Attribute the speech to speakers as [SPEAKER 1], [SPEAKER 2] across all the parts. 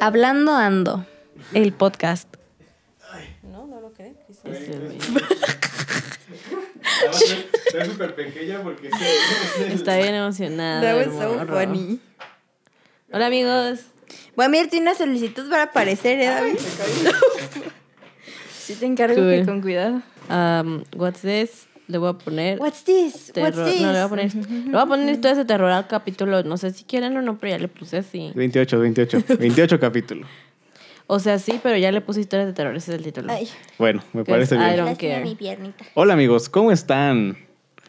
[SPEAKER 1] Hablando Ando, el podcast.
[SPEAKER 2] No, no lo creo.
[SPEAKER 3] Está súper pequeña porque se-
[SPEAKER 2] Está bien emocionada.
[SPEAKER 1] That was so
[SPEAKER 2] morro.
[SPEAKER 1] funny.
[SPEAKER 2] Hola amigos.
[SPEAKER 1] Guamir tiene una solicitud para aparecer, ¿eh, David? sí te encargo
[SPEAKER 2] Cool.
[SPEAKER 1] que con cuidado.
[SPEAKER 2] Um, what's this? Le voy a poner. este
[SPEAKER 1] What's this? What's
[SPEAKER 2] terror-
[SPEAKER 1] this?
[SPEAKER 2] No, le voy a poner. Le voy a poner historias de terror al capítulo. No sé si quieren o no, pero ya le puse así.
[SPEAKER 3] 28, 28. 28 capítulos.
[SPEAKER 2] O sea, sí, pero ya le puse historias de terror. Ese es el título.
[SPEAKER 1] Ay,
[SPEAKER 3] Bueno, me
[SPEAKER 2] Es
[SPEAKER 3] parece bien.
[SPEAKER 2] Iron-
[SPEAKER 1] lástima
[SPEAKER 2] care.
[SPEAKER 1] mi piernita.
[SPEAKER 3] Hola amigos, ¿cómo están?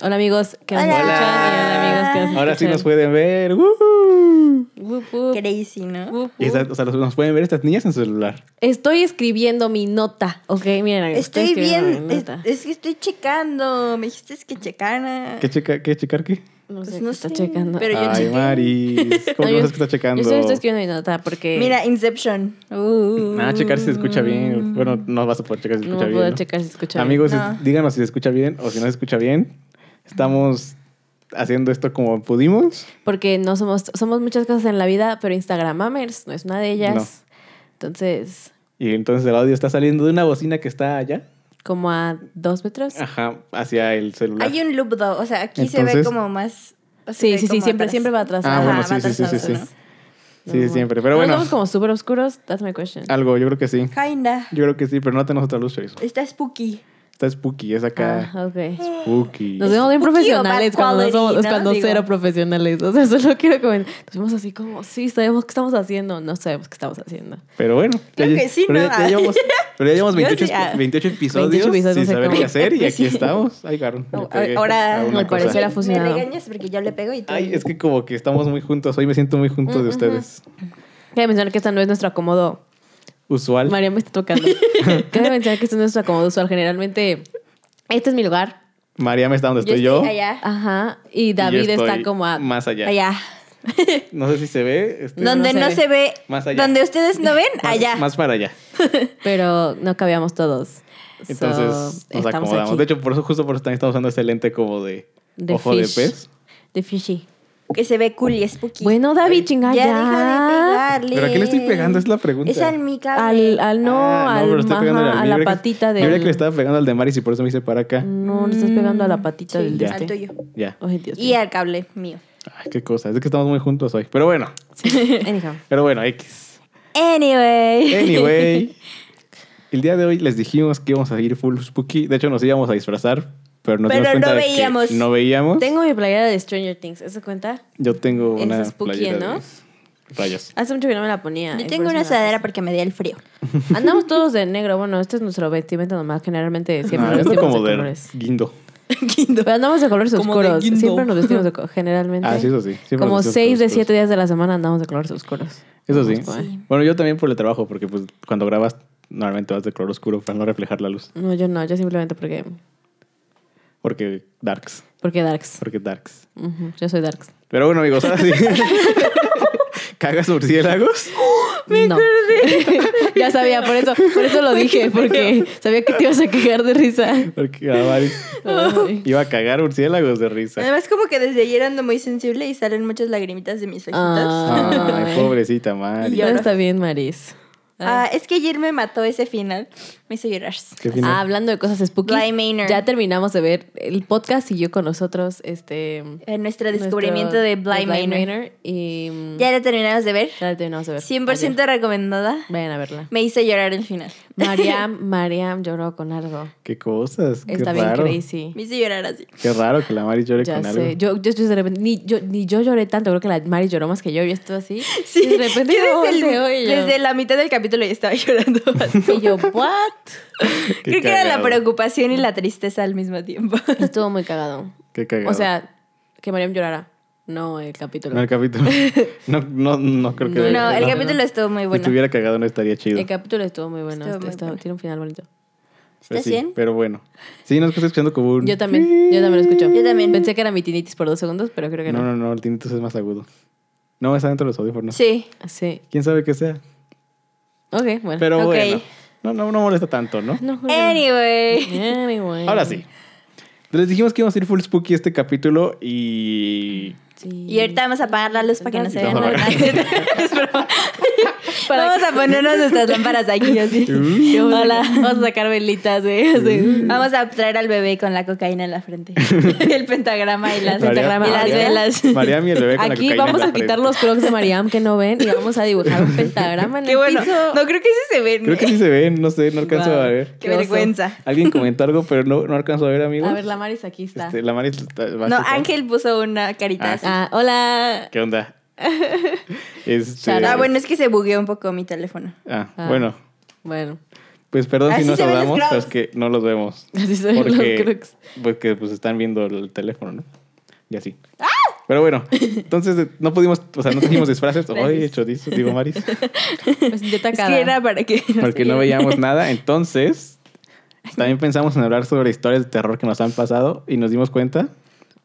[SPEAKER 2] Hola amigos que nos
[SPEAKER 1] Hola.
[SPEAKER 2] escuchan y hola amigos que nos
[SPEAKER 3] Ahora sí nos
[SPEAKER 2] escuchan.
[SPEAKER 3] pueden ver. ¡Woohoo!
[SPEAKER 2] Wup, wup,
[SPEAKER 1] Crazy, ¿no?
[SPEAKER 2] wup,
[SPEAKER 3] Y está-
[SPEAKER 2] wup.
[SPEAKER 3] o sea, los- nos pueden ver estas niñas en su celular.
[SPEAKER 2] Estoy escribiendo mi nota, ¿ok? Miren, amigos,
[SPEAKER 1] Estoy
[SPEAKER 2] escribiendo
[SPEAKER 1] bien.
[SPEAKER 2] mi
[SPEAKER 1] Es,
[SPEAKER 2] nota.
[SPEAKER 1] es que estoy checando. Me dijiste que checara.
[SPEAKER 3] ¿Qué checa, qué checar qué?
[SPEAKER 2] no
[SPEAKER 1] pues
[SPEAKER 2] sé, qué
[SPEAKER 1] no
[SPEAKER 2] está
[SPEAKER 1] sé,
[SPEAKER 2] checando.
[SPEAKER 1] pero yo
[SPEAKER 3] Ay,
[SPEAKER 1] chequé.
[SPEAKER 3] Maris. ¿Cómo
[SPEAKER 2] No,
[SPEAKER 3] que
[SPEAKER 2] yo-
[SPEAKER 3] no sabes que está checando?
[SPEAKER 2] Yo estoy, estoy escribiendo mi nota porque.
[SPEAKER 1] Mira, Inception.
[SPEAKER 2] Uh,
[SPEAKER 3] Ah, checar si se escucha bien. Bueno, no vas a poder checar si se
[SPEAKER 2] Mm. No
[SPEAKER 3] escucha
[SPEAKER 2] puedo
[SPEAKER 3] bien. ¿no?
[SPEAKER 2] checar si escucha bien.
[SPEAKER 3] Amigos,
[SPEAKER 1] No.
[SPEAKER 3] es- díganos si se escucha bien o si no se escucha bien. Estamos haciendo esto como pudimos.
[SPEAKER 2] Porque no somos, somos muchas cosas en la vida, pero Instagram Mamers no es una de ellas. Entonces,
[SPEAKER 3] Y entonces el audio está saliendo de una bocina que está allá.
[SPEAKER 2] como a dos metros.
[SPEAKER 3] Ajá, hacia el celular.
[SPEAKER 1] Hay un loop, though. O sea, aquí se ve
[SPEAKER 3] Entonces-
[SPEAKER 1] como más. o se
[SPEAKER 2] sí,
[SPEAKER 1] ve
[SPEAKER 2] sí, sí,
[SPEAKER 1] como
[SPEAKER 2] siempre,
[SPEAKER 1] atrás.
[SPEAKER 2] siempre va atrás.
[SPEAKER 3] Ah,
[SPEAKER 1] Ajá,
[SPEAKER 3] bueno,
[SPEAKER 1] va
[SPEAKER 3] sí, sí, sí, sí,
[SPEAKER 1] atrasado,
[SPEAKER 3] sí.
[SPEAKER 1] ¿no?
[SPEAKER 3] Sí, sí, siempre. Pero
[SPEAKER 2] ¿No
[SPEAKER 3] bueno,
[SPEAKER 2] Somos como súper oscuros. That's my question.
[SPEAKER 3] algo, yo creo que sí.
[SPEAKER 1] Kinda.
[SPEAKER 3] Yo creo que sí, pero no tenemos otra luz, Chorizo.
[SPEAKER 1] Está spooky.
[SPEAKER 3] Está spooky, es acá.
[SPEAKER 2] Ah, ok.
[SPEAKER 3] Spooky.
[SPEAKER 2] Nos vemos bien
[SPEAKER 1] Spooky o
[SPEAKER 2] profesionales
[SPEAKER 1] bad
[SPEAKER 2] cuando, no
[SPEAKER 1] quality,
[SPEAKER 2] somos-
[SPEAKER 1] ¿no?
[SPEAKER 2] cuando
[SPEAKER 1] Digo.
[SPEAKER 2] cero profesionales. O sea, solo quiero comentar. Nos vemos así como, sí, sabemos qué estamos haciendo. No sabemos qué estamos haciendo.
[SPEAKER 3] Pero bueno.
[SPEAKER 1] Creo que sí,
[SPEAKER 3] pero
[SPEAKER 1] ¿no?
[SPEAKER 3] ya- ya llevamos, pero ya llevamos
[SPEAKER 1] Yo
[SPEAKER 3] 28,
[SPEAKER 1] sí, ah.
[SPEAKER 3] 28 episodios
[SPEAKER 2] 28 episodios,
[SPEAKER 3] sin
[SPEAKER 2] no sé
[SPEAKER 3] saber
[SPEAKER 2] cómo.
[SPEAKER 3] qué hacer y aquí
[SPEAKER 1] Sí.
[SPEAKER 3] estamos. Ay, Garón.
[SPEAKER 1] No,
[SPEAKER 3] le pegué
[SPEAKER 1] ahora
[SPEAKER 3] a una
[SPEAKER 2] me
[SPEAKER 3] cosa.
[SPEAKER 2] pareció la fusión.
[SPEAKER 1] Me regañas porque yo le pego y tú.
[SPEAKER 3] Ay, es que como que estamos muy juntos. Hoy me siento muy junto de ustedes.
[SPEAKER 2] Cabe mencionar que esta no es nuestro acomodo.
[SPEAKER 3] Usual.
[SPEAKER 2] María me está tocando. Cabe mencionar que este no es nuestro acomodo usual. Generalmente, este es mi lugar.
[SPEAKER 3] Mariam está donde estoy yo. y
[SPEAKER 1] allá.
[SPEAKER 2] Ajá. Y
[SPEAKER 3] yo
[SPEAKER 2] David está
[SPEAKER 3] estoy
[SPEAKER 2] como a.
[SPEAKER 3] Más allá.
[SPEAKER 1] Allá.
[SPEAKER 3] No sé si se ve. este,
[SPEAKER 2] No,
[SPEAKER 1] donde
[SPEAKER 2] se
[SPEAKER 1] no
[SPEAKER 2] ve.
[SPEAKER 1] se ve.
[SPEAKER 3] Más allá.
[SPEAKER 1] Donde ustedes no ven,
[SPEAKER 3] más-
[SPEAKER 1] allá.
[SPEAKER 3] Más para allá.
[SPEAKER 2] Pero no cabíamos todos.
[SPEAKER 3] Entonces
[SPEAKER 2] So,
[SPEAKER 3] nos
[SPEAKER 2] estamos
[SPEAKER 3] acomodamos.
[SPEAKER 2] aquí.
[SPEAKER 3] De hecho, por eso, justo por eso también estamos usando este lente como de,
[SPEAKER 2] De
[SPEAKER 3] ojo
[SPEAKER 2] fish.
[SPEAKER 3] de pez.
[SPEAKER 2] De fishy.
[SPEAKER 1] Que se ve cool y spooky.
[SPEAKER 2] Bueno, David, chinga
[SPEAKER 1] ya,
[SPEAKER 2] ya.
[SPEAKER 1] deja de pegarle.
[SPEAKER 3] ¿Pero a qué le estoy pegando? Es la pregunta.
[SPEAKER 1] Es al mi cable.
[SPEAKER 2] al, al no,
[SPEAKER 3] Ah,
[SPEAKER 2] al
[SPEAKER 3] pero estoy
[SPEAKER 2] ajá,
[SPEAKER 3] pegándole al
[SPEAKER 2] a
[SPEAKER 3] mío.
[SPEAKER 2] la
[SPEAKER 3] Yo creía que-
[SPEAKER 2] patita
[SPEAKER 3] Yo
[SPEAKER 2] del. Mm.
[SPEAKER 3] creía que le estaba pegando al de Maris y por eso me hice para acá.
[SPEAKER 2] No, le estás pegando a la patita
[SPEAKER 1] Mm, Sí,
[SPEAKER 2] del de
[SPEAKER 3] ya.
[SPEAKER 1] al
[SPEAKER 2] este.
[SPEAKER 1] tuyo.
[SPEAKER 3] Ya.
[SPEAKER 2] Ay, Dios
[SPEAKER 1] Y
[SPEAKER 2] mío.
[SPEAKER 1] al cable mío.
[SPEAKER 3] Ay, qué cosa. Es que estamos muy juntos hoy. Pero bueno.
[SPEAKER 2] Anyhow.
[SPEAKER 3] Pero bueno, X.
[SPEAKER 1] Anyway.
[SPEAKER 3] Anyway. El día de hoy les dijimos que íbamos a ir full spooky. De hecho, nos íbamos a disfrazar, pero nos
[SPEAKER 1] Pero
[SPEAKER 3] dimos cuenta
[SPEAKER 1] no
[SPEAKER 3] de que
[SPEAKER 1] veíamos.
[SPEAKER 3] no veíamos.
[SPEAKER 2] Tengo mi playera de Stranger Things. ¿Eso cuenta?
[SPEAKER 3] Yo tengo
[SPEAKER 2] Esa
[SPEAKER 3] una
[SPEAKER 2] es spooky,
[SPEAKER 3] playera
[SPEAKER 2] ¿no?
[SPEAKER 3] de rayas.
[SPEAKER 2] Hace mucho que no me la ponía.
[SPEAKER 1] Yo
[SPEAKER 2] y
[SPEAKER 1] tengo
[SPEAKER 2] por eso
[SPEAKER 1] una
[SPEAKER 2] me la
[SPEAKER 1] asadera porque me da el frío.
[SPEAKER 2] puse. Andamos todos de negro. Bueno, este es nuestro vestimenta normal. Generalmente siempre
[SPEAKER 3] No,
[SPEAKER 2] nos
[SPEAKER 3] esto
[SPEAKER 2] vestimos
[SPEAKER 3] Ah, como
[SPEAKER 2] de
[SPEAKER 3] de
[SPEAKER 2] colores.
[SPEAKER 3] guindo.
[SPEAKER 2] Pero andamos de colores
[SPEAKER 1] Como de
[SPEAKER 2] oscuros.
[SPEAKER 1] guindo.
[SPEAKER 2] siempre nos vestimos de co- generalmente.
[SPEAKER 3] Ah, sí, eso sí. Siempre
[SPEAKER 2] como
[SPEAKER 3] nos vestimos
[SPEAKER 2] 6 de
[SPEAKER 3] oscuros.
[SPEAKER 2] 7 días de la semana andamos de colores oscuros.
[SPEAKER 3] Eso sí.
[SPEAKER 2] Vamos, pues.
[SPEAKER 3] Bueno, yo también por el trabajo, porque pues cuando grabas normalmente vas de color oscuro para no reflejar la luz.
[SPEAKER 2] No, yo no, yo simplemente porque
[SPEAKER 3] Porque darks,
[SPEAKER 2] porque darks.
[SPEAKER 3] porque darks.
[SPEAKER 2] Ujú, Yo soy darks.
[SPEAKER 3] Pero bueno, amigos, ahora sí. ¿Cagas murciélagos?
[SPEAKER 2] no. ya sabía, por eso, por eso lo dije, porque sabía que te ibas a quejar de risa.
[SPEAKER 3] Porque a Mari
[SPEAKER 2] Ay.
[SPEAKER 3] iba a cagar murciélagos de risa.
[SPEAKER 1] Además, como que desde ayer ando muy sensible y salen muchas lagrimitas de mis ojitos.
[SPEAKER 2] Ah.
[SPEAKER 3] Ay,
[SPEAKER 2] Ay.
[SPEAKER 3] pobrecita Mari.
[SPEAKER 1] Y yo-
[SPEAKER 2] Todo
[SPEAKER 1] Lloro.
[SPEAKER 2] está bien, Maris.
[SPEAKER 1] Ah, es que ayer me mató ese final. Me hizo llorar.
[SPEAKER 3] ¿Qué final?
[SPEAKER 2] Ah, hablando de cosas spooky,
[SPEAKER 1] Bly Manor.
[SPEAKER 2] ya terminamos de ver el podcast y yo con nosotros, este...
[SPEAKER 1] Eh, nuestro descubrimiento
[SPEAKER 2] nuestro-
[SPEAKER 1] de Bly Manor.
[SPEAKER 2] y mm,
[SPEAKER 1] Ya la terminamos de ver.
[SPEAKER 2] ya la terminamos de ver.
[SPEAKER 1] 100%
[SPEAKER 2] Ayer.
[SPEAKER 1] recomendada.
[SPEAKER 2] Vayan a verla.
[SPEAKER 1] Me hizo llorar el final.
[SPEAKER 2] Mariam, Mariam lloró con algo.
[SPEAKER 3] Qué cosas. Qué
[SPEAKER 2] Está bien
[SPEAKER 3] raro.
[SPEAKER 2] crazy.
[SPEAKER 1] Me hizo llorar así.
[SPEAKER 3] Qué raro que la Mari llore
[SPEAKER 2] Ya
[SPEAKER 3] con
[SPEAKER 2] sé.
[SPEAKER 3] algo.
[SPEAKER 2] Yo, yo, yo de repente, ni yo, ni yo lloré tanto. Creo que la Mari lloró más que yo. Yo estuve así.
[SPEAKER 1] Sí,
[SPEAKER 2] Y de repente
[SPEAKER 1] yo
[SPEAKER 2] yo
[SPEAKER 1] desde, el-
[SPEAKER 2] volteo y yo-
[SPEAKER 1] desde la mitad del capítulo ya estaba llorando. así.
[SPEAKER 2] Y yo, ¿what?
[SPEAKER 3] Qué
[SPEAKER 1] Creo que era la
[SPEAKER 3] cagado,
[SPEAKER 1] preocupación y la tristeza al mismo tiempo.
[SPEAKER 2] Estuvo muy cagado.
[SPEAKER 3] Qué cagado.
[SPEAKER 2] O sea, que Mariam llorara. No el capítulo.
[SPEAKER 3] No, el capítulo. No, no, no creo que.
[SPEAKER 1] No, el
[SPEAKER 2] no.
[SPEAKER 1] capítulo estuvo muy
[SPEAKER 3] Si
[SPEAKER 1] bueno.
[SPEAKER 3] estuviera cagado no estaría chido.
[SPEAKER 2] El capítulo estuvo muy bueno.
[SPEAKER 1] Estuvo muy
[SPEAKER 2] Estuvo-
[SPEAKER 1] bueno.
[SPEAKER 2] Tiene un final bonito.
[SPEAKER 3] Pero
[SPEAKER 1] ¿Estás
[SPEAKER 3] Pues sí,
[SPEAKER 1] bien?
[SPEAKER 3] Pero bueno. Sí, nos estoy escuchando como un.
[SPEAKER 2] Yo también. Yo también lo escucho.
[SPEAKER 1] Yo también.
[SPEAKER 2] Pensé que era mi tinitis por dos segundos, pero creo que
[SPEAKER 3] No,
[SPEAKER 2] no.
[SPEAKER 3] no, no, el tinnitus es más agudo. No, está dentro de los audífonos.
[SPEAKER 1] Sí.
[SPEAKER 2] Sí.
[SPEAKER 3] ¿Quién sabe qué sea?
[SPEAKER 2] Ok, bueno.
[SPEAKER 3] Pero
[SPEAKER 1] Ok.
[SPEAKER 3] bueno. No, no, no molesta tanto, ¿no?
[SPEAKER 2] No, creo que no.
[SPEAKER 1] Anyway.
[SPEAKER 2] Anyway.
[SPEAKER 3] Ahora sí. Les dijimos que íbamos a ir full spooky este capítulo y...
[SPEAKER 2] Sí.
[SPEAKER 1] Y ahorita vamos a apagar la luz para que no se vea
[SPEAKER 3] Vamos a
[SPEAKER 1] nada.
[SPEAKER 2] Para
[SPEAKER 1] Vamos a ponernos nuestras lámparas aquí así.
[SPEAKER 2] Hola. Vamos a sacar velitas, güey. así.
[SPEAKER 1] Vamos a traer al bebé con la cocaína en la frente. el pentagrama y las,
[SPEAKER 2] María-
[SPEAKER 1] y las
[SPEAKER 2] María-
[SPEAKER 1] velas.
[SPEAKER 3] Mariam y el bebé con la
[SPEAKER 2] Aquí
[SPEAKER 3] cocaína en
[SPEAKER 2] vamos
[SPEAKER 3] la
[SPEAKER 2] a quitar
[SPEAKER 3] frente.
[SPEAKER 2] los crocs de Mariam que no ven y vamos a dibujar un pentagrama en
[SPEAKER 1] Qué
[SPEAKER 2] el
[SPEAKER 1] bueno.
[SPEAKER 2] piso.
[SPEAKER 1] No creo que sí se ven.
[SPEAKER 3] Creo que sí se ven, no sé, no alcanzo
[SPEAKER 2] Guau.
[SPEAKER 3] a ver.
[SPEAKER 1] Qué
[SPEAKER 2] Qué oso.
[SPEAKER 1] vergüenza.
[SPEAKER 3] Alguien comentó algo, pero no, no alcanzo a ver, amigos.
[SPEAKER 2] A ver, la Maris aquí está.
[SPEAKER 3] Este, la Mari está- va a
[SPEAKER 1] No,
[SPEAKER 3] estar-
[SPEAKER 1] Ángel puso una carita
[SPEAKER 3] Ah,
[SPEAKER 1] así.
[SPEAKER 2] Ah, hola.
[SPEAKER 3] ¿Qué onda? Este-
[SPEAKER 2] Shout
[SPEAKER 1] Ah, bueno, es que se bugueó un poco mi teléfono.
[SPEAKER 3] Ah,
[SPEAKER 2] Ah.
[SPEAKER 3] bueno.
[SPEAKER 2] Bueno,
[SPEAKER 3] Pues perdón
[SPEAKER 1] Así
[SPEAKER 3] si nos
[SPEAKER 1] se ven los
[SPEAKER 3] saludamos, pero es
[SPEAKER 1] crocs.
[SPEAKER 3] que no los vemos.
[SPEAKER 2] así se ven
[SPEAKER 3] Porque,
[SPEAKER 2] los crocs.
[SPEAKER 3] porque pues están viendo el teléfono, ¿no? Y así.
[SPEAKER 1] ¡Ah!
[SPEAKER 3] Pero bueno, entonces eh, no pudimos, o sea, no trajimos disfraces. Oye,
[SPEAKER 1] Gracias.
[SPEAKER 3] chorizo, digo Maris.
[SPEAKER 2] Me sentí
[SPEAKER 1] Es
[SPEAKER 2] atacada.
[SPEAKER 1] que era para que.
[SPEAKER 3] Porque no veíamos nada. Entonces, también pensamos en hablar sobre historias de terror que nos han pasado y nos dimos cuenta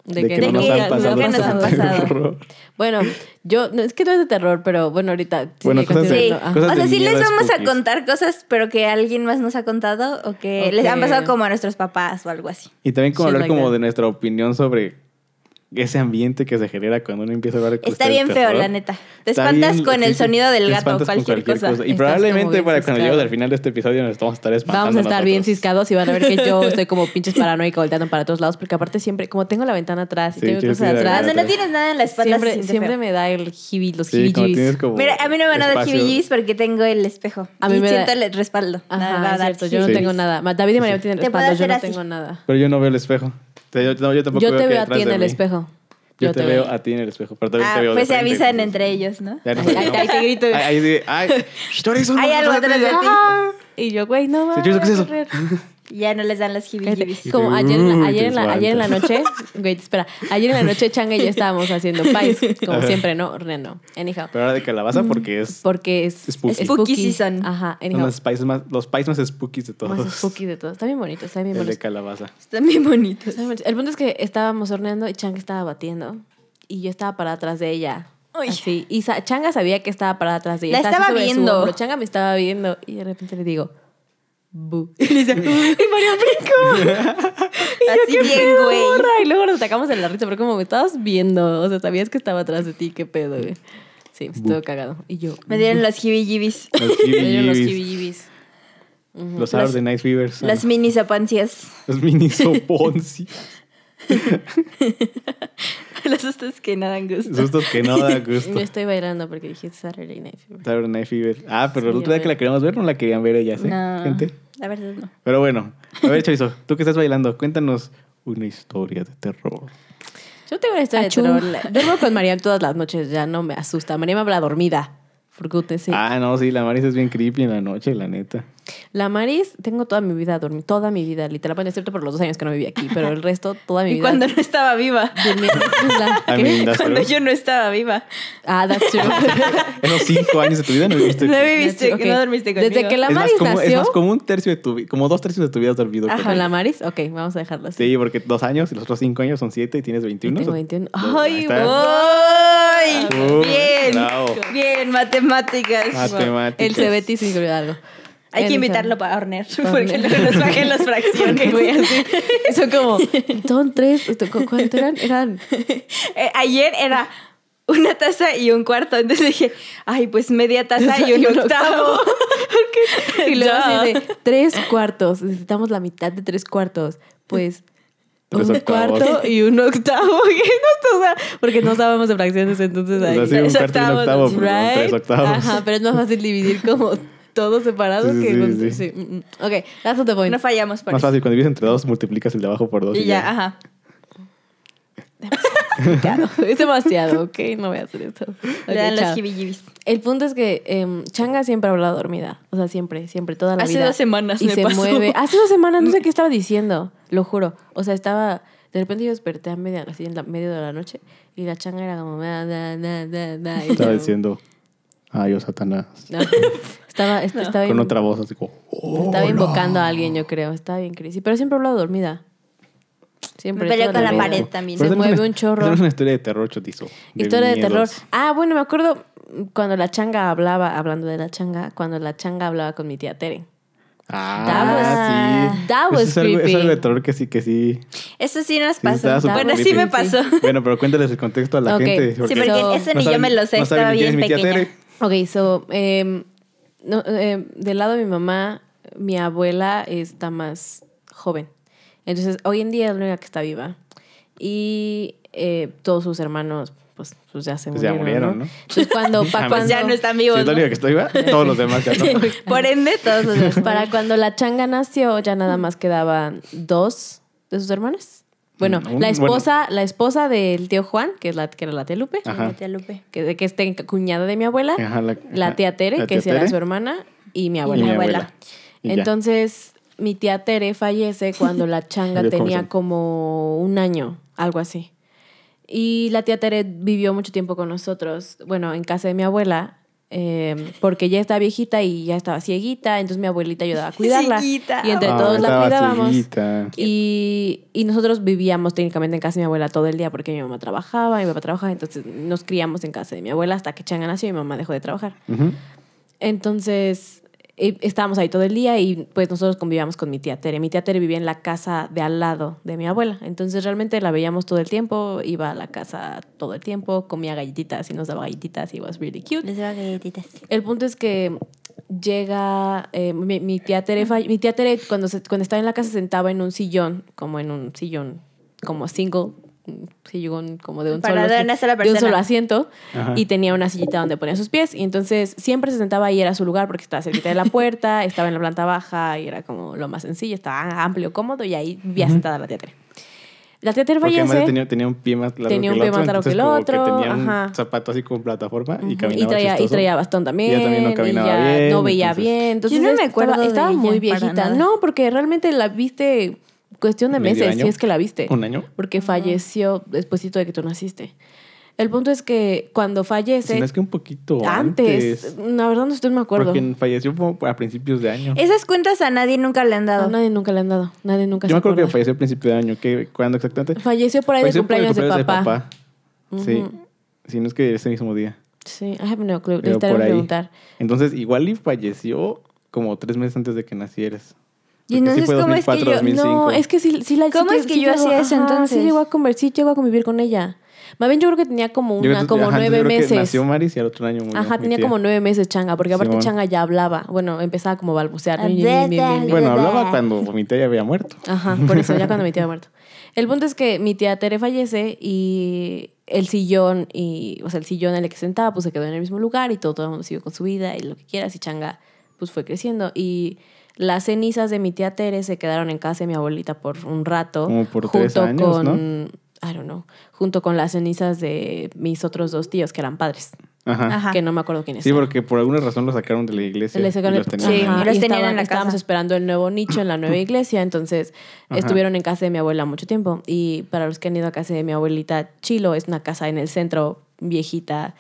[SPEAKER 3] de, que, no
[SPEAKER 1] no
[SPEAKER 3] nos
[SPEAKER 1] nos
[SPEAKER 3] han
[SPEAKER 1] han
[SPEAKER 3] pasado.
[SPEAKER 1] nunca nos han
[SPEAKER 3] cosas de
[SPEAKER 1] pasado.
[SPEAKER 3] terror.
[SPEAKER 2] Bueno, yo, no, es que no es de terror, pero bueno, ahorita. sí,
[SPEAKER 3] Bueno, cosas de-
[SPEAKER 1] Sí.
[SPEAKER 2] continuando. Ah.
[SPEAKER 3] cosas
[SPEAKER 1] o sea,
[SPEAKER 3] de
[SPEAKER 1] sí les
[SPEAKER 3] miedo
[SPEAKER 1] vamos
[SPEAKER 3] spookies.
[SPEAKER 1] a contar cosas, pero que alguien más nos ha contado o que les han
[SPEAKER 2] Ok.
[SPEAKER 1] pasado como a nuestros papás o algo así.
[SPEAKER 3] Y también como
[SPEAKER 2] Shit
[SPEAKER 3] hablar
[SPEAKER 2] like
[SPEAKER 3] como
[SPEAKER 2] that.
[SPEAKER 3] de nuestra opinión sobre ese ambiente que se genera cuando uno empieza a hablar de cosas
[SPEAKER 1] Está
[SPEAKER 3] de
[SPEAKER 1] bien feo,
[SPEAKER 3] Pues terror.
[SPEAKER 1] la neta. Te
[SPEAKER 3] Está
[SPEAKER 1] espantas
[SPEAKER 3] bien-
[SPEAKER 1] con el
[SPEAKER 3] sí,
[SPEAKER 1] sonido del
[SPEAKER 3] te
[SPEAKER 1] gato o
[SPEAKER 3] espantas con
[SPEAKER 1] cualquier cosa.
[SPEAKER 3] Y
[SPEAKER 2] Estás como
[SPEAKER 3] probablemente
[SPEAKER 2] bien
[SPEAKER 3] para cuando
[SPEAKER 2] ciscado.
[SPEAKER 3] llegues al final de este episodio nos estamos estar espantando
[SPEAKER 2] Vamos a estar bien
[SPEAKER 3] nosotros.
[SPEAKER 2] ciscados y van a ver que yo estoy como pinches paranoica volteando para todos lados, porque aparte siempre, como tengo la ventana atrás y
[SPEAKER 3] Sí,
[SPEAKER 2] tengo
[SPEAKER 3] sí, sí,
[SPEAKER 2] cosas
[SPEAKER 3] la
[SPEAKER 2] atrás,
[SPEAKER 1] Cuando
[SPEAKER 3] verdad.
[SPEAKER 1] no tienes nada en la espalda, se
[SPEAKER 2] siempre,
[SPEAKER 1] siente
[SPEAKER 2] siempre
[SPEAKER 1] feo.
[SPEAKER 2] me da el jibi, los
[SPEAKER 3] Sí, como tienes
[SPEAKER 2] jibijibis.
[SPEAKER 3] como
[SPEAKER 1] Mira, a mí no me van a dar
[SPEAKER 3] espacio.
[SPEAKER 1] GBGs porque tengo el espejo.
[SPEAKER 2] A mí
[SPEAKER 1] y
[SPEAKER 2] me da-
[SPEAKER 1] siento el respaldo.
[SPEAKER 2] Ajá,
[SPEAKER 1] Nada, va a
[SPEAKER 2] es
[SPEAKER 1] dar
[SPEAKER 2] cierto, yo no
[SPEAKER 1] GBGs.
[SPEAKER 2] tengo nada. Ma- David y María tienen
[SPEAKER 1] Te puedo
[SPEAKER 2] respaldo, yo
[SPEAKER 1] hacer
[SPEAKER 2] no
[SPEAKER 1] así.
[SPEAKER 2] tengo nada.
[SPEAKER 3] Pero yo no veo el espejo. O sea, yo, no, yo tampoco
[SPEAKER 2] Yo te
[SPEAKER 3] que
[SPEAKER 2] veo a
[SPEAKER 3] detrás
[SPEAKER 2] ti en
[SPEAKER 3] de
[SPEAKER 2] el
[SPEAKER 3] mí.
[SPEAKER 2] espejo.
[SPEAKER 3] Yo, te, veo a ti en el espejo. Pero también
[SPEAKER 1] Ah,
[SPEAKER 3] te veo de
[SPEAKER 1] pues se
[SPEAKER 3] frente,
[SPEAKER 1] avisan
[SPEAKER 3] entonces.
[SPEAKER 1] entre ellos, ¿no?
[SPEAKER 3] Ya nos
[SPEAKER 2] Ahí, ahí
[SPEAKER 3] olvidamos.
[SPEAKER 2] te grito.
[SPEAKER 3] Ahí- ahí de, ay, chorizo,
[SPEAKER 1] Hay
[SPEAKER 3] no,
[SPEAKER 1] algo
[SPEAKER 3] no,
[SPEAKER 1] atrás de ti.
[SPEAKER 2] Ajá. Y yo, güey, no
[SPEAKER 3] Sí,
[SPEAKER 2] mames.
[SPEAKER 3] chorizo, ¿qué es eso?
[SPEAKER 1] Ya no les dan las jibijibis.
[SPEAKER 3] Y
[SPEAKER 2] Como
[SPEAKER 3] te-
[SPEAKER 2] ayer, en la-
[SPEAKER 3] uy,
[SPEAKER 2] ayer,
[SPEAKER 3] te
[SPEAKER 2] en la, ayer en la noche, güey, espera, ayer en la noche Changa y yo estábamos haciendo pais, como
[SPEAKER 3] Ajá.
[SPEAKER 2] siempre, ¿no? Reno, anyhow.
[SPEAKER 3] Pero ahora de calabaza porque es
[SPEAKER 2] Porque es
[SPEAKER 3] Spooky.
[SPEAKER 1] Spooky season.
[SPEAKER 2] Ajá,
[SPEAKER 3] son
[SPEAKER 2] anyhow.
[SPEAKER 3] los países más, los países más spookies de todos.
[SPEAKER 2] Más spooky de todo. Está bien bonito, está bien
[SPEAKER 3] El de
[SPEAKER 2] bonito.
[SPEAKER 3] calabaza.
[SPEAKER 1] Están bien bonitos.
[SPEAKER 2] Está bien bonito. El punto es que estábamos horneando y Changa estaba batiendo. Y yo estaba parada atrás de ella.
[SPEAKER 1] Uy.
[SPEAKER 2] Así. Y sa- Changa sabía que estaba parada atrás de ella.
[SPEAKER 1] La
[SPEAKER 2] así
[SPEAKER 1] estaba
[SPEAKER 2] sobre su
[SPEAKER 1] viendo.
[SPEAKER 2] hombro. Changa me estaba viendo. Y de repente le digo, bu.
[SPEAKER 1] Y María Así bien, güey.
[SPEAKER 2] Y luego nos sacamos de la risa, pero como me estabas viendo, o sea, sabías que estaba atrás de ti, qué pedo, güey. Sí, estuvo cagado. Y yo. "Mm".
[SPEAKER 1] Me dieron los jibijibis.
[SPEAKER 3] Los
[SPEAKER 2] me dieron los
[SPEAKER 3] kiwis,
[SPEAKER 2] kibiyibis.
[SPEAKER 3] los Hours de Night Fevers.
[SPEAKER 1] Las mini zapancias.
[SPEAKER 3] Los mini soponzi.
[SPEAKER 1] Las sustas que nadan gusto.
[SPEAKER 3] Sustos que no da gusto.
[SPEAKER 2] Yo estoy bailando porque dije "It's Saturday Night Fever".
[SPEAKER 3] Saturday Night Fever. Ah, pero
[SPEAKER 2] Sí,
[SPEAKER 3] el otro día que la queríamos ver, no la querían ver ellas, ¿eh?
[SPEAKER 1] No,
[SPEAKER 3] Gente.
[SPEAKER 1] la verdad no.
[SPEAKER 3] Pero bueno, a ver, Chorizo, tú que estás bailando, cuéntanos una historia de terror.
[SPEAKER 2] Yo tengo una historia
[SPEAKER 1] Achú.
[SPEAKER 2] de terror. La- Duermo con Mariam todas las noches, ya no me asusta. Mariam habla dormida. Porque usted sí.
[SPEAKER 3] Ah, no, sí, la Maris es bien creepy en la noche, la neta.
[SPEAKER 2] La Maris, tengo toda mi vida dormida, toda mi vida, literal. Bueno, es cierto por los dos años que no viví aquí, pero el resto, toda mi
[SPEAKER 1] Y
[SPEAKER 2] vida.
[SPEAKER 1] cuando no estaba viva.
[SPEAKER 2] durmi- la-
[SPEAKER 3] I
[SPEAKER 2] ¿qué?
[SPEAKER 3] mean, that's
[SPEAKER 1] Cuando
[SPEAKER 3] true.
[SPEAKER 1] yo no estaba viva.
[SPEAKER 2] Ah, that's true.
[SPEAKER 3] Esos cinco años de tu vida no viviste.
[SPEAKER 1] No
[SPEAKER 3] con-
[SPEAKER 1] viví- Viviste-
[SPEAKER 2] Ok.
[SPEAKER 1] no dormiste conmigo.
[SPEAKER 2] Desde que la
[SPEAKER 3] es, más
[SPEAKER 2] Maris
[SPEAKER 3] como, es
[SPEAKER 2] nació.
[SPEAKER 3] más como un tercio de tu vida, como dos tercios de tu vida has dormido. con
[SPEAKER 2] ¿Con
[SPEAKER 3] él.
[SPEAKER 2] la Maris? Ok, vamos a dejarlo así.
[SPEAKER 3] Sí, porque dos años y los otros cinco años son siete y tienes 21.
[SPEAKER 2] Tengo
[SPEAKER 3] son-
[SPEAKER 2] 21.
[SPEAKER 3] Ahí
[SPEAKER 2] ¡Ay,
[SPEAKER 3] está.
[SPEAKER 2] wow!
[SPEAKER 1] ¡Ay!
[SPEAKER 3] Uy,
[SPEAKER 1] Bien.
[SPEAKER 3] bravo.
[SPEAKER 1] Bien, matemáticas.
[SPEAKER 3] Matemáticas.
[SPEAKER 2] El CBT se incluyó algo.
[SPEAKER 1] Hay que
[SPEAKER 2] Anyhow.
[SPEAKER 1] invitarlo para hornear.
[SPEAKER 2] Pa'
[SPEAKER 1] Porque
[SPEAKER 2] hornear.
[SPEAKER 1] luego nos bajen las
[SPEAKER 2] Porque,
[SPEAKER 1] fracciones.
[SPEAKER 2] güey, así. Son como. Son tres. ¿cu- ¿Cuánto eran? Eran.
[SPEAKER 1] Eh, ayer era una taza y un cuarto. Entonces dije, ay, pues media taza y un, octavo.
[SPEAKER 2] Y luego
[SPEAKER 1] Duh.
[SPEAKER 2] así de tres cuartos. Necesitamos la mitad de tres cuartos. Pues.
[SPEAKER 3] Tres
[SPEAKER 2] un
[SPEAKER 3] octavos.
[SPEAKER 2] cuarto y un octavo. Y no, o sea, porque no sabíamos de fracciones, entonces
[SPEAKER 3] O sea,
[SPEAKER 2] ahí.
[SPEAKER 3] sí, un
[SPEAKER 1] tres
[SPEAKER 3] cuarto y un
[SPEAKER 1] octavos,
[SPEAKER 3] octavo, pero son tres
[SPEAKER 2] Right?
[SPEAKER 3] octavos.
[SPEAKER 2] Ajá, pero es más fácil dividir como todo separado
[SPEAKER 3] Sí, sí,
[SPEAKER 2] que.
[SPEAKER 3] sí,
[SPEAKER 2] con-
[SPEAKER 3] sí.
[SPEAKER 2] sí, mm, mm. Ok, that's not the point.
[SPEAKER 1] No fallamos por
[SPEAKER 3] Más
[SPEAKER 1] eso.
[SPEAKER 3] fácil, cuando divides entre dos, multiplicas el de abajo por dos.
[SPEAKER 1] Y ya, ajá.
[SPEAKER 2] es demasiado, ok, no voy a hacer esto.
[SPEAKER 1] Le dan los
[SPEAKER 2] las
[SPEAKER 1] jibijibis.
[SPEAKER 2] El punto es que em, Changa siempre habla dormida. O sea, siempre, siempre, toda la
[SPEAKER 1] Hace
[SPEAKER 2] vida.
[SPEAKER 1] dos semanas
[SPEAKER 2] Y
[SPEAKER 1] me
[SPEAKER 2] se
[SPEAKER 1] pasó.
[SPEAKER 2] mueve. Hace dos semanas no sé qué estaba diciendo, lo juro. O sea, estaba. De repente yo desperté a media, así en la, medio de la noche y la changa era como. "Na, na, na, na, na", y
[SPEAKER 3] Estaba
[SPEAKER 2] yo-
[SPEAKER 3] diciendo, ay, oh, Satanás.
[SPEAKER 2] No. Estaba, est- estaba,
[SPEAKER 3] Con
[SPEAKER 2] in-
[SPEAKER 3] otra voz, así como, "Oh,
[SPEAKER 2] estaba
[SPEAKER 3] no".
[SPEAKER 2] invocando a alguien, yo creo. Estaba bien crazy. Pero siempre hablaba dormida. Siempre.
[SPEAKER 1] Me peleé
[SPEAKER 2] toda
[SPEAKER 1] con la
[SPEAKER 2] vida.
[SPEAKER 1] pared también.
[SPEAKER 2] Se
[SPEAKER 3] Pero tenemos
[SPEAKER 2] mueve
[SPEAKER 3] una-
[SPEAKER 2] un chorro.
[SPEAKER 3] tenemos una historia de terror, chotizo.
[SPEAKER 2] Historia de terror.
[SPEAKER 3] miedos.
[SPEAKER 2] Ah, bueno, me acuerdo cuando la changa hablaba, hablando de la changa, cuando la changa hablaba con mi tía Tere.
[SPEAKER 3] Ah,
[SPEAKER 2] That was-
[SPEAKER 3] sí.
[SPEAKER 2] that
[SPEAKER 3] Eso
[SPEAKER 2] was
[SPEAKER 3] es algo, es
[SPEAKER 2] creepy.
[SPEAKER 3] algo de terror que sí, que sí.
[SPEAKER 1] Eso sí nos
[SPEAKER 3] sí estaba
[SPEAKER 1] pasó.
[SPEAKER 3] súper
[SPEAKER 1] bueno, sí
[SPEAKER 3] creepy.
[SPEAKER 1] me pasó. Sí,
[SPEAKER 3] Bueno, pero cuéntales el contexto a la
[SPEAKER 2] Ok.
[SPEAKER 3] gente.
[SPEAKER 2] Sí,
[SPEAKER 1] porque
[SPEAKER 2] So-
[SPEAKER 1] eso
[SPEAKER 3] no
[SPEAKER 1] ni yo
[SPEAKER 3] saben-
[SPEAKER 1] me lo sé.
[SPEAKER 3] no saben
[SPEAKER 1] estaba
[SPEAKER 3] ni
[SPEAKER 1] bien
[SPEAKER 3] quién es mi tía
[SPEAKER 1] pequeña.
[SPEAKER 3] Tere.
[SPEAKER 2] Ok, so, em, no, eh, del lado de mi mamá, mi abuela está más joven. Entonces, hoy en día es la única que está viva. Y eh, todos sus hermanos, pues, pues ya se
[SPEAKER 3] Pues ya
[SPEAKER 2] murieron.
[SPEAKER 3] murieron, ¿no?
[SPEAKER 2] Entonces, cuando, pa-
[SPEAKER 3] Pues
[SPEAKER 1] Pues ya
[SPEAKER 2] cuando-
[SPEAKER 1] no están
[SPEAKER 3] Si
[SPEAKER 1] vivos.
[SPEAKER 3] es la
[SPEAKER 1] ¿no?
[SPEAKER 3] única que estoy viva, todos los demás ya no.
[SPEAKER 1] Por ende, todos los demás.
[SPEAKER 2] para cuando la changa nació, ya nada más quedaban dos de sus hermanas. Bueno,
[SPEAKER 3] Mm, un-
[SPEAKER 2] la esposa, la esposa del tío Juan, que es la que era la tía Lupe,
[SPEAKER 3] Ajá.
[SPEAKER 1] Tía Lupe.
[SPEAKER 2] que, de- que es te- cuñada de mi abuela,
[SPEAKER 3] Ah. Ajá, la,
[SPEAKER 2] la
[SPEAKER 3] ajá.
[SPEAKER 2] tía Tere,
[SPEAKER 3] La
[SPEAKER 2] que
[SPEAKER 3] tía
[SPEAKER 2] sí era
[SPEAKER 3] Tere
[SPEAKER 2] su hermana, y mi
[SPEAKER 3] y
[SPEAKER 2] abuela.
[SPEAKER 3] mi
[SPEAKER 1] abuela.
[SPEAKER 3] abuela. Y ya.
[SPEAKER 2] Entonces, mi tía Tere fallece cuando la changa
[SPEAKER 3] Yo como
[SPEAKER 2] tenía
[SPEAKER 3] sé.
[SPEAKER 2] como un año, algo así. Y la tía Tere vivió mucho tiempo con nosotros, bueno, en casa de mi abuela, eh, porque ya estaba viejita y ya estaba cieguita, entonces mi abuelita ayudaba a cuidarla.
[SPEAKER 1] Cieguita.
[SPEAKER 2] Y entre
[SPEAKER 3] Ah,
[SPEAKER 2] todos la
[SPEAKER 3] estaba
[SPEAKER 2] cuidábamos.
[SPEAKER 3] cieguita.
[SPEAKER 2] Y, y nosotros vivíamos técnicamente en casa de mi abuela todo el día porque mi mamá trabajaba, mi papá trabajaba, entonces nos criamos en casa de mi abuela hasta que Changa nació y mi mamá dejó de trabajar.
[SPEAKER 3] Ujú.
[SPEAKER 2] Entonces eh, estábamos ahí todo el día y pues nosotros convivíamos con mi tía Tere. Mi tía Tere vivía en la casa de al lado de mi abuela. Entonces realmente la veíamos todo el tiempo, iba a la casa todo el tiempo, comía galletitas y nos daba galletitas y was really cute.
[SPEAKER 1] Les daba galletitas.
[SPEAKER 2] El punto es que llega eh, mi, mi tía Tere, fall- mi tía Tere cuando, se- cuando estaba en la casa se sentaba en un sillón, como en un sillón, como single, un sillón como de un,
[SPEAKER 1] Para
[SPEAKER 2] solo,
[SPEAKER 1] dar una sola
[SPEAKER 2] de un solo
[SPEAKER 1] persona.
[SPEAKER 2] asiento
[SPEAKER 3] Ajá.
[SPEAKER 2] y tenía una sillita donde ponía sus pies. Y entonces siempre se sentaba ahí, era su lugar porque estaba cerquita de la puerta, estaba en la planta baja y era como lo más sencillo, estaba amplio, cómodo y ahí vivía sentada la tía Tere. La tía Tere
[SPEAKER 3] Porque además
[SPEAKER 2] fallece
[SPEAKER 3] tenía, tenía un pie más largo
[SPEAKER 2] Tenía
[SPEAKER 3] que
[SPEAKER 2] un pie
[SPEAKER 3] el otro.
[SPEAKER 2] más largo que el
[SPEAKER 3] entonces como
[SPEAKER 2] otro,
[SPEAKER 3] tenía
[SPEAKER 2] ajá.
[SPEAKER 3] un zapato así con plataforma
[SPEAKER 2] ujú,
[SPEAKER 3] y caminaba
[SPEAKER 2] traía, y
[SPEAKER 3] chistoso.
[SPEAKER 2] traía bastón también.
[SPEAKER 3] Y ella también no caminaba
[SPEAKER 2] ya
[SPEAKER 3] bien,
[SPEAKER 2] No veía
[SPEAKER 3] entonces-
[SPEAKER 2] bien. Entonces
[SPEAKER 1] Yo no me
[SPEAKER 2] estaba-
[SPEAKER 1] acuerdo de
[SPEAKER 2] Estaba,
[SPEAKER 1] ella
[SPEAKER 2] muy
[SPEAKER 1] para
[SPEAKER 2] viejita.
[SPEAKER 1] nada.
[SPEAKER 2] No, porque realmente la viste cuestión de
[SPEAKER 3] ¿Medio
[SPEAKER 2] meses,
[SPEAKER 3] año?
[SPEAKER 2] si es que la viste.
[SPEAKER 3] ¿Un año?
[SPEAKER 2] Porque falleció despuesito de que tú naciste. El punto es que cuando fallece...
[SPEAKER 3] Si no es que un poquito
[SPEAKER 2] Antes.
[SPEAKER 3] antes.
[SPEAKER 2] La verdad no estoy, no me acuerdo.
[SPEAKER 3] Porque falleció como a principios de año.
[SPEAKER 1] Esas cuentas a nadie nunca le han
[SPEAKER 2] A
[SPEAKER 1] dado.
[SPEAKER 2] nadie nunca le han dado. Nadie nunca
[SPEAKER 3] Yo me acuerdo que
[SPEAKER 2] acuerda.
[SPEAKER 3] falleció a principios de año. ¿Qué, ¿Cuándo exactamente?
[SPEAKER 2] Falleció por ahí de
[SPEAKER 3] Falleció por el
[SPEAKER 2] cumpleaños, de papá.
[SPEAKER 3] Sí.
[SPEAKER 2] Ujú.
[SPEAKER 3] Si no es que ese mismo día.
[SPEAKER 2] Sí, I have no clue.
[SPEAKER 3] Pero
[SPEAKER 2] Necesitaré
[SPEAKER 3] por ahí.
[SPEAKER 2] preguntar.
[SPEAKER 3] Entonces, igual y falleció como tres meses antes de que nacieras.
[SPEAKER 1] Y
[SPEAKER 3] Porque
[SPEAKER 1] entonces,
[SPEAKER 3] fue
[SPEAKER 1] ¿cómo es que yo-
[SPEAKER 3] 2004,
[SPEAKER 2] No,
[SPEAKER 3] 2005.
[SPEAKER 2] es que sí, sí la sí
[SPEAKER 1] ¿Cómo
[SPEAKER 2] que-
[SPEAKER 1] es que
[SPEAKER 2] sí
[SPEAKER 1] yo
[SPEAKER 2] llegó-
[SPEAKER 1] hacía eso
[SPEAKER 2] ajá, Sí
[SPEAKER 1] entonces?
[SPEAKER 2] llegó a conver- sí llegó a convivir con ella. Más bien yo creo que tenía como
[SPEAKER 3] Yo
[SPEAKER 2] una,
[SPEAKER 3] creo-
[SPEAKER 2] como
[SPEAKER 3] ajá, yo
[SPEAKER 2] nueve
[SPEAKER 3] creo que
[SPEAKER 2] meses.
[SPEAKER 3] Nació Maris y al otro año murió.
[SPEAKER 2] Ajá,
[SPEAKER 3] mi
[SPEAKER 2] tenía
[SPEAKER 3] tía.
[SPEAKER 2] como nueve meses Changa, porque aparte
[SPEAKER 3] Simón.
[SPEAKER 2] Changa ya hablaba. Bueno, empezaba como a balbucear.
[SPEAKER 1] A
[SPEAKER 2] mi, mi, mi, mi,
[SPEAKER 1] veces.
[SPEAKER 2] mi.
[SPEAKER 3] Bueno, hablaba cuando mi tía ya había muerto.
[SPEAKER 2] Ajá, por eso, ya cuando mi tía había muerto. El punto es que mi tía Tere fallece y el sillón, y, o sea, el sillón en el que sentaba, pues se quedó en el mismo lugar y todo, todo el mundo siguió con su vida y lo que quieras y Changa, pues fue creciendo. Y las cenizas de mi tía Tere se quedaron en casa de mi abuelita por un rato.
[SPEAKER 3] Como por tres años,
[SPEAKER 2] con, I don't know, junto con las cenizas de mis otros dos tíos que eran padres,
[SPEAKER 3] Ajá.
[SPEAKER 1] Ajá.
[SPEAKER 2] que no me acuerdo quiénes
[SPEAKER 3] Sí,
[SPEAKER 2] eran.
[SPEAKER 3] porque por alguna razón lo sacaron de la iglesia.
[SPEAKER 2] Les sacaron
[SPEAKER 3] y
[SPEAKER 2] el-
[SPEAKER 3] los tenían
[SPEAKER 1] Sí,
[SPEAKER 3] ahí.
[SPEAKER 2] Ajá,
[SPEAKER 1] y los
[SPEAKER 2] y
[SPEAKER 1] tenían
[SPEAKER 2] estaban-
[SPEAKER 1] en la
[SPEAKER 2] Estábamos
[SPEAKER 1] casa.
[SPEAKER 2] esperando el nuevo nicho en la nueva iglesia, entonces
[SPEAKER 3] Ajá.
[SPEAKER 2] estuvieron en casa de mi abuela mucho tiempo. Y para los que han ido a casa de mi abuelita, Chilo es una casa en el centro viejita,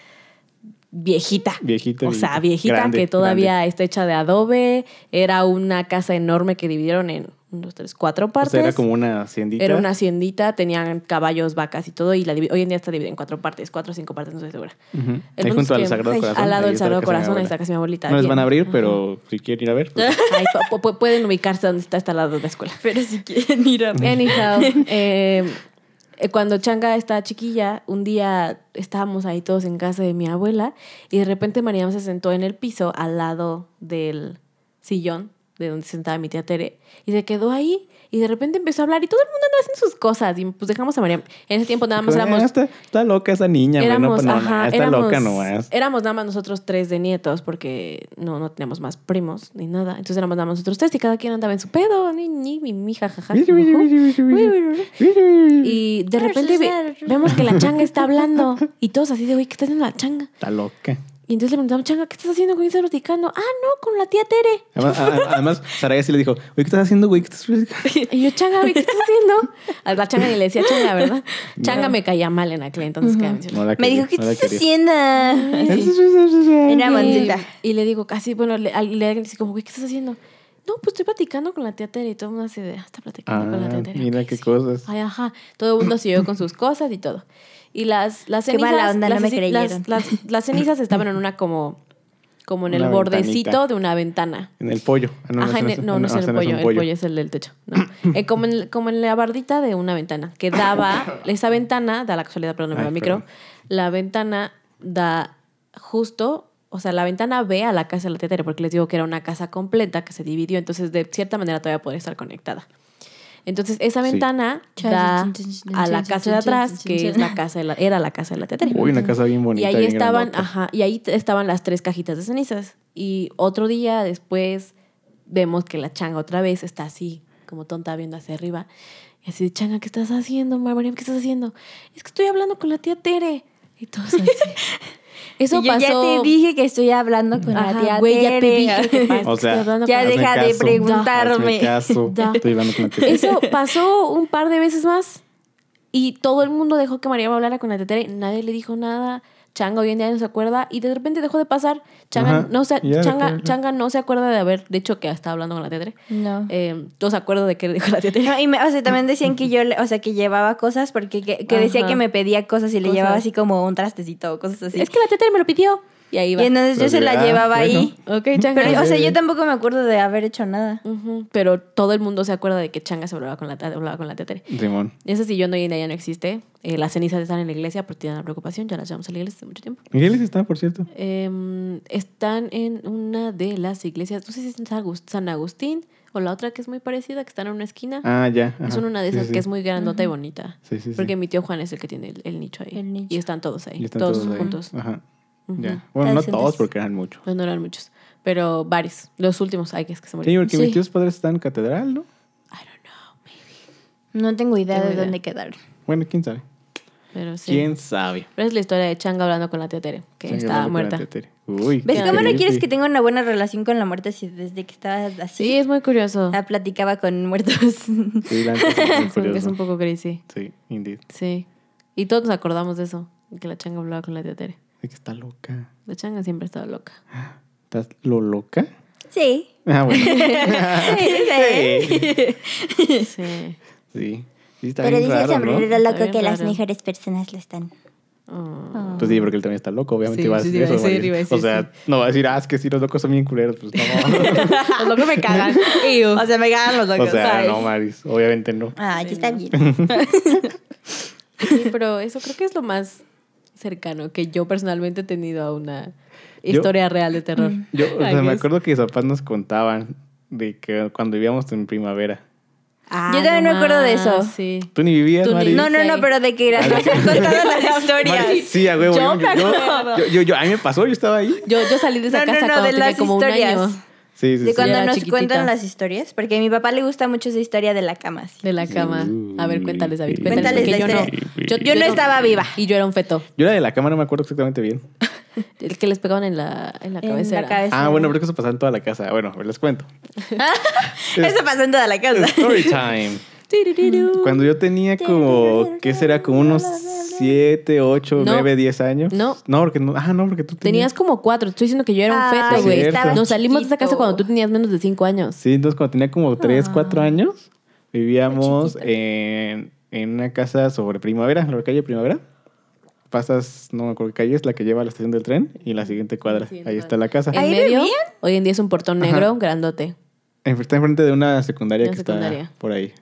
[SPEAKER 2] viejita.
[SPEAKER 3] Viejita,
[SPEAKER 2] O sea,
[SPEAKER 3] viejita.
[SPEAKER 2] viejita
[SPEAKER 3] Grande,
[SPEAKER 2] que todavía está hecha de adobe. Era una casa enorme que dividieron en unos tres, cuatro
[SPEAKER 3] O
[SPEAKER 2] partes.
[SPEAKER 3] sea, era como una haciendita.
[SPEAKER 2] Era una haciendita, tenían caballos, vacas y todo, y la divi- hoy en día está dividida en cuatro partes, cuatro o cinco partes, no estoy segura.
[SPEAKER 3] Ujú.
[SPEAKER 2] El
[SPEAKER 3] Ahí
[SPEAKER 2] punto es
[SPEAKER 3] junto al
[SPEAKER 2] que-
[SPEAKER 3] Sagrado
[SPEAKER 1] Ay,
[SPEAKER 3] Corazón.
[SPEAKER 2] al lado
[SPEAKER 3] ahí
[SPEAKER 2] del
[SPEAKER 3] está la
[SPEAKER 2] Sagrado
[SPEAKER 3] casa de mi
[SPEAKER 2] Corazón, ahí
[SPEAKER 3] abuela.
[SPEAKER 2] está casi mi abuelita.
[SPEAKER 3] No les van a
[SPEAKER 2] bien.
[SPEAKER 3] abrir, pero si quieren ir a ver. pues,
[SPEAKER 2] Ahí pu- pu- pueden ubicarse donde está hasta al lado de la escuela.
[SPEAKER 1] Pero si quieren ir a ver.
[SPEAKER 2] Anyhow, eh, eh, cuando Changa estaba chiquilla, un día estábamos ahí todos en casa de mi abuela y de repente Mariam se sentó en el piso al lado del sillón de donde se sentaba mi tía Tere y se quedó ahí y de repente empezó a hablar y todo el mundo andaba haciendo sus cosas y pues dejamos a Mariam. En ese tiempo nada más
[SPEAKER 3] Ah,
[SPEAKER 2] éramos
[SPEAKER 3] está, está loca esa niña, güey. No,
[SPEAKER 2] éramos,
[SPEAKER 3] pues, no,
[SPEAKER 2] ajá,
[SPEAKER 3] no, está
[SPEAKER 2] éramos- eh,
[SPEAKER 3] loca nomás.
[SPEAKER 2] Éramos nada más nosotros tres de nietos porque no, no teníamos más primos ni nada. Entonces éramos nada más nosotros tres y cada quien andaba en su pedo, ni, ni, mi, mi, jajaja. Y de repente ve- vemos que la changa está hablando y todos así de, güey, ¿qué está haciendo la changa?
[SPEAKER 3] Está loca.
[SPEAKER 2] Y entonces le preguntamos, changa, ¿qué estás haciendo? ¿Con quién estás platicando? Ah, no, con la tía Tere.
[SPEAKER 3] Además, a- a- además Saraya sí le dijo, güey, ¿qué estás haciendo, güey? ¿Qué estás
[SPEAKER 2] Y yo, changa, güey, ¿qué estás haciendo? A la changa ni le decía changa, ¿verdad? Changa me caía mal en aquel entonces. que
[SPEAKER 3] No la
[SPEAKER 1] Me
[SPEAKER 3] quería,
[SPEAKER 1] dijo, ¿qué
[SPEAKER 3] no la
[SPEAKER 1] estás
[SPEAKER 3] quería.
[SPEAKER 1] haciendo? Mira,
[SPEAKER 2] Y-
[SPEAKER 1] Mancita.
[SPEAKER 2] Y le digo, casi, bueno, le, al- le digo así como, güey, ¿qué estás haciendo? No, pues estoy platicando con la tía Tere y todo el mundo así de, "Ah, está platicando con la
[SPEAKER 3] Ah,
[SPEAKER 2] tía Tere.
[SPEAKER 3] mira
[SPEAKER 2] ok,
[SPEAKER 3] qué
[SPEAKER 2] sí".
[SPEAKER 3] cosas.
[SPEAKER 2] Ay, ajá. Todo el mundo siguió con sus cosas y todo. Y las, las
[SPEAKER 1] Qué
[SPEAKER 2] cenizas.
[SPEAKER 1] mala onda,
[SPEAKER 2] las,
[SPEAKER 1] no me
[SPEAKER 2] ceci- las-
[SPEAKER 1] creyeron.
[SPEAKER 2] Las, las cenizas estaban en una como, como en el
[SPEAKER 3] Una
[SPEAKER 2] bordecito
[SPEAKER 3] ventanita.
[SPEAKER 2] de una ventana.
[SPEAKER 3] En el pollo. Ah,
[SPEAKER 2] Ajá,
[SPEAKER 3] ese
[SPEAKER 2] en el- no, no es el
[SPEAKER 3] ese
[SPEAKER 2] pollo,
[SPEAKER 3] un
[SPEAKER 2] el pollo es el del techo. no. Eh, como, en, como en la bardita de una ventana, que daba, esa ventana, da la casualidad, perdón,
[SPEAKER 3] Ay,
[SPEAKER 2] el micro,
[SPEAKER 3] perdón.
[SPEAKER 2] la ventana da justo o sea, la ventana ve a la casa de la tía Tere, porque les digo que era una casa completa que se dividió, entonces de cierta manera todavía podía estar conectada. Entonces, esa
[SPEAKER 3] Sí.
[SPEAKER 2] ventana
[SPEAKER 1] Chan,
[SPEAKER 2] da
[SPEAKER 1] chan, chan, chan,
[SPEAKER 2] a la
[SPEAKER 1] chan,
[SPEAKER 2] casa
[SPEAKER 1] chan,
[SPEAKER 2] de atrás,
[SPEAKER 1] chan,
[SPEAKER 2] que
[SPEAKER 1] chan,
[SPEAKER 2] es
[SPEAKER 1] chan.
[SPEAKER 2] la casa de la- era la casa de la tía Tere.
[SPEAKER 3] Uy, una casa bien
[SPEAKER 2] Y
[SPEAKER 3] bonita.
[SPEAKER 2] ahí
[SPEAKER 3] bien
[SPEAKER 2] estaban,
[SPEAKER 3] grandota.
[SPEAKER 2] ajá, y ahí t- estaban las tres cajitas de cenizas. Y otro día después vemos que la changa otra vez está así, como tonta viendo hacia arriba. Y así, de, changa, ¿qué estás haciendo, María? ¿Qué estás haciendo? Es que estoy hablando con la tía Tere. Y todos así. Eso
[SPEAKER 1] Y yo
[SPEAKER 2] pasó.
[SPEAKER 1] ya te dije que estoy hablando con
[SPEAKER 2] Ajá,
[SPEAKER 1] la tía
[SPEAKER 2] güey, ya te
[SPEAKER 1] Tere.
[SPEAKER 2] dije que pasa.
[SPEAKER 3] O sea,
[SPEAKER 2] Estoy hablando
[SPEAKER 1] Ya
[SPEAKER 2] con-
[SPEAKER 3] hazme
[SPEAKER 1] deja de
[SPEAKER 3] caso,
[SPEAKER 1] preguntarme.
[SPEAKER 3] hazme caso.
[SPEAKER 2] Ya.
[SPEAKER 3] Estoy hablando con la tía.
[SPEAKER 2] Eso pasó un par de veces más. Y todo el mundo dejó que Mariam hablara con la tetere. Nadie le dijo nada. Changa hoy en día no se acuerda. Y de repente dejó de pasar. Changa,
[SPEAKER 3] Ajá,
[SPEAKER 2] no, se,
[SPEAKER 3] ya dejó de
[SPEAKER 2] Changa,
[SPEAKER 3] hablar.
[SPEAKER 2] Changa no se acuerda de haber dicho que estaba hablando con la tetere.
[SPEAKER 1] No.
[SPEAKER 2] Eh, no se acuerda de que le dijo la tetere.
[SPEAKER 1] No, y me- o sea, también decían que yo, le- o sea, que llevaba cosas porque que, que decía
[SPEAKER 2] Ajá.
[SPEAKER 1] que me pedía cosas y le
[SPEAKER 2] Cosas.
[SPEAKER 1] llevaba así como un trastecito o cosas así.
[SPEAKER 2] Es que la tetere me lo pidió. Y ahí va.
[SPEAKER 1] y entonces yo
[SPEAKER 3] Pues
[SPEAKER 1] se
[SPEAKER 3] de-
[SPEAKER 1] la
[SPEAKER 3] ah,
[SPEAKER 1] llevaba
[SPEAKER 3] bueno.
[SPEAKER 1] ahí.
[SPEAKER 2] Ok, Changa.
[SPEAKER 1] Pero, o sea,
[SPEAKER 3] Sí.
[SPEAKER 1] yo tampoco me acuerdo de haber hecho nada.
[SPEAKER 2] Ujú, pero todo el mundo se acuerda de que Changa se hablaba con la, hablaba con la tetere.
[SPEAKER 3] Simón.
[SPEAKER 2] Ese sillón hoy en día ya no existe. Eh, las cenizas están en la iglesia porque tienen la preocupación. Ya las llevamos a la iglesia hace mucho tiempo.
[SPEAKER 3] Miguel está, por cierto.
[SPEAKER 2] Em, están en una de las iglesias, no sé si es en San Agus- San Agustín o la otra que es muy parecida, que están en una esquina.
[SPEAKER 3] Ah, ya.
[SPEAKER 2] es
[SPEAKER 3] ajá.
[SPEAKER 2] una de
[SPEAKER 3] Sí,
[SPEAKER 2] esas
[SPEAKER 3] sí,
[SPEAKER 2] que
[SPEAKER 3] sí.
[SPEAKER 2] es muy grandota y bonita.
[SPEAKER 3] Sí, sí, sí.
[SPEAKER 2] Porque mi tío Juan es el que tiene el, el nicho ahí.
[SPEAKER 1] El nicho.
[SPEAKER 2] Y están todos ahí,
[SPEAKER 3] Y están
[SPEAKER 2] todos,
[SPEAKER 3] ahí. Ah.
[SPEAKER 2] juntos.
[SPEAKER 3] Ajá.
[SPEAKER 2] Ujú.
[SPEAKER 3] Ya. Bueno, no
[SPEAKER 1] Entonces-
[SPEAKER 3] todos porque eran muchos.
[SPEAKER 2] Pues no eran muchos, pero varios. Los últimos, hay que es que se
[SPEAKER 3] Sí,
[SPEAKER 2] murieron.
[SPEAKER 3] porque
[SPEAKER 1] Sí.
[SPEAKER 3] mis tíos padres están en catedral, ¿no?
[SPEAKER 1] No tengo idea
[SPEAKER 2] Tengo
[SPEAKER 1] de
[SPEAKER 2] idea.
[SPEAKER 1] dónde quedaron.
[SPEAKER 3] Bueno, quién sabe.
[SPEAKER 2] Pero sí.
[SPEAKER 3] ¿Quién sabe?
[SPEAKER 2] Pero es la historia de Changa hablando con la tía Tere, que
[SPEAKER 3] Están
[SPEAKER 2] estaba
[SPEAKER 3] hablando con la
[SPEAKER 2] muerta.
[SPEAKER 3] tía Tere. Uy.
[SPEAKER 1] ¿Ves
[SPEAKER 3] qué
[SPEAKER 1] cómo no quieres
[SPEAKER 3] creepy.
[SPEAKER 1] que tenga una buena relación con la muerte si desde que estaba así?
[SPEAKER 2] Sí, es muy curioso.
[SPEAKER 1] Ya platicaba con muertos.
[SPEAKER 3] Sí, la neta es muy
[SPEAKER 2] Es un- es
[SPEAKER 3] curioso.
[SPEAKER 2] un poco crazy.
[SPEAKER 3] Sí, indeed.
[SPEAKER 2] Sí. Y todos nos acordamos de eso, de que la Changa hablaba con la tía Tere.
[SPEAKER 3] Es que está loca.
[SPEAKER 2] La changa siempre ha estado loca.
[SPEAKER 3] ¿Estás lo loca?
[SPEAKER 1] sí.
[SPEAKER 3] Ah, bueno.
[SPEAKER 1] sí.
[SPEAKER 2] Sí.
[SPEAKER 3] Sí. Sí, está
[SPEAKER 1] Pero
[SPEAKER 3] bien
[SPEAKER 1] dice el
[SPEAKER 3] raro, ¿no?
[SPEAKER 1] sombrerero
[SPEAKER 2] Está
[SPEAKER 1] loco
[SPEAKER 2] bien
[SPEAKER 1] que las
[SPEAKER 2] raro.
[SPEAKER 1] mejores personas lo están.
[SPEAKER 2] Oh.
[SPEAKER 3] Pues sí, porque él también está loco, obviamente
[SPEAKER 2] Sí,
[SPEAKER 3] va a
[SPEAKER 2] sí,
[SPEAKER 3] decir
[SPEAKER 2] iba a
[SPEAKER 3] eso. va a
[SPEAKER 2] decir,
[SPEAKER 3] decir-
[SPEAKER 2] iba a decir,
[SPEAKER 3] o sea, no va a decir, ah, es que sí, los locos son bien culeros, pues no.
[SPEAKER 2] Los locos Pues me cagan.
[SPEAKER 1] O sea, me ganan los
[SPEAKER 3] o sea, no, Maris, obviamente no.
[SPEAKER 1] Ah, ya está bien.
[SPEAKER 2] Sí, pero eso creo que es lo más cercano que yo personalmente he tenido a una
[SPEAKER 3] Yo-
[SPEAKER 2] historia real de terror.
[SPEAKER 1] Mm.
[SPEAKER 3] Yo, o
[SPEAKER 2] I
[SPEAKER 3] sea, me
[SPEAKER 2] guess.
[SPEAKER 3] acuerdo que mis papás nos contaban de que cuando vivíamos en primavera.
[SPEAKER 2] Ah,
[SPEAKER 1] Yo también
[SPEAKER 2] no
[SPEAKER 1] me acuerdo de eso.
[SPEAKER 2] más, Sí.
[SPEAKER 3] Tú ni vivías,
[SPEAKER 2] Tú ni-
[SPEAKER 3] Maris.
[SPEAKER 1] No, no, no, pero de que irás a todas las historias.
[SPEAKER 3] Maris, sí, a huevo.
[SPEAKER 2] Yo
[SPEAKER 3] Yo,
[SPEAKER 2] me
[SPEAKER 3] yo,
[SPEAKER 2] acuerdo.
[SPEAKER 3] yo, yo- yo- a mí me pasó, yo estaba ahí.
[SPEAKER 2] Yo, yo salí de
[SPEAKER 1] No, no,
[SPEAKER 2] esa casa
[SPEAKER 1] no,
[SPEAKER 2] cuando
[SPEAKER 1] de
[SPEAKER 2] tenía
[SPEAKER 1] las
[SPEAKER 2] como un
[SPEAKER 1] historias.
[SPEAKER 2] año
[SPEAKER 3] Sí, sí,
[SPEAKER 1] De
[SPEAKER 3] sí.
[SPEAKER 1] cuando
[SPEAKER 2] era
[SPEAKER 1] nos
[SPEAKER 2] chiquitita.
[SPEAKER 1] cuentan las historias, porque a mi papá le gusta mucho esa historia de la cama. así.
[SPEAKER 2] de la cama. A ver, cuéntales, David.
[SPEAKER 1] Cuéntales
[SPEAKER 2] porque
[SPEAKER 1] la
[SPEAKER 2] yo no-
[SPEAKER 3] historia.
[SPEAKER 2] yo-
[SPEAKER 1] Yo no estaba viva.
[SPEAKER 2] Y yo era un feto.
[SPEAKER 3] Yo la de la cámara no me acuerdo exactamente bien.
[SPEAKER 2] El que les pegaban en la, en la
[SPEAKER 1] En la
[SPEAKER 2] cabecera.
[SPEAKER 1] cabeza.
[SPEAKER 3] Ah, bueno, pero es que eso pasaba en toda la casa. Bueno, les cuento.
[SPEAKER 1] Eso pasó en toda la casa.
[SPEAKER 3] Story time.
[SPEAKER 2] Tiriririru.
[SPEAKER 3] Cuando yo tenía como, ¿qué será? Como unos 7, 8,
[SPEAKER 2] No.
[SPEAKER 3] 9, 10 años.
[SPEAKER 2] No.
[SPEAKER 3] No, porque no. Ah, no, porque tú tenías.
[SPEAKER 2] Tenías como cuatro. Estoy diciendo que yo era un
[SPEAKER 1] Ay,
[SPEAKER 2] feto, güey.
[SPEAKER 3] estaba
[SPEAKER 2] Nos salimos de esa casa
[SPEAKER 1] chiquito.
[SPEAKER 2] cuando tú tenías menos de cinco años.
[SPEAKER 3] Sí, entonces cuando tenía como 3, 4 años, vivíamos
[SPEAKER 2] Ah. Chiquita.
[SPEAKER 3] en, en una casa sobre Primavera, la calle Primavera. Pasas, no me acuerdo qué calle es, la que lleva a la estación del tren y la siguiente cuadra.
[SPEAKER 2] siguiente
[SPEAKER 3] Ahí
[SPEAKER 2] cuadra.
[SPEAKER 3] está la casa.
[SPEAKER 2] En
[SPEAKER 1] ¿Ahí
[SPEAKER 2] medio,
[SPEAKER 1] vivían?
[SPEAKER 2] hoy en día es un portón negro grandote.
[SPEAKER 3] Enf- Está enfrente de una secundaria
[SPEAKER 2] Una
[SPEAKER 3] que
[SPEAKER 2] secundaria.
[SPEAKER 3] está por ahí.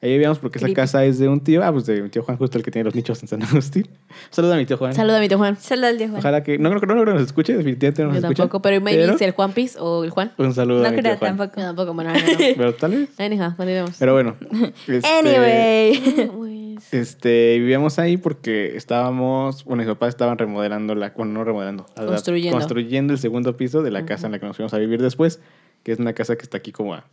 [SPEAKER 3] Ahí vivíamos porque
[SPEAKER 2] Creepy.
[SPEAKER 3] esa casa es de un tío, ah, pues de mi tío Juan, justo el que tiene los nichos en San Agustín. Saluda a mi tío Juan.
[SPEAKER 2] Saluda a mi tío Juan.
[SPEAKER 1] Solo el de Juan.
[SPEAKER 3] Ojalá que. No creo que no, creo que nos escuche, definitivamente no
[SPEAKER 2] Yo
[SPEAKER 3] nos escucha.
[SPEAKER 2] tampoco, pero maybe es el Juan Piz o el Juan.
[SPEAKER 3] Un saludo
[SPEAKER 1] No
[SPEAKER 3] a mi tío
[SPEAKER 1] creo
[SPEAKER 3] Juan.
[SPEAKER 1] tampoco.
[SPEAKER 2] Yo tampoco, bueno, no, no, no.
[SPEAKER 3] Pero tal vez.
[SPEAKER 2] Anyhow, cuando íbamos.
[SPEAKER 3] Pero bueno. este,
[SPEAKER 1] Anyway.
[SPEAKER 2] Pues,
[SPEAKER 3] Este, vivíamos ahí porque estábamos, bueno, mis papás estaban remodelando la, bueno, no remodelando, adap-
[SPEAKER 2] Construyendo.
[SPEAKER 3] construyendo el segundo piso de la casa en la que nos fuimos a vivir después, que es una casa que está aquí como a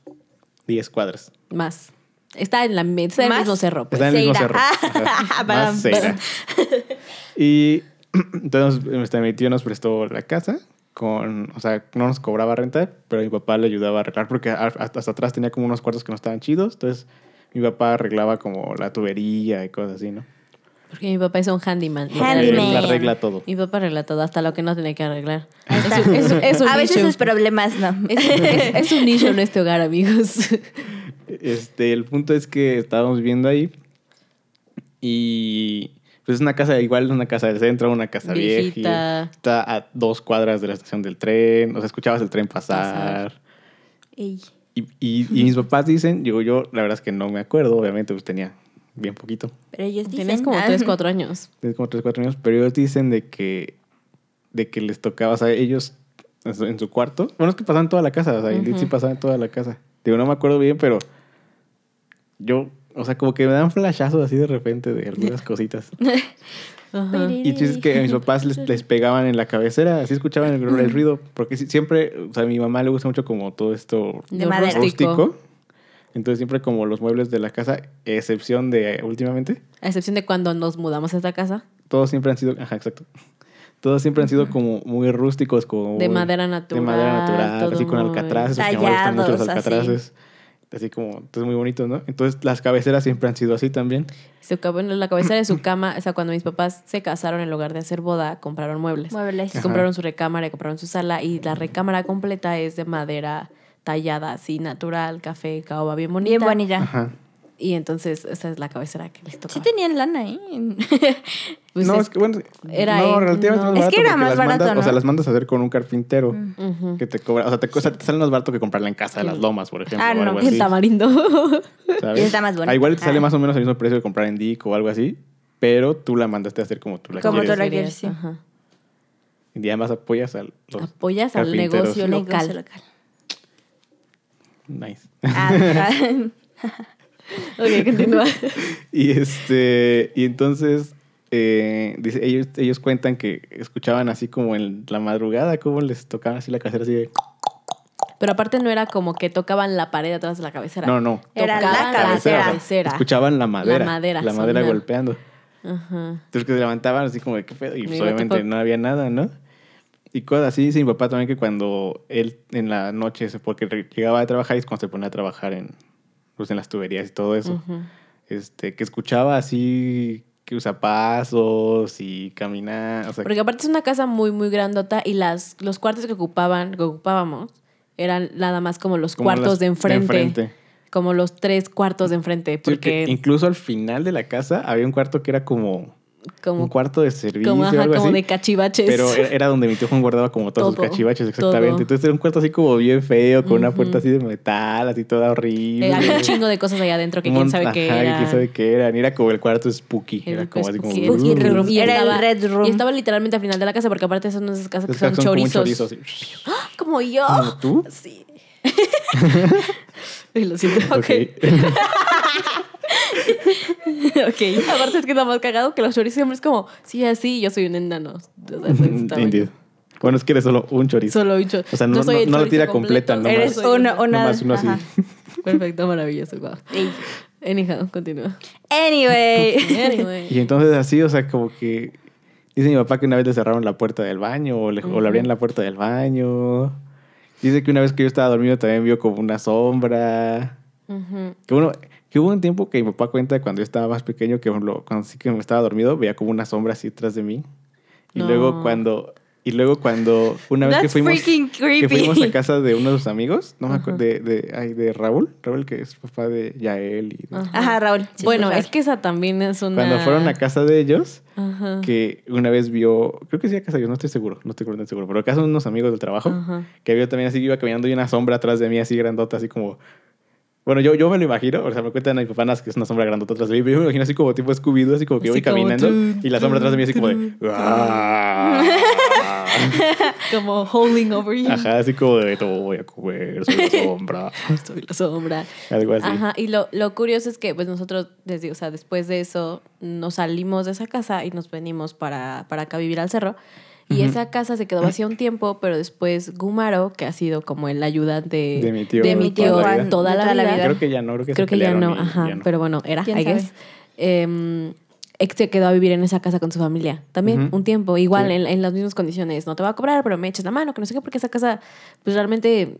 [SPEAKER 3] 10 cuadras.
[SPEAKER 2] Más. Está en la mesa del
[SPEAKER 1] ¿Más?
[SPEAKER 2] mismo cerro. pues.
[SPEAKER 3] Está en el mismo cerro.
[SPEAKER 1] Seira.
[SPEAKER 3] Ajá.
[SPEAKER 1] Para-
[SPEAKER 3] Más Seira. Y entonces este, mi tío nos prestó la casa. Con, o sea, no nos cobraba renta, pero mi papá le ayudaba a arreglar porque a- hasta, hasta atrás tenía como unos cuartos que no estaban chidos. Entonces mi papá arreglaba como la tubería y cosas así, ¿no?
[SPEAKER 2] Porque mi papá es un handyman.
[SPEAKER 3] Él
[SPEAKER 1] Handyman.
[SPEAKER 3] arregla todo.
[SPEAKER 2] Mi papá arregla todo, hasta lo que no tenía que arreglar.
[SPEAKER 1] Ahí está.
[SPEAKER 2] Es, un- es un
[SPEAKER 1] a veces
[SPEAKER 2] nicho.
[SPEAKER 1] sus problemas no.
[SPEAKER 2] Es, es- es un nicho en este hogar, amigos.
[SPEAKER 3] Este, el punto es que estábamos viviendo ahí y pues es una casa igual, es una casa del centro, una casa
[SPEAKER 2] Viejita.
[SPEAKER 3] vieja. Está a dos cuadras de la estación del tren, o sea, escuchabas el tren pasar.
[SPEAKER 2] Pasar.
[SPEAKER 1] Ey.
[SPEAKER 3] Y, y- y mis papás dicen, digo yo, la verdad es que no me acuerdo, obviamente pues tenía bien poquito,
[SPEAKER 1] Pero ellos dicen.
[SPEAKER 2] Tenías como
[SPEAKER 1] ah,
[SPEAKER 2] 3, 4 años.
[SPEAKER 3] tenía como 3, 4 años, pero ellos dicen de que de que les tocaba, o sea, ellos en su, en su cuarto. Bueno, es que pasaban toda la casa, o sea, en
[SPEAKER 2] Ujú.
[SPEAKER 3] sí pasaban toda la casa. Digo, no me acuerdo bien, pero yo, o sea, como que me dan flashazos así de repente de algunas cositas.
[SPEAKER 2] Ajá.
[SPEAKER 3] Y el chiste es que a mis papás les, les pegaban en la cabecera, así escuchaban el, el ruido, porque sí- siempre, o sea, a mi mamá le gusta mucho como todo esto
[SPEAKER 1] De
[SPEAKER 2] Lo
[SPEAKER 1] madera.
[SPEAKER 3] rústico. Entonces siempre como los muebles de la casa, excepción de eh, últimamente,
[SPEAKER 2] A excepción de cuando nos mudamos a esta casa.
[SPEAKER 3] todos siempre han sido, ajá, exacto. Todos siempre han sido como muy rústicos, como
[SPEAKER 2] de
[SPEAKER 3] muy-
[SPEAKER 2] madera natural.
[SPEAKER 3] de madera natural,
[SPEAKER 2] todo
[SPEAKER 3] así con
[SPEAKER 2] muy-
[SPEAKER 3] alcatraces, porque me gustan mucho los
[SPEAKER 1] Tallados, así.
[SPEAKER 3] alcatraces. Así como, entonces muy bonito, ¿no? Entonces las cabeceras siempre han sido así también.
[SPEAKER 2] Su cab- bueno, la cabeza de su cama, o sea, cuando mis papás se casaron, en lugar de hacer boda, compraron muebles.
[SPEAKER 1] Muebles.
[SPEAKER 3] Ajá.
[SPEAKER 2] Compraron su recámara y compraron su sala y la recámara completa es de madera tallada, así natural, café, caoba, bien bonita.
[SPEAKER 1] Bien bonita.
[SPEAKER 3] Ajá.
[SPEAKER 2] Y entonces esa es la cabecera que les tocaba.
[SPEAKER 1] Sí tenían lana, ¿eh?
[SPEAKER 2] Pues
[SPEAKER 3] no,
[SPEAKER 2] es-
[SPEAKER 3] es que bueno,
[SPEAKER 2] era
[SPEAKER 3] no,
[SPEAKER 2] ahí,
[SPEAKER 3] relativamente
[SPEAKER 2] no.
[SPEAKER 3] más
[SPEAKER 1] Es que
[SPEAKER 3] barato
[SPEAKER 1] era
[SPEAKER 3] porque
[SPEAKER 1] más
[SPEAKER 3] las
[SPEAKER 1] barato,
[SPEAKER 3] mandas- O sea,
[SPEAKER 1] ¿no?
[SPEAKER 3] las mandas a hacer con un carpintero
[SPEAKER 2] Ujú.
[SPEAKER 3] que te cobra, o sea, te, cuesta- te sale más barato que comprarla en casa, en las lomas, por ejemplo,
[SPEAKER 1] Ah,
[SPEAKER 3] o
[SPEAKER 1] no.
[SPEAKER 3] algo
[SPEAKER 1] Pues
[SPEAKER 2] El
[SPEAKER 3] así.
[SPEAKER 2] tamarindo.
[SPEAKER 3] ¿sabes?
[SPEAKER 1] Y está más bonita.
[SPEAKER 3] Ah, igual te sale
[SPEAKER 1] Ah.
[SPEAKER 3] más o menos el mismo precio que comprar en Dick o algo así, pero tú la mandaste a hacer como tú la
[SPEAKER 1] Como tú
[SPEAKER 3] quieres.
[SPEAKER 1] la quieres, sí.
[SPEAKER 2] Ajá.
[SPEAKER 3] Y además apoyas al los
[SPEAKER 2] Apoyas al
[SPEAKER 3] carpinteros.
[SPEAKER 2] negocio
[SPEAKER 1] Negocio
[SPEAKER 2] local.
[SPEAKER 1] local.
[SPEAKER 3] Nice.
[SPEAKER 1] Ah, mira.
[SPEAKER 2] Ok, continúa.
[SPEAKER 3] Y este, y entonces eh, dice, ellos, ellos cuentan que escuchaban así como en la madrugada, cómo les tocaban así la casera así de
[SPEAKER 2] Pero aparte no era como que tocaban la pared atrás de la cabecera.
[SPEAKER 3] no, no.
[SPEAKER 1] Era la
[SPEAKER 2] Tocaban
[SPEAKER 1] cabecera.
[SPEAKER 3] o sea,
[SPEAKER 2] cabecera.
[SPEAKER 3] Escuchaban la madera. La madera.
[SPEAKER 2] madera sonar.
[SPEAKER 3] golpeando.
[SPEAKER 2] Ajá.
[SPEAKER 3] Entonces que se levantaban así como de qué pedo. Y pues,
[SPEAKER 2] Digo,
[SPEAKER 3] obviamente
[SPEAKER 2] tipo-
[SPEAKER 3] no había nada, ¿no? Y cosas así, dice mi papá también que cuando él en la noche, porque re- llegaba a trabajar y es cuando se ponía a trabajar en, pues, en las tuberías y todo eso.
[SPEAKER 2] Ujú.
[SPEAKER 3] este, que escuchaba así que usa pasos y caminar. O sea,
[SPEAKER 2] Porque aparte es una casa muy, muy grandota y las, los cuartos que ocupaban, que ocupábamos, eran nada más como los
[SPEAKER 3] como
[SPEAKER 2] cuartos
[SPEAKER 3] las-
[SPEAKER 2] de, enfrente,
[SPEAKER 3] enfrente.
[SPEAKER 2] Como los tres cuartos de enfrente.
[SPEAKER 3] Sí, que
[SPEAKER 2] Porque
[SPEAKER 3] incluso al final de la casa había un cuarto que era como,
[SPEAKER 2] como,
[SPEAKER 3] un cuarto de servicio
[SPEAKER 2] como, ajá,
[SPEAKER 3] algo
[SPEAKER 2] como
[SPEAKER 3] así.
[SPEAKER 2] de cachivaches. Eh,
[SPEAKER 3] Pero era era donde mi tío Juan guardaba como todos
[SPEAKER 2] Todo,
[SPEAKER 3] sus cachivaches,
[SPEAKER 2] todo.
[SPEAKER 3] exactamente. Entonces era un cuarto así como bien feo, con una
[SPEAKER 2] Ujú.
[SPEAKER 3] puerta así de metal, así toda
[SPEAKER 2] Eh,
[SPEAKER 3] horrible.
[SPEAKER 2] había un chingo de cosas allá adentro que
[SPEAKER 3] Un
[SPEAKER 2] quién
[SPEAKER 3] mon-
[SPEAKER 2] sabe qué
[SPEAKER 3] ajá, que
[SPEAKER 2] era.
[SPEAKER 3] quién sabe qué eran. Y era como el cuarto spooky.
[SPEAKER 2] El
[SPEAKER 3] era como así como...
[SPEAKER 2] spooky. Spooky room.
[SPEAKER 1] Y Era el Red Room.
[SPEAKER 2] Y estaba literalmente al final de la casa, porque aparte son esas casas que
[SPEAKER 3] Entonces,
[SPEAKER 2] son,
[SPEAKER 3] son como un
[SPEAKER 2] chorizos.
[SPEAKER 3] chorizo, así.
[SPEAKER 2] Como yo.
[SPEAKER 3] ¿Como tú?
[SPEAKER 2] Sí. Ay, Lo siento. Ok.
[SPEAKER 3] Ok.
[SPEAKER 2] ok. Aparte es que es lo más cagado que los chorizos siempre es como, sí, así, yo soy un enano. O sea, de ese tamaño.
[SPEAKER 3] Entendido. Bueno, es que eres solo un chorizo.
[SPEAKER 2] Solo un chorizo.
[SPEAKER 3] O sea, no- no-
[SPEAKER 2] el
[SPEAKER 3] no la
[SPEAKER 2] chorizo
[SPEAKER 3] tira completa,
[SPEAKER 2] completo,
[SPEAKER 1] Eres
[SPEAKER 2] soy
[SPEAKER 1] uno,
[SPEAKER 2] un-
[SPEAKER 1] una.
[SPEAKER 3] Nomás uno así.
[SPEAKER 1] ajá.
[SPEAKER 2] Perfecto, maravilloso, guau.
[SPEAKER 1] Sí.
[SPEAKER 2] Anyhow, continúa.
[SPEAKER 1] Anyway.
[SPEAKER 2] Anyway.
[SPEAKER 3] Y entonces así, o sea, como que... Dice mi papá que una vez le cerraron la puerta del baño o le, o le abrían la puerta del baño. Dice que una vez que yo estaba dormido también vio como una sombra.
[SPEAKER 2] Ujú.
[SPEAKER 3] Que bueno, que hubo un tiempo que mi papá cuenta cuando yo estaba más pequeño, que por ejemplo, cuando sí que me estaba dormido, veía como una sombra así atrás de mí. Y
[SPEAKER 2] No.
[SPEAKER 3] luego cuando... Y luego cuando... Una vez que
[SPEAKER 1] That's
[SPEAKER 3] fuimos...
[SPEAKER 1] freaking
[SPEAKER 3] Que fuimos a
[SPEAKER 1] creepy.
[SPEAKER 3] casa de uno de sus amigos, no me
[SPEAKER 2] Ajá.
[SPEAKER 3] acuerdo, de, de, ay, de Raúl, Raúl que es papá de Yael y de-
[SPEAKER 2] Ajá.
[SPEAKER 1] Ajá, Raúl. Sí, pues,
[SPEAKER 2] bueno,
[SPEAKER 1] Raúl.
[SPEAKER 2] es que esa también es una...
[SPEAKER 3] Cuando fueron a casa de ellos,
[SPEAKER 2] Ajá.
[SPEAKER 3] que una vez vio, creo que sí a casa de ellos, no estoy seguro, no estoy tan seguro, pero acá son unos amigos del trabajo,
[SPEAKER 2] Ajá.
[SPEAKER 3] que vio también así, iba caminando y una sombra atrás de mí, así grandota, así como... Bueno, yo, yo me lo imagino, o sea, me cuentan a mi papá que es una sombra grandota atrás de mí, pero yo me imagino así como tipo Scooby-Doo, así como que
[SPEAKER 2] Así
[SPEAKER 3] voy
[SPEAKER 2] como
[SPEAKER 3] caminando
[SPEAKER 2] tru,
[SPEAKER 3] y la sombra atrás de mí así como de... "Ah".
[SPEAKER 2] Como holding over you.
[SPEAKER 3] Ajá, así como de, te voy a comer, soy la sombra,
[SPEAKER 2] Soy la sombra.
[SPEAKER 3] algo así.
[SPEAKER 2] Ajá, y lo, lo curioso es que pues nosotros, desde, o sea, después de eso, nos salimos de esa casa y nos venimos para, para acá a vivir al cerro. Y
[SPEAKER 3] Ujú.
[SPEAKER 2] esa casa se quedó vacía un tiempo, pero después Gumaro, que ha sido como el ayudante
[SPEAKER 3] De mi tío
[SPEAKER 2] de mi tío
[SPEAKER 3] toda la
[SPEAKER 2] toda,
[SPEAKER 3] vida.
[SPEAKER 1] De
[SPEAKER 2] la,
[SPEAKER 1] toda la
[SPEAKER 2] vida,
[SPEAKER 1] vida.
[SPEAKER 3] Creo que ya no, creo que se
[SPEAKER 2] creo que ya no,
[SPEAKER 3] pelearon y-
[SPEAKER 2] ajá,
[SPEAKER 3] ya no.
[SPEAKER 2] pero bueno, era,
[SPEAKER 1] ¿Quién
[SPEAKER 2] I guess.
[SPEAKER 1] sabe?
[SPEAKER 2] Em, ex se quedó a vivir en esa casa con su familia también
[SPEAKER 3] Ujú.
[SPEAKER 2] un tiempo, igual
[SPEAKER 3] Sí.
[SPEAKER 2] en, en las mismas condiciones, no te va a cobrar, pero me echas la mano, que no sé qué, porque esa casa, pues realmente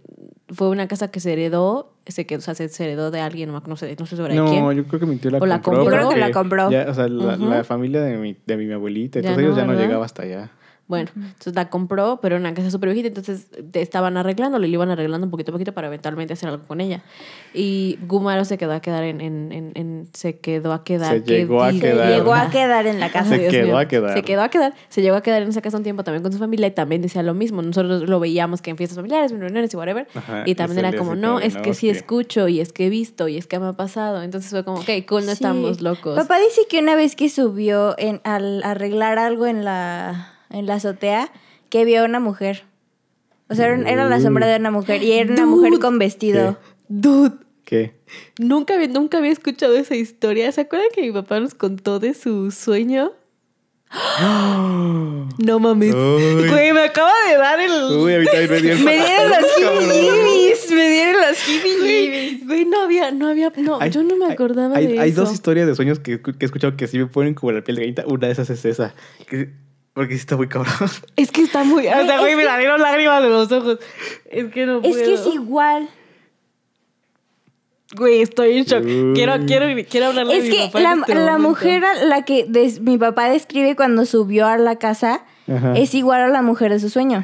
[SPEAKER 2] fue una casa que se heredó, se quedó, o sea, se, se heredó de alguien, no, no sé, no sé sobre
[SPEAKER 3] no,
[SPEAKER 2] quién.
[SPEAKER 3] yo creo que mi tío la
[SPEAKER 2] ¿O la
[SPEAKER 3] compró.
[SPEAKER 2] compró?
[SPEAKER 3] porque
[SPEAKER 2] Yo creo
[SPEAKER 1] que la compró.
[SPEAKER 3] ya, o sea, la,
[SPEAKER 2] Ujú.
[SPEAKER 3] la familia de mi, de mi abuelita,
[SPEAKER 2] Ya
[SPEAKER 3] entonces ellos
[SPEAKER 2] no,
[SPEAKER 3] ya no
[SPEAKER 2] ¿verdad?
[SPEAKER 3] llegaba hasta allá.
[SPEAKER 2] Bueno, entonces la compró, pero era una casa súper viejita, entonces te estaban arreglándola y le iban arreglando un poquito a poquito para eventualmente hacer algo con ella. Y Gumaro se quedó a quedar en, en, en, en- se quedó a quedar.
[SPEAKER 3] Se llegó a
[SPEAKER 2] digo,
[SPEAKER 3] quedar.
[SPEAKER 1] Se llegó a quedar en la casa.
[SPEAKER 3] Se
[SPEAKER 2] Dios
[SPEAKER 3] quedó
[SPEAKER 2] mío.
[SPEAKER 3] a quedar.
[SPEAKER 2] Se quedó a quedar. Se llegó a quedar en esa casa un tiempo también con su familia y también decía lo mismo. Nosotros lo veíamos que en fiestas familiares, en reuniones y whatever.
[SPEAKER 3] Ajá,
[SPEAKER 2] y también
[SPEAKER 3] ese
[SPEAKER 2] era
[SPEAKER 3] día
[SPEAKER 2] como,
[SPEAKER 3] se
[SPEAKER 2] no,
[SPEAKER 3] quedó,
[SPEAKER 2] es
[SPEAKER 3] ¿no?
[SPEAKER 2] que sí
[SPEAKER 3] Sí.
[SPEAKER 2] escucho y es que he visto y es que me ha pasado. Entonces fue como, ok, cool, no
[SPEAKER 1] Sí.
[SPEAKER 2] estamos locos.
[SPEAKER 1] Papá dice que una vez que subió en, al arreglar algo en la, en la azotea, que vio a una mujer. O sea, era, era la sombra de una mujer y era una mujer
[SPEAKER 2] Dude.
[SPEAKER 1] con vestido.
[SPEAKER 2] Dude,
[SPEAKER 3] ¿Qué?
[SPEAKER 2] nunca había, nunca había escuchado esa historia. ¿Se acuerdan que mi papá nos contó de su sueño? No mames.
[SPEAKER 3] Uy.
[SPEAKER 2] Güey, me acaba de dar el.
[SPEAKER 3] Uy, a mí también me dio el
[SPEAKER 1] Me dieron los jibijibis, me dieron los jibijibis.
[SPEAKER 2] Güey, güey, no había, no había, no,
[SPEAKER 3] Hay-
[SPEAKER 2] yo no me
[SPEAKER 3] hay-
[SPEAKER 2] acordaba
[SPEAKER 3] hay,
[SPEAKER 2] de
[SPEAKER 3] hay
[SPEAKER 2] eso.
[SPEAKER 3] dos historias de sueños que, que he escuchado que sí me ponen como la piel de gallita. Una de esas es esa. que- porque sí está muy cabrón.
[SPEAKER 2] Es que está muy, o sea,
[SPEAKER 1] es
[SPEAKER 2] güey, me la dieron lágrimas de los ojos. Es que no
[SPEAKER 1] Es que es
[SPEAKER 2] puedo.
[SPEAKER 1] igual.
[SPEAKER 2] Güey, estoy en shock.
[SPEAKER 3] Uy.
[SPEAKER 2] Quiero, quiero, quiero hablarle
[SPEAKER 1] Es
[SPEAKER 2] de mi
[SPEAKER 1] que
[SPEAKER 2] papá en
[SPEAKER 1] la,
[SPEAKER 2] este
[SPEAKER 1] la
[SPEAKER 2] momento.
[SPEAKER 1] mujer a la que des- mi papá describe cuando subió a la casa
[SPEAKER 3] Ajá.
[SPEAKER 1] es igual a la mujer de su sueño.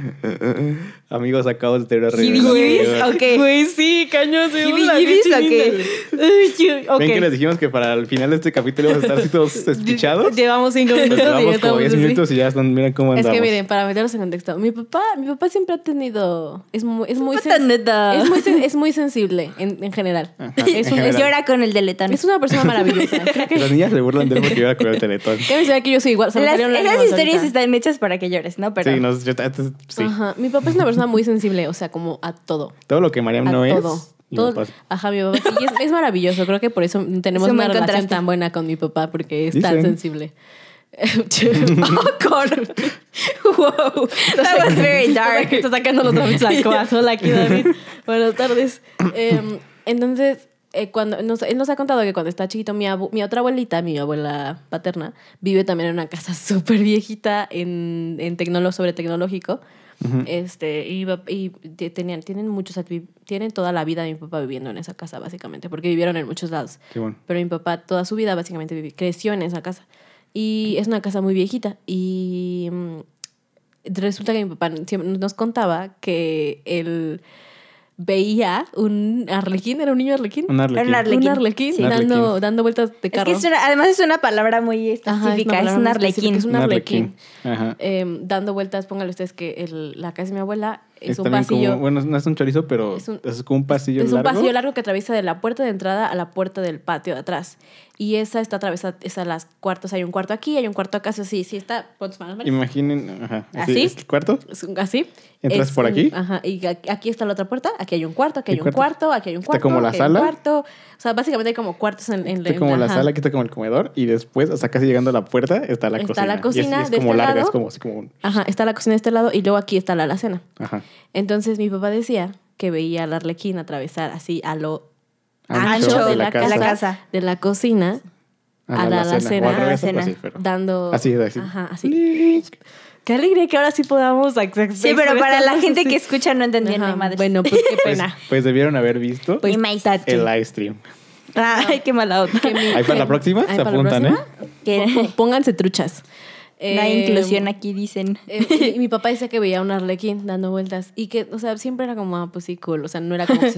[SPEAKER 3] Amigos, acabo de tener una
[SPEAKER 1] Jibijibis,
[SPEAKER 3] revelación.
[SPEAKER 1] ¿o qué?
[SPEAKER 2] Güey, sí, cañón. soy un
[SPEAKER 1] ¿Jibijibis o
[SPEAKER 2] lagartín,
[SPEAKER 1] qué?
[SPEAKER 2] ándale. Ay, yo- ok.
[SPEAKER 3] Ven que les dijimos que para el final de este capítulo vamos a estar así todos despichados.
[SPEAKER 2] Llevamos cinco
[SPEAKER 3] Pues
[SPEAKER 2] minutos. y ya
[SPEAKER 3] llevamos como
[SPEAKER 2] estamos
[SPEAKER 3] 10
[SPEAKER 2] así.
[SPEAKER 3] minutos y ya están, miren cómo
[SPEAKER 2] Es
[SPEAKER 3] andamos.
[SPEAKER 2] que miren, para meterlos en contexto, mi papá, mi papá siempre ha tenido, es muy, es muy,
[SPEAKER 1] Puta
[SPEAKER 2] sen-
[SPEAKER 1] neta.
[SPEAKER 2] es muy, sen- es muy sensible en, en general.
[SPEAKER 3] Ajá,
[SPEAKER 2] Es
[SPEAKER 3] en
[SPEAKER 2] un-
[SPEAKER 3] general.
[SPEAKER 2] es-
[SPEAKER 1] Llora con el deletón.
[SPEAKER 2] es una persona maravillosa. Creo que
[SPEAKER 3] Las niñas se burlan de él porque iba con el teletón.
[SPEAKER 2] Cabe mencionar que yo soy igual. o sea, me
[SPEAKER 1] Las-
[SPEAKER 2] salieron
[SPEAKER 1] esas
[SPEAKER 2] lágrimas
[SPEAKER 1] historias
[SPEAKER 2] ahorita.
[SPEAKER 1] están hechas para que llores, ¿no? Pero
[SPEAKER 3] Sí, no, yo- antes- sí.
[SPEAKER 2] Ajá. Mi papá es una persona muy sensible, o sea, como a todo.
[SPEAKER 3] Todo lo que Mariam
[SPEAKER 2] A
[SPEAKER 3] ¿Em no
[SPEAKER 2] todo.
[SPEAKER 3] es. y
[SPEAKER 2] Todo-
[SPEAKER 3] me pasa.
[SPEAKER 2] ajá, mi papá sí, y es, es maravilloso. Creo que por eso tenemos
[SPEAKER 1] Es un buen
[SPEAKER 2] una relación
[SPEAKER 1] contraste.
[SPEAKER 2] tan buena con mi papá, porque es tan
[SPEAKER 3] Dicen.
[SPEAKER 2] sensible. ¡Oh, Con-
[SPEAKER 1] wow, that was very dark.
[SPEAKER 2] Está sacando los trapitos al corazón aquí, David. Buenas tardes. Eh, entonces, eh, cuando nos, él nos ha contado que cuando está chiquito, mi, abu- mi otra abuelita, mi abuela paterna, vive también en una casa súper viejita en, en tecnolo- sobre tecnológico. Este, y, va- y te- tenían, tienen muchos acti- tienen toda la vida de mi papá viviendo en esa casa, básicamente, porque vivieron en muchos lados.
[SPEAKER 3] Qué bueno.
[SPEAKER 2] Pero mi papá toda su vida básicamente vivi- creció en esa casa. Y es una casa muy viejita. Y mm, resulta que mi papá siempre nos contaba que él veía un arlequín, era un niño arlequín.
[SPEAKER 3] Un arlequín.
[SPEAKER 1] Un arlequín.
[SPEAKER 2] Un arlequín
[SPEAKER 3] Sí.
[SPEAKER 2] dando,
[SPEAKER 3] Arlequín.
[SPEAKER 2] dando vueltas de
[SPEAKER 1] Es
[SPEAKER 2] carro.
[SPEAKER 1] que es una- además es una palabra muy
[SPEAKER 2] Ajá, es una
[SPEAKER 1] específica, es,
[SPEAKER 2] palabra
[SPEAKER 1] un
[SPEAKER 2] muy específica,
[SPEAKER 1] arlequín.
[SPEAKER 2] es un arlequín.
[SPEAKER 3] Ajá.
[SPEAKER 2] Em, dando vueltas, póngale ustedes que el- la casa de mi abuela es, un
[SPEAKER 3] también
[SPEAKER 2] pasillo.
[SPEAKER 3] Como, bueno, no es un chorizo, pero
[SPEAKER 2] Es
[SPEAKER 3] es,
[SPEAKER 2] un-
[SPEAKER 3] como un pasillo
[SPEAKER 2] es un
[SPEAKER 3] largo.
[SPEAKER 2] pasillo largo que atraviesa de la puerta de entrada a la puerta del patio de atrás. Y esa está atravesada, esa las cuartos, hay un cuarto aquí, hay un cuarto acá, sí, sí, sí está. pon tus manos, Maris.
[SPEAKER 3] Imaginen, ajá,
[SPEAKER 2] ¿Así?
[SPEAKER 3] así, es el cuarto.
[SPEAKER 2] Es un- Así.
[SPEAKER 3] ¿Entras
[SPEAKER 2] Es
[SPEAKER 3] por
[SPEAKER 2] un-
[SPEAKER 3] aquí?
[SPEAKER 2] Ajá. Y aquí, aquí está la otra puerta. Aquí hay un cuarto, aquí
[SPEAKER 3] ¿Y
[SPEAKER 2] hay un cuarto, aquí hay un
[SPEAKER 3] Está
[SPEAKER 2] cuarto.
[SPEAKER 3] como la
[SPEAKER 2] aquí hay un
[SPEAKER 3] sala.
[SPEAKER 2] cuarto. O sea, básicamente hay como cuartos en, en
[SPEAKER 3] Está como la
[SPEAKER 2] ajá.
[SPEAKER 3] sala, aquí está como el comedor y después, hasta casi llegando a la puerta, está la
[SPEAKER 2] Está
[SPEAKER 3] cocina.
[SPEAKER 2] la
[SPEAKER 3] Y es-
[SPEAKER 2] cocina,
[SPEAKER 3] y es,
[SPEAKER 2] de
[SPEAKER 3] como
[SPEAKER 2] este
[SPEAKER 3] larga,
[SPEAKER 2] lado.
[SPEAKER 3] es como así como un...
[SPEAKER 2] Ajá. Está la cocina de este lado y luego aquí está la alacena.
[SPEAKER 3] Ajá.
[SPEAKER 2] Entonces mi papá decía que veía al arlequín atravesar así a lo ancho,
[SPEAKER 3] Ancho
[SPEAKER 2] de, la casa,
[SPEAKER 1] la casa.
[SPEAKER 2] de la cocina, a la alacena.
[SPEAKER 3] O al
[SPEAKER 1] A la
[SPEAKER 3] revés, algo
[SPEAKER 1] alacena.
[SPEAKER 3] así, pero-
[SPEAKER 2] dando.
[SPEAKER 3] Así, así.
[SPEAKER 2] Ajá, así. Qué alegría que ahora sí podamos acceder.
[SPEAKER 1] Sí, pero para la gente que escucha no entendía
[SPEAKER 2] Ajá,
[SPEAKER 1] ni madre.
[SPEAKER 2] Bueno, pues qué
[SPEAKER 3] Pues,
[SPEAKER 2] pena.
[SPEAKER 3] pues debieron haber visto
[SPEAKER 1] Pues,
[SPEAKER 3] el live stream.
[SPEAKER 1] Ay, qué mala onda.
[SPEAKER 2] que mi-
[SPEAKER 3] Ahí para la próxima,
[SPEAKER 2] Ahí
[SPEAKER 3] se
[SPEAKER 2] para la
[SPEAKER 3] apuntan,
[SPEAKER 2] próxima.
[SPEAKER 3] ¿eh?
[SPEAKER 1] Que-
[SPEAKER 2] Po- Pónganse truchas.
[SPEAKER 1] no hay
[SPEAKER 2] Eh,
[SPEAKER 1] inclusión aquí, dicen.
[SPEAKER 2] eh, y- y mi papá decía que veía a un arlequín dando vueltas y que, o sea, siempre era como, ah, pues sí, cool. O sea, no era como que se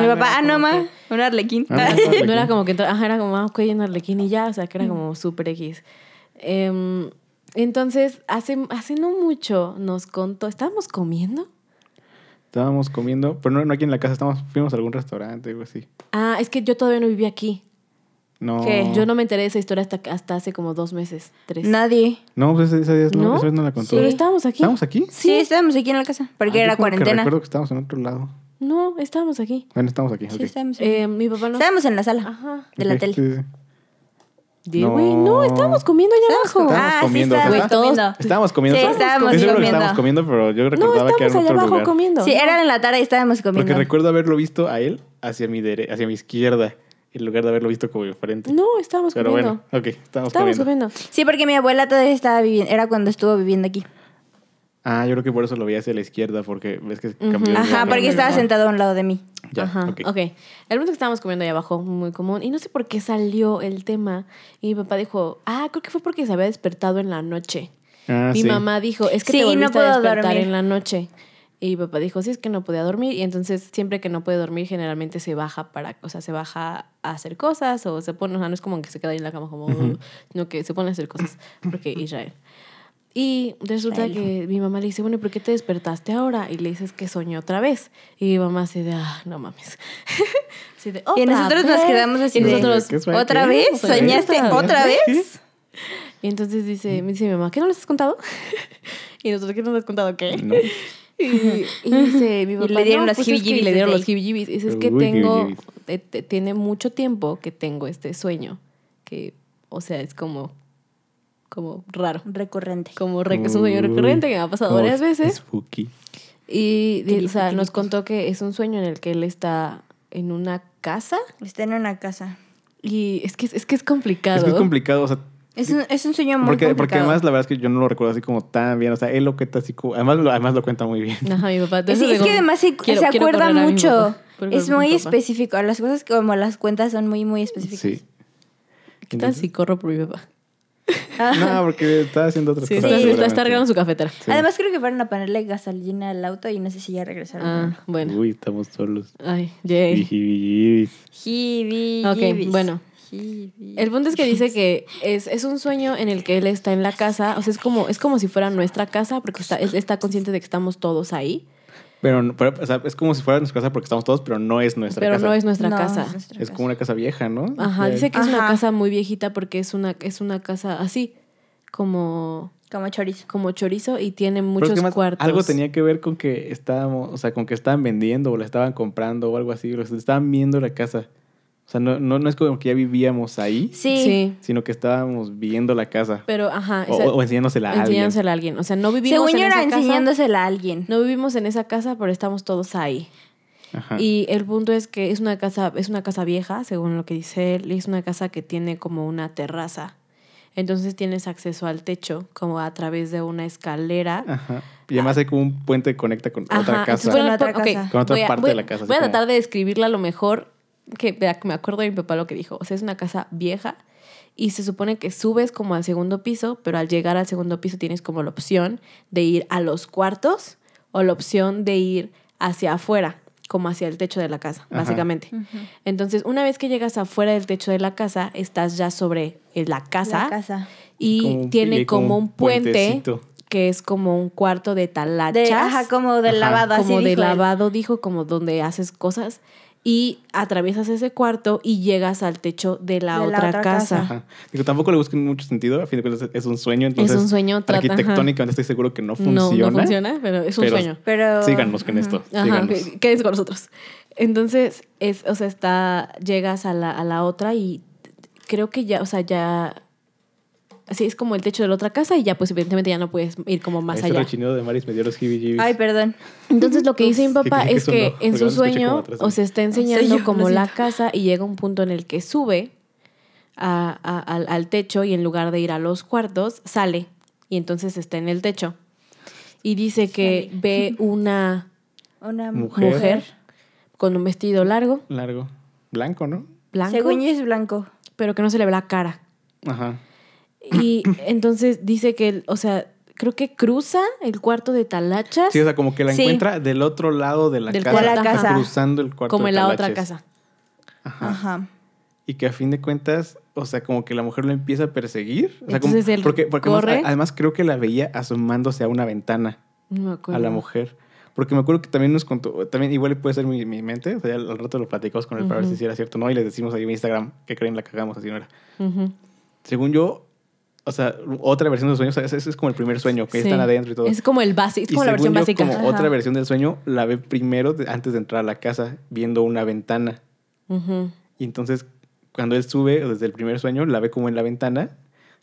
[SPEAKER 1] Mi
[SPEAKER 2] no
[SPEAKER 1] papá,
[SPEAKER 2] era
[SPEAKER 1] ah, no,
[SPEAKER 2] como
[SPEAKER 1] ma,
[SPEAKER 2] que-
[SPEAKER 1] un arlequín.
[SPEAKER 3] Ah, no,
[SPEAKER 2] No era
[SPEAKER 3] aquí.
[SPEAKER 2] como que, entra- ajá, era como, ah, ok, un arlequín y ya, o sea, que era como súper X. Em, entonces, hace, hace no mucho nos contó, estábamos comiendo.
[SPEAKER 3] Estábamos comiendo, pero no, no aquí en la casa, estábamos, fuimos a algún restaurante o algo así.
[SPEAKER 2] Ah, es que yo todavía no vivía aquí.
[SPEAKER 3] No.
[SPEAKER 1] ¿Qué?
[SPEAKER 2] Yo no me enteré de esa historia hasta, hasta hace como dos meses, tres.
[SPEAKER 1] Nadie.
[SPEAKER 3] No, pues esa, esa vez no,
[SPEAKER 2] ¿No?
[SPEAKER 3] esa vez no la contó.
[SPEAKER 2] Pero estábamos aquí.
[SPEAKER 3] ¿Estábamos aquí?
[SPEAKER 1] Sí, estábamos aquí en la casa, porque
[SPEAKER 3] Ah, yo
[SPEAKER 1] era
[SPEAKER 3] como que
[SPEAKER 1] cuarentena.
[SPEAKER 3] recuerdo que estábamos en otro lado.
[SPEAKER 2] No, estábamos aquí.
[SPEAKER 3] Bueno, estamos aquí.
[SPEAKER 1] Sí,
[SPEAKER 3] ok.
[SPEAKER 1] estábamos, aquí.
[SPEAKER 2] Eh, mi papá nos...
[SPEAKER 1] Estábamos en la sala Ah,
[SPEAKER 2] Ajá.
[SPEAKER 1] de la
[SPEAKER 3] Ok,
[SPEAKER 1] tele.
[SPEAKER 3] sí, sí.
[SPEAKER 2] De,
[SPEAKER 3] No.
[SPEAKER 2] güey, no, estábamos comiendo allá
[SPEAKER 1] Estábamos
[SPEAKER 2] abajo.
[SPEAKER 1] comiendo.
[SPEAKER 3] Estábamos
[SPEAKER 1] Ah, sí, estábamos
[SPEAKER 2] ¿verdad? Güey,
[SPEAKER 3] comiendo,
[SPEAKER 1] comiendo.
[SPEAKER 2] todos-
[SPEAKER 3] Estábamos comiendo.
[SPEAKER 1] Sí,
[SPEAKER 3] Estoy
[SPEAKER 1] estábamos
[SPEAKER 3] seguro que
[SPEAKER 1] comiendo.
[SPEAKER 3] estábamos comiendo, pero yo
[SPEAKER 2] No,
[SPEAKER 3] recordaba que era
[SPEAKER 2] estábamos
[SPEAKER 3] en
[SPEAKER 2] allá
[SPEAKER 3] otro
[SPEAKER 2] abajo
[SPEAKER 3] lugar.
[SPEAKER 2] comiendo.
[SPEAKER 1] Sí, era en la tarde y estábamos
[SPEAKER 3] Porque
[SPEAKER 1] comiendo.
[SPEAKER 3] recuerdo haberlo visto a él hacia mi dere hacia mi izquierda, en lugar de haberlo visto como de frente.
[SPEAKER 2] No, estábamos
[SPEAKER 3] pero
[SPEAKER 2] comiendo.
[SPEAKER 3] bueno, ok, estábamos,
[SPEAKER 2] estábamos
[SPEAKER 3] comiendo.
[SPEAKER 2] comiendo.
[SPEAKER 1] Sí, porque mi abuela todavía estaba viviendo, era cuando estuvo viviendo aquí.
[SPEAKER 3] Ah, yo creo que por eso lo vi hacia la izquierda, porque ves que cambió. de
[SPEAKER 1] Ajá,
[SPEAKER 3] lugar,
[SPEAKER 1] porque
[SPEAKER 3] ¿no?
[SPEAKER 1] estaba sentado a un lado de mí.
[SPEAKER 3] Ya,
[SPEAKER 2] Ajá,
[SPEAKER 3] ok.
[SPEAKER 2] ok. El punto es que estábamos comiendo ahí abajo, muy común. Y no sé por qué salió el tema. Y mi papá dijo, ah, creo que fue porque se había despertado en la noche.
[SPEAKER 3] Ah,
[SPEAKER 2] mi
[SPEAKER 3] sí.
[SPEAKER 2] mamá dijo, es que te
[SPEAKER 1] Sí, no
[SPEAKER 2] volviste a
[SPEAKER 1] puedo
[SPEAKER 2] despertar
[SPEAKER 1] dormir.
[SPEAKER 2] en la noche. Y mi papá dijo, sí, es que no podía dormir. Y entonces, siempre que no puede dormir, generalmente se baja para, o sea, se baja a hacer cosas o se pone, o sea, no es como que se queda ahí en la cama como, "Uh", sino que se pone a hacer cosas. Porque Israel. Y resulta que mi mamá le dice, bueno, ¿y por qué te despertaste ahora? Y le dices que soñó otra vez. Y mi mamá así de, ah, no mames. Así de,
[SPEAKER 1] Y
[SPEAKER 2] "¿Otra
[SPEAKER 1] nosotros nos
[SPEAKER 2] vez?".
[SPEAKER 1] quedamos así
[SPEAKER 2] Y
[SPEAKER 1] de,
[SPEAKER 2] nosotros,
[SPEAKER 3] ¿Qué sueño?
[SPEAKER 1] ¿Otra
[SPEAKER 3] ¿Qué?
[SPEAKER 1] vez?
[SPEAKER 2] Soñé
[SPEAKER 1] ¿Soñaste
[SPEAKER 2] otra
[SPEAKER 1] otra vez?
[SPEAKER 2] Y entonces dice, me dice mi mamá, ¿qué no les has contado? Y nosotros que nos has contado qué.
[SPEAKER 3] No.
[SPEAKER 2] Y, y dice mi
[SPEAKER 1] Y
[SPEAKER 2] papá,
[SPEAKER 1] le dieron
[SPEAKER 2] "No,
[SPEAKER 1] los
[SPEAKER 2] pues es que
[SPEAKER 1] jibijibis
[SPEAKER 2] Le dieron
[SPEAKER 1] desde
[SPEAKER 2] los
[SPEAKER 1] ahí".
[SPEAKER 2] jibijibis. Y dice, es que
[SPEAKER 3] Uy,
[SPEAKER 2] tengo,
[SPEAKER 3] jibijibis.
[SPEAKER 2] eh, te- tiene mucho tiempo que tengo este sueño. Que, o sea, es como, como raro.
[SPEAKER 1] Recurrente.
[SPEAKER 2] Como re- es un sueño recurrente que me ha pasado
[SPEAKER 3] Como
[SPEAKER 2] varias veces.
[SPEAKER 3] Spooky.
[SPEAKER 2] Y, di- o sea,
[SPEAKER 1] Tiripi,
[SPEAKER 2] nos
[SPEAKER 1] tiripi.
[SPEAKER 2] contó que es un sueño en el que él está en una casa.
[SPEAKER 1] Está en una casa.
[SPEAKER 2] Y es que es, que es complicado.
[SPEAKER 3] Es muy complicado, o sea,
[SPEAKER 1] Es un, es un sueño muy
[SPEAKER 3] porque,
[SPEAKER 1] complicado.
[SPEAKER 3] porque además la verdad es que yo no lo recuerdo así como tan bien, o sea, él lo cuenta así como, además lo, además lo cuenta muy bien.
[SPEAKER 2] Ajá, mi papá.
[SPEAKER 1] Sí,
[SPEAKER 2] entonces
[SPEAKER 1] es
[SPEAKER 2] digo,
[SPEAKER 1] que además se,
[SPEAKER 2] quiero-
[SPEAKER 1] se
[SPEAKER 2] quiero
[SPEAKER 1] acuerda
[SPEAKER 2] correr a mi
[SPEAKER 1] mucho.
[SPEAKER 2] papá, quiero
[SPEAKER 1] Es
[SPEAKER 2] correr a mi
[SPEAKER 1] muy
[SPEAKER 2] papá.
[SPEAKER 1] específico. Las cosas como las cuentas son muy, muy específicas.
[SPEAKER 3] Sí.
[SPEAKER 2] ¿Qué tal si corro por mi papá?
[SPEAKER 1] Ah.
[SPEAKER 3] No, porque está haciendo otras
[SPEAKER 2] Sí,
[SPEAKER 3] cosas.
[SPEAKER 2] está, está,
[SPEAKER 3] seguramente.
[SPEAKER 2] está arreglando su cafetera.
[SPEAKER 3] Sí.
[SPEAKER 1] Además creo que fueron a ponerle gasolina al auto y no sé si ya regresaron.
[SPEAKER 2] Ah, bueno.
[SPEAKER 3] Uy, estamos solos.
[SPEAKER 2] Ay, yay.
[SPEAKER 3] Jijibijibis.
[SPEAKER 1] Jibi,
[SPEAKER 2] Ok,
[SPEAKER 1] jibis.
[SPEAKER 2] bueno.
[SPEAKER 1] Jibi.
[SPEAKER 2] El punto es que dice que es, es un sueño en el que él está en la casa, o sea, es como, es como si fuera nuestra casa, porque está, él está consciente de que estamos todos ahí,
[SPEAKER 3] Pero, no- pero, o sea, es como si fuera nuestra casa porque estamos todos, pero no es nuestra
[SPEAKER 2] pero
[SPEAKER 3] casa.
[SPEAKER 2] no es nuestra
[SPEAKER 1] No,
[SPEAKER 2] casa.
[SPEAKER 1] es nuestra
[SPEAKER 3] Es
[SPEAKER 1] casa.
[SPEAKER 3] como una casa vieja, ¿no?
[SPEAKER 2] Ajá, dice que es una
[SPEAKER 1] Ajá.
[SPEAKER 2] casa muy viejita porque es una, es una casa así, como,
[SPEAKER 1] Como chorizo.
[SPEAKER 2] como chorizo y tiene
[SPEAKER 3] Pero es
[SPEAKER 2] muchos
[SPEAKER 3] que además
[SPEAKER 2] cuartos.
[SPEAKER 3] Algo tenía que ver con que estábamos, o sea, con que estaban vendiendo o la estaban comprando o algo así, o sea, estaban viendo la casa. O sea, no, no, no es como que ya vivíamos ahí,
[SPEAKER 1] Sí.
[SPEAKER 2] Sí,
[SPEAKER 3] sino que estábamos viendo la casa
[SPEAKER 2] pero ajá,
[SPEAKER 3] o,
[SPEAKER 2] o sea,
[SPEAKER 3] o enseñándosela a alguien.
[SPEAKER 2] enseñándosela a alguien. O sea, no vivimos
[SPEAKER 1] Según
[SPEAKER 2] en
[SPEAKER 1] yo
[SPEAKER 2] esa
[SPEAKER 1] era
[SPEAKER 2] casa.
[SPEAKER 1] enseñándosela a alguien.
[SPEAKER 2] No vivimos en esa casa, pero estamos todos ahí.
[SPEAKER 3] Ajá.
[SPEAKER 2] Y el punto es que es una casa, es una casa vieja, según lo que dice él, y es una casa que tiene como una terraza. Entonces tienes acceso al techo, como a través de una escalera.
[SPEAKER 3] Ajá. Y además hay como un puente que conecta con
[SPEAKER 2] Ajá,
[SPEAKER 3] Ah, otra
[SPEAKER 2] entonces,
[SPEAKER 3] casa.
[SPEAKER 1] bueno,
[SPEAKER 2] por-
[SPEAKER 1] otra
[SPEAKER 2] ok,
[SPEAKER 1] casa.
[SPEAKER 3] Con otra
[SPEAKER 2] voy a-
[SPEAKER 3] parte
[SPEAKER 2] voy-
[SPEAKER 3] de la casa, así
[SPEAKER 2] Voy a
[SPEAKER 3] como-
[SPEAKER 2] tratar de describirla lo mejor que vea que me acuerdo de mi papá lo que dijo. O sea, es una casa vieja y se supone que subes como al segundo piso, pero al llegar al segundo piso tienes como la opción de ir a los cuartos o la opción de ir hacia afuera, como hacia el techo de la casa,
[SPEAKER 3] Ajá.
[SPEAKER 2] básicamente. Entonces, una vez que llegas afuera del techo de la casa, estás ya sobre eh, la casa,
[SPEAKER 1] La casa.
[SPEAKER 2] y
[SPEAKER 3] Como un- y
[SPEAKER 2] tiene
[SPEAKER 3] hay como
[SPEAKER 2] como,
[SPEAKER 3] un
[SPEAKER 2] un puente
[SPEAKER 3] puentecito.
[SPEAKER 2] que es como un cuarto de talachas
[SPEAKER 1] De, ajá, como de
[SPEAKER 3] Ajá.
[SPEAKER 1] lavado. así
[SPEAKER 2] como de
[SPEAKER 1] dijo él.
[SPEAKER 2] lavado, dijo, como donde haces cosas. Y atraviesas ese cuarto y llegas al techo de la, otra, casa.
[SPEAKER 3] Ajá. Digo, tampoco le busquen mucho sentido, a fin de cuentas es un sueño, entonces
[SPEAKER 2] un sueño, trata-
[SPEAKER 3] arquitectónicamente estoy seguro que no
[SPEAKER 2] No,
[SPEAKER 3] funciona.
[SPEAKER 2] no funciona, pero es un
[SPEAKER 3] pero
[SPEAKER 2] sueño.
[SPEAKER 1] Pero...
[SPEAKER 3] Síganos con esto,
[SPEAKER 2] Ajá,
[SPEAKER 3] síganos.
[SPEAKER 2] que- quédense con nosotros. Entonces, es, o sea, está, llegas a la, a la otra y creo que ya, o sea, ya... Así es como el techo de la otra casa y ya, pues, evidentemente ya no puedes ir como más
[SPEAKER 3] Ese
[SPEAKER 2] allá.
[SPEAKER 3] rechinido de Maris me dio los jibijibis.
[SPEAKER 1] Ay, perdón.
[SPEAKER 2] Entonces lo que dice mi papá
[SPEAKER 3] creí que
[SPEAKER 2] es
[SPEAKER 3] eso
[SPEAKER 2] que
[SPEAKER 3] no,
[SPEAKER 2] en
[SPEAKER 3] porque
[SPEAKER 2] su
[SPEAKER 3] ahora escuché como
[SPEAKER 2] sueño
[SPEAKER 3] atrás de
[SPEAKER 2] o
[SPEAKER 3] mí.
[SPEAKER 2] se está
[SPEAKER 1] Soy Ah, yo,
[SPEAKER 2] enseñando
[SPEAKER 1] lo
[SPEAKER 2] como la
[SPEAKER 1] siento.
[SPEAKER 2] casa y llega un punto en el que sube a- a- al, al techo y en lugar de ir a los cuartos sale y entonces está en el techo. Y dice que
[SPEAKER 1] Sale.
[SPEAKER 2] ve una
[SPEAKER 1] Una
[SPEAKER 3] Mujer.
[SPEAKER 1] mujer.
[SPEAKER 2] mujer con un vestido largo,
[SPEAKER 3] Largo. Blanco, ¿no?
[SPEAKER 2] blanco,
[SPEAKER 1] Según yo es blanco.
[SPEAKER 2] pero que no se le ve la cara.
[SPEAKER 3] Ajá.
[SPEAKER 2] Y entonces dice que, él, o sea, creo que cruza el cuarto de talachas
[SPEAKER 3] Sí, o sea, como que la
[SPEAKER 1] Sí.
[SPEAKER 3] encuentra del otro lado de la
[SPEAKER 2] Del
[SPEAKER 3] casa.
[SPEAKER 2] cuarto, De la
[SPEAKER 1] casa.
[SPEAKER 3] Cruzando el cuarto.
[SPEAKER 2] como
[SPEAKER 3] de
[SPEAKER 2] en la otra
[SPEAKER 3] talaches.
[SPEAKER 2] casa.
[SPEAKER 3] Ajá.
[SPEAKER 1] Ajá.
[SPEAKER 3] Y que a fin de cuentas, o sea, como que la mujer lo empieza a perseguir. O sea,
[SPEAKER 2] Entonces
[SPEAKER 3] como,
[SPEAKER 2] él
[SPEAKER 3] porque, porque además-
[SPEAKER 2] corre.
[SPEAKER 3] además creo que la veía asomándose a una ventana.
[SPEAKER 2] No me acuerdo.
[SPEAKER 3] a la mujer. Porque me acuerdo que también nos contó, también igual puede ser mi, mi mente, o sea, ya al rato lo platicamos con él para ver
[SPEAKER 2] Ujú.
[SPEAKER 3] si era cierto o no, y les decimos ahí en Instagram que creen la cagamos, así no era.
[SPEAKER 2] Ujú.
[SPEAKER 3] Según yo, o sea, otra versión del sueño, o sea, ese, ese es como el primer sueño, que
[SPEAKER 2] Sí.
[SPEAKER 3] están adentro y todo.
[SPEAKER 2] Es como el base, es
[SPEAKER 3] Y
[SPEAKER 2] como la versión
[SPEAKER 3] según yo,
[SPEAKER 2] básica.
[SPEAKER 3] como
[SPEAKER 2] Ajá.
[SPEAKER 3] otra versión del sueño, la ve primero de- antes de entrar a la casa, viendo una ventana.
[SPEAKER 2] Ujú.
[SPEAKER 3] Y entonces, cuando él sube desde el primer sueño, la ve como en la ventana,